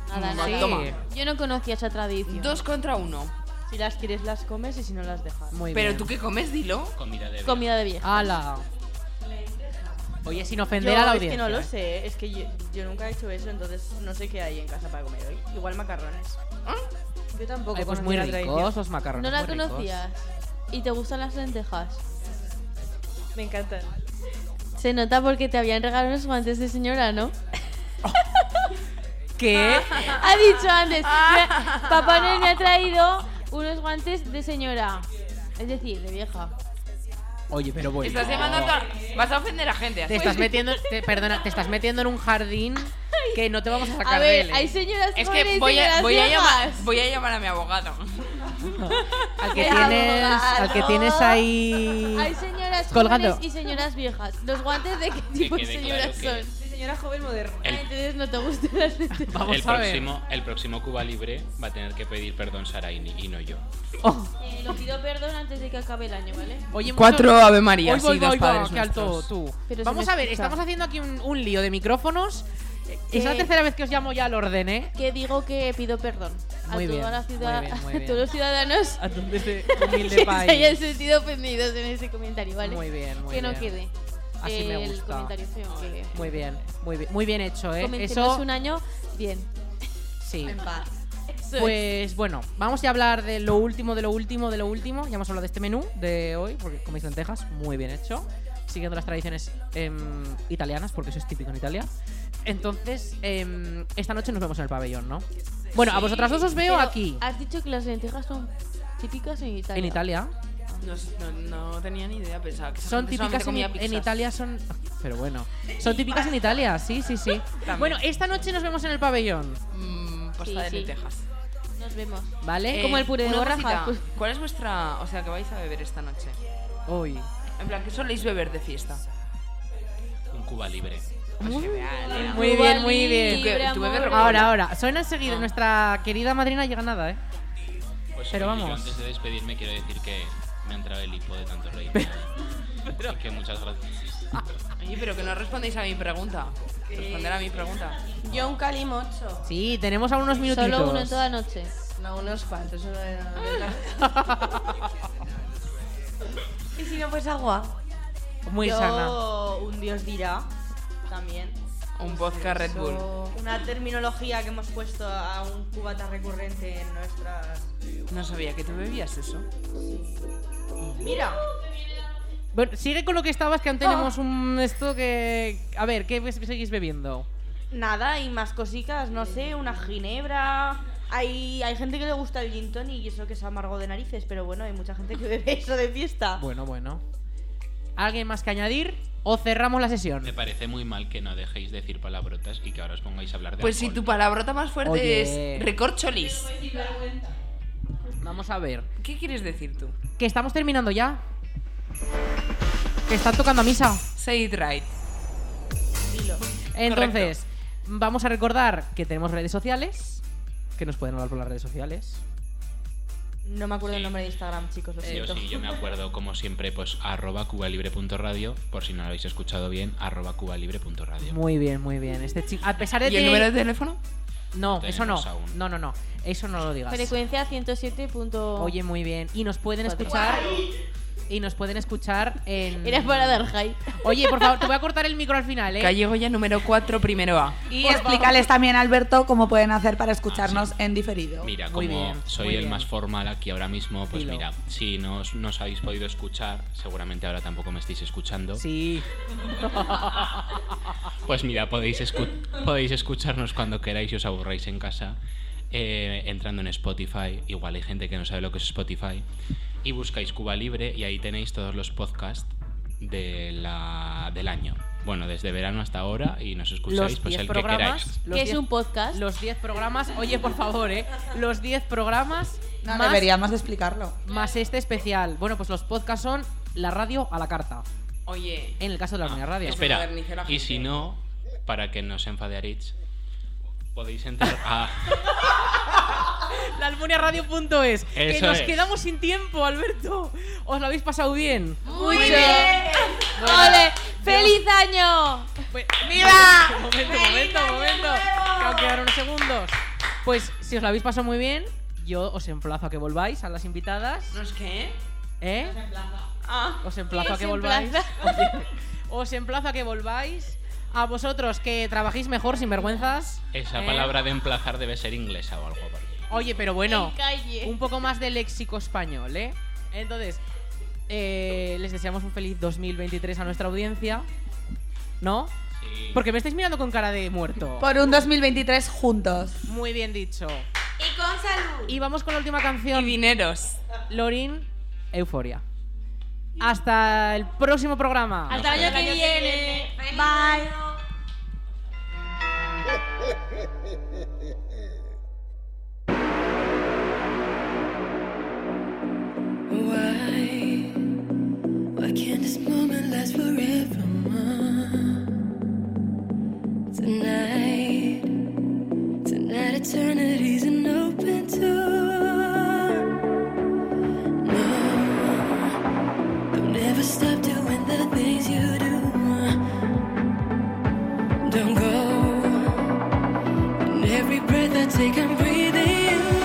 Speaker 12: Nada,
Speaker 4: Mm,
Speaker 12: nada.
Speaker 4: sí. Toma.
Speaker 12: Yo no conocía esa tradición.
Speaker 4: Dos contra uno.
Speaker 7: Si las quieres, las comes y si no, las dejas.
Speaker 2: Muy
Speaker 4: Pero
Speaker 2: bien.
Speaker 4: tú qué comes, dilo.
Speaker 5: Comida de
Speaker 12: Comida de vieja.
Speaker 2: ¡Hala! Oye, sin ofender
Speaker 7: Yo
Speaker 2: a
Speaker 7: es
Speaker 2: la
Speaker 7: que
Speaker 2: audiencia. ¿eh?
Speaker 7: no lo sé, es que yo, yo nunca he hecho eso, entonces no sé qué hay en casa para comer hoy. Igual macarrones. ¿Ah? Yo tampoco.
Speaker 2: Ay, pues
Speaker 7: conocía
Speaker 2: muy
Speaker 7: la
Speaker 2: ricos
Speaker 7: tradición.
Speaker 2: los macarrones.
Speaker 12: No la
Speaker 2: muy ricos.
Speaker 12: conocías. ¿Y te gustan las lentejas?
Speaker 7: Me encantan.
Speaker 12: Se nota porque te habían regalado unos guantes de señora, ¿no? [LAUGHS]
Speaker 2: ¿Qué?
Speaker 12: ha dicho antes.
Speaker 7: Ah.
Speaker 2: Ah.
Speaker 12: "Me- Papá Noel me ha traído unos guantes de señora. Es decir, de vieja.
Speaker 2: Oye, pero bueno.
Speaker 4: Estás llamando a toda- Vas a ofender a gente. así.
Speaker 2: Te estás metiendo, te- perdona, te estás metiendo en un jardín que no te vamos a sacar
Speaker 12: A
Speaker 2: de
Speaker 12: ver,
Speaker 2: él. ¿eh?
Speaker 12: hay señoras
Speaker 4: Es
Speaker 12: jóvenes
Speaker 4: que
Speaker 12: y
Speaker 4: voy a,
Speaker 12: señoras
Speaker 4: voy, a llamar,
Speaker 12: viejas.
Speaker 4: voy a llamar a mi
Speaker 2: [LAUGHS]
Speaker 4: abogado.
Speaker 2: al que
Speaker 12: Qué
Speaker 2: tienes, al que
Speaker 12: abogado.
Speaker 2: tienes ahí.
Speaker 12: Hay señoras jóvenes
Speaker 2: Colgando.
Speaker 12: y señoras viejas. ¿Los guantes de qué tipo de
Speaker 5: quede claro
Speaker 12: señoras
Speaker 5: que-
Speaker 12: son?
Speaker 7: De señora joven moderna.
Speaker 5: El-
Speaker 12: Ah, entonces no te gustan las
Speaker 5: [LAUGHS]
Speaker 12: lentejas.
Speaker 5: el, próximo, el próximo Cuba Libre va a tener que pedir perdón Saraini y no yo.
Speaker 12: Eh, lo pido perdón antes de que acabe el año, ¿vale?
Speaker 2: Oye,
Speaker 4: Cuatro
Speaker 2: mucho-
Speaker 4: Ave Marías
Speaker 2: Voy, voy,
Speaker 4: y dos
Speaker 2: voy, voy,
Speaker 4: Padres
Speaker 2: qué alto
Speaker 4: Nuestros.
Speaker 2: tú.
Speaker 4: Pero se
Speaker 2: Vamos
Speaker 4: me
Speaker 2: a ver,
Speaker 4: escucha.
Speaker 2: estamos haciendo aquí un, un lío de micrófonos. Es la
Speaker 12: ¿Qué?
Speaker 2: tercera vez que os llamo ya al ¿eh? ordene.
Speaker 12: Que digo que pido perdón a
Speaker 2: Muy
Speaker 12: toda
Speaker 2: bien,
Speaker 12: la ciudad,
Speaker 2: muy bien, muy
Speaker 12: a [LAUGHS]
Speaker 2: bien.
Speaker 12: todos los ciudadanos
Speaker 2: A donde se
Speaker 12: [LAUGHS] que se hayan sentido ofendidos en ese comentario, ¿vale?
Speaker 2: Muy bien, muy
Speaker 12: que no
Speaker 2: bien.
Speaker 12: quede
Speaker 2: Así me
Speaker 12: el
Speaker 2: gusta.
Speaker 12: comentario feo que
Speaker 2: Muy bien, muy bien, muy bien hecho, ¿eh?
Speaker 12: comencemos
Speaker 2: Eso,
Speaker 12: un año bien.
Speaker 2: sí.
Speaker 12: paz.
Speaker 2: Pues bueno, vamos ya a hablar de lo último, de lo último, de lo último. Ya hemos hablado de este menú de hoy, porque coméis lentejas, muy bien hecho. Siguiendo las tradiciones em, italianas, porque eso es típico en Italia. Entonces, em, esta noche nos vemos en el pabellón, ¿no? Bueno, a vosotras dos os veo aquí,
Speaker 12: Has dicho que las lentejas son típicas en Italia.
Speaker 2: en Italia.
Speaker 4: No, no- no tenía ni idea, pensaba que esa
Speaker 2: Son
Speaker 4: gente solamente
Speaker 2: típicas en,
Speaker 4: comía
Speaker 2: en
Speaker 4: pizzas.
Speaker 2: Italia, son. Pero bueno, son típicas en Italia, sí, sí, sí. Bueno, esta noche nos vemos en el pabellón,
Speaker 4: Mm, pasta de
Speaker 12: sí.
Speaker 4: lentejas.
Speaker 12: Nos vemos.
Speaker 2: ¿vale?
Speaker 4: Eh,
Speaker 12: Como el puré de
Speaker 4: una
Speaker 12: borrajas,
Speaker 4: cosita,
Speaker 2: [LAUGHS]
Speaker 12: pues.
Speaker 4: ¿Cuál es vuestra. O sea, que vais a beber esta noche?
Speaker 2: Hoy.
Speaker 4: En plan, ¿qué soléis beber de fiesta?
Speaker 5: Un Cuba Libre.
Speaker 2: Ah, Muy bien, muy
Speaker 4: Tú que-
Speaker 2: bien.
Speaker 4: tú bebes Rocola.
Speaker 2: Ahora, ahora. Suena enseguida.
Speaker 7: Ah. [LAUGHS]
Speaker 2: Nuestra querida madrina llega nada, ¿eh?
Speaker 5: Pues
Speaker 2: Pero
Speaker 5: oye, yo
Speaker 2: vamos.
Speaker 5: antes de despedirme quiero decir que me ha entrado el hipo de tanto reír. Así que muchas gracias.
Speaker 4: Oye, pero que no respondéis a mi pregunta. Responder a mi pregunta.
Speaker 26: Yo un calimocho.
Speaker 2: Sí, tenemos aún unos minutitos.
Speaker 12: Solo uno en toda noche. Ah.
Speaker 26: No, unos cuantos. uno de-
Speaker 12: [LAUGHS]
Speaker 26: ¿Y si no pues agua?
Speaker 2: Muy
Speaker 7: Yo,
Speaker 2: sana.
Speaker 7: un dios dirá también.
Speaker 4: Un vodka Red
Speaker 7: Eso,
Speaker 4: Bull.
Speaker 7: Una terminología que hemos puesto a un cubata recurrente en nuestras.
Speaker 4: No sabía que tú bebías eso.
Speaker 7: Mira,
Speaker 2: Bueno, sigue con lo que estabas, que aún
Speaker 4: Ah.
Speaker 2: tenemos un esto que. A ver, ¿qué ves- seguís bebiendo?
Speaker 7: nada y más cositas, no sé, una ginebra. Hay, hay gente que le gusta el gin tonic y eso que es amargo de narices, pero bueno, hay mucha gente que [LAUGHS] bebe eso de fiesta.
Speaker 2: Bueno, bueno. ¿Alguien más que añadir? ¿O cerramos la sesión?
Speaker 5: Me parece muy mal que no dejéis decir palabrotas y que ahora os pongáis a hablar de
Speaker 4: Pues si
Speaker 5: alcohol.
Speaker 4: tu palabrota más fuerte
Speaker 2: Oye.
Speaker 4: es recorcholis.
Speaker 2: Vamos a ver.
Speaker 4: ¿Qué quieres decir tú?
Speaker 2: Que estamos terminando ya. Que están tocando a misa.
Speaker 4: Say it right.
Speaker 2: Entonces, vamos a recordar que tenemos redes sociales. Que nos pueden hablar por las redes sociales.
Speaker 7: No me acuerdo el nombre de Instagram, chicos, lo
Speaker 5: Eh, Yo
Speaker 7: siento.
Speaker 5: sí,
Speaker 7: [LAUGHS]
Speaker 5: yo me acuerdo, como siempre, pues arroba cubalibre.radio, por si no lo habéis escuchado bien, arroba cubalibre.radio.
Speaker 2: Muy bien, muy bien. Este chico, a pesar de
Speaker 5: ¿Y el
Speaker 2: que-
Speaker 5: número de teléfono?
Speaker 2: No,
Speaker 5: No
Speaker 2: eso no.
Speaker 5: tenemos aún.
Speaker 2: No, no, no. Eso no lo digas.
Speaker 12: Frecuencia 107.
Speaker 2: Oye, muy bien. Y nos pueden
Speaker 12: Cuatro.
Speaker 2: escuchar y nos pueden escuchar en.
Speaker 7: Era para dar hype.
Speaker 2: Oye, por favor, te voy a cortar el micro al final, ¿eh?
Speaker 4: Gallego ya número 4, primero A.
Speaker 3: Y explícales también, Alberto, cómo pueden hacer para escucharnos en diferido.
Speaker 5: Ah, Mira,
Speaker 3: Muy
Speaker 5: como
Speaker 3: bien,
Speaker 5: soy
Speaker 3: muy
Speaker 5: el
Speaker 3: bien.
Speaker 5: más formal aquí ahora mismo, pues
Speaker 3: Dilo.
Speaker 5: mira, si no os, no os habéis podido escuchar, seguramente ahora tampoco me estáis escuchando.
Speaker 2: Sí.
Speaker 5: Pues mira, podéis, escu- [LAUGHS] podéis escucharnos cuando queráis y os aburráis en casa. eh, entrando en Spotify, igual hay gente que no sabe lo que es Spotify. Y buscáis Cuba Libre y ahí tenéis todos los podcasts de la- del año. Bueno, desde verano hasta ahora y nos escucháis pues el que queráis.
Speaker 2: que es un podcast. Los 10 programas, oye, por favor, ¿eh? Los 10 programas.
Speaker 3: No,
Speaker 2: más-
Speaker 3: deberíamos de explicarlo.
Speaker 2: Más este especial. Bueno, pues los podcasts son la radio a la carta.
Speaker 4: Oye.
Speaker 2: En el caso de la Unidad radio.
Speaker 5: Espera, y si no, para que no os enfadearéis, podéis entrar a...
Speaker 2: Lalmuniaradio.es. Que
Speaker 5: Eso
Speaker 2: nos
Speaker 5: es.
Speaker 2: quedamos sin tiempo, Alberto. ¿Os lo habéis pasado bien?
Speaker 12: Muy Mucho. bien. ¡Ole! ¡Feliz año!
Speaker 2: ¡Viva! Momento, momento, momento. Que aún quedan unos segundos. Pues si os lo habéis pasado muy bien, yo os emplazo a que volváis a las invitadas.
Speaker 4: ¿No es qué? Ah.
Speaker 2: ¿Eh? Os emplazo a
Speaker 4: Os
Speaker 2: que
Speaker 4: emplaza.
Speaker 2: volváis. [LAUGHS] Os emplazo a que volváis. A vosotros que trabajéis mejor sin vergüenzas.
Speaker 5: Esa
Speaker 2: ¿eh?
Speaker 5: palabra de emplazar debe ser inglesa o algo por ahí.
Speaker 2: Oye, pero bueno,
Speaker 5: En
Speaker 2: un poco más de léxico español, ¿eh? Entonces, eh, les deseamos un feliz 2023 a nuestra audiencia. ¿No? Porque me estáis mirando con cara de muerto.
Speaker 3: Por un 2023 juntos.
Speaker 2: Muy bien dicho. Y con salud. Y vamos con la última canción. Y dineros. Lorin, Euforia. Hasta el próximo programa.
Speaker 11: Hasta el año que viene. Bye.
Speaker 1: Why? Why can't this moment last forever? Tonight, tonight eternity's an open door. No, don't ever stop doing the things you do. Don't go. In every breath I take, I'm breathing.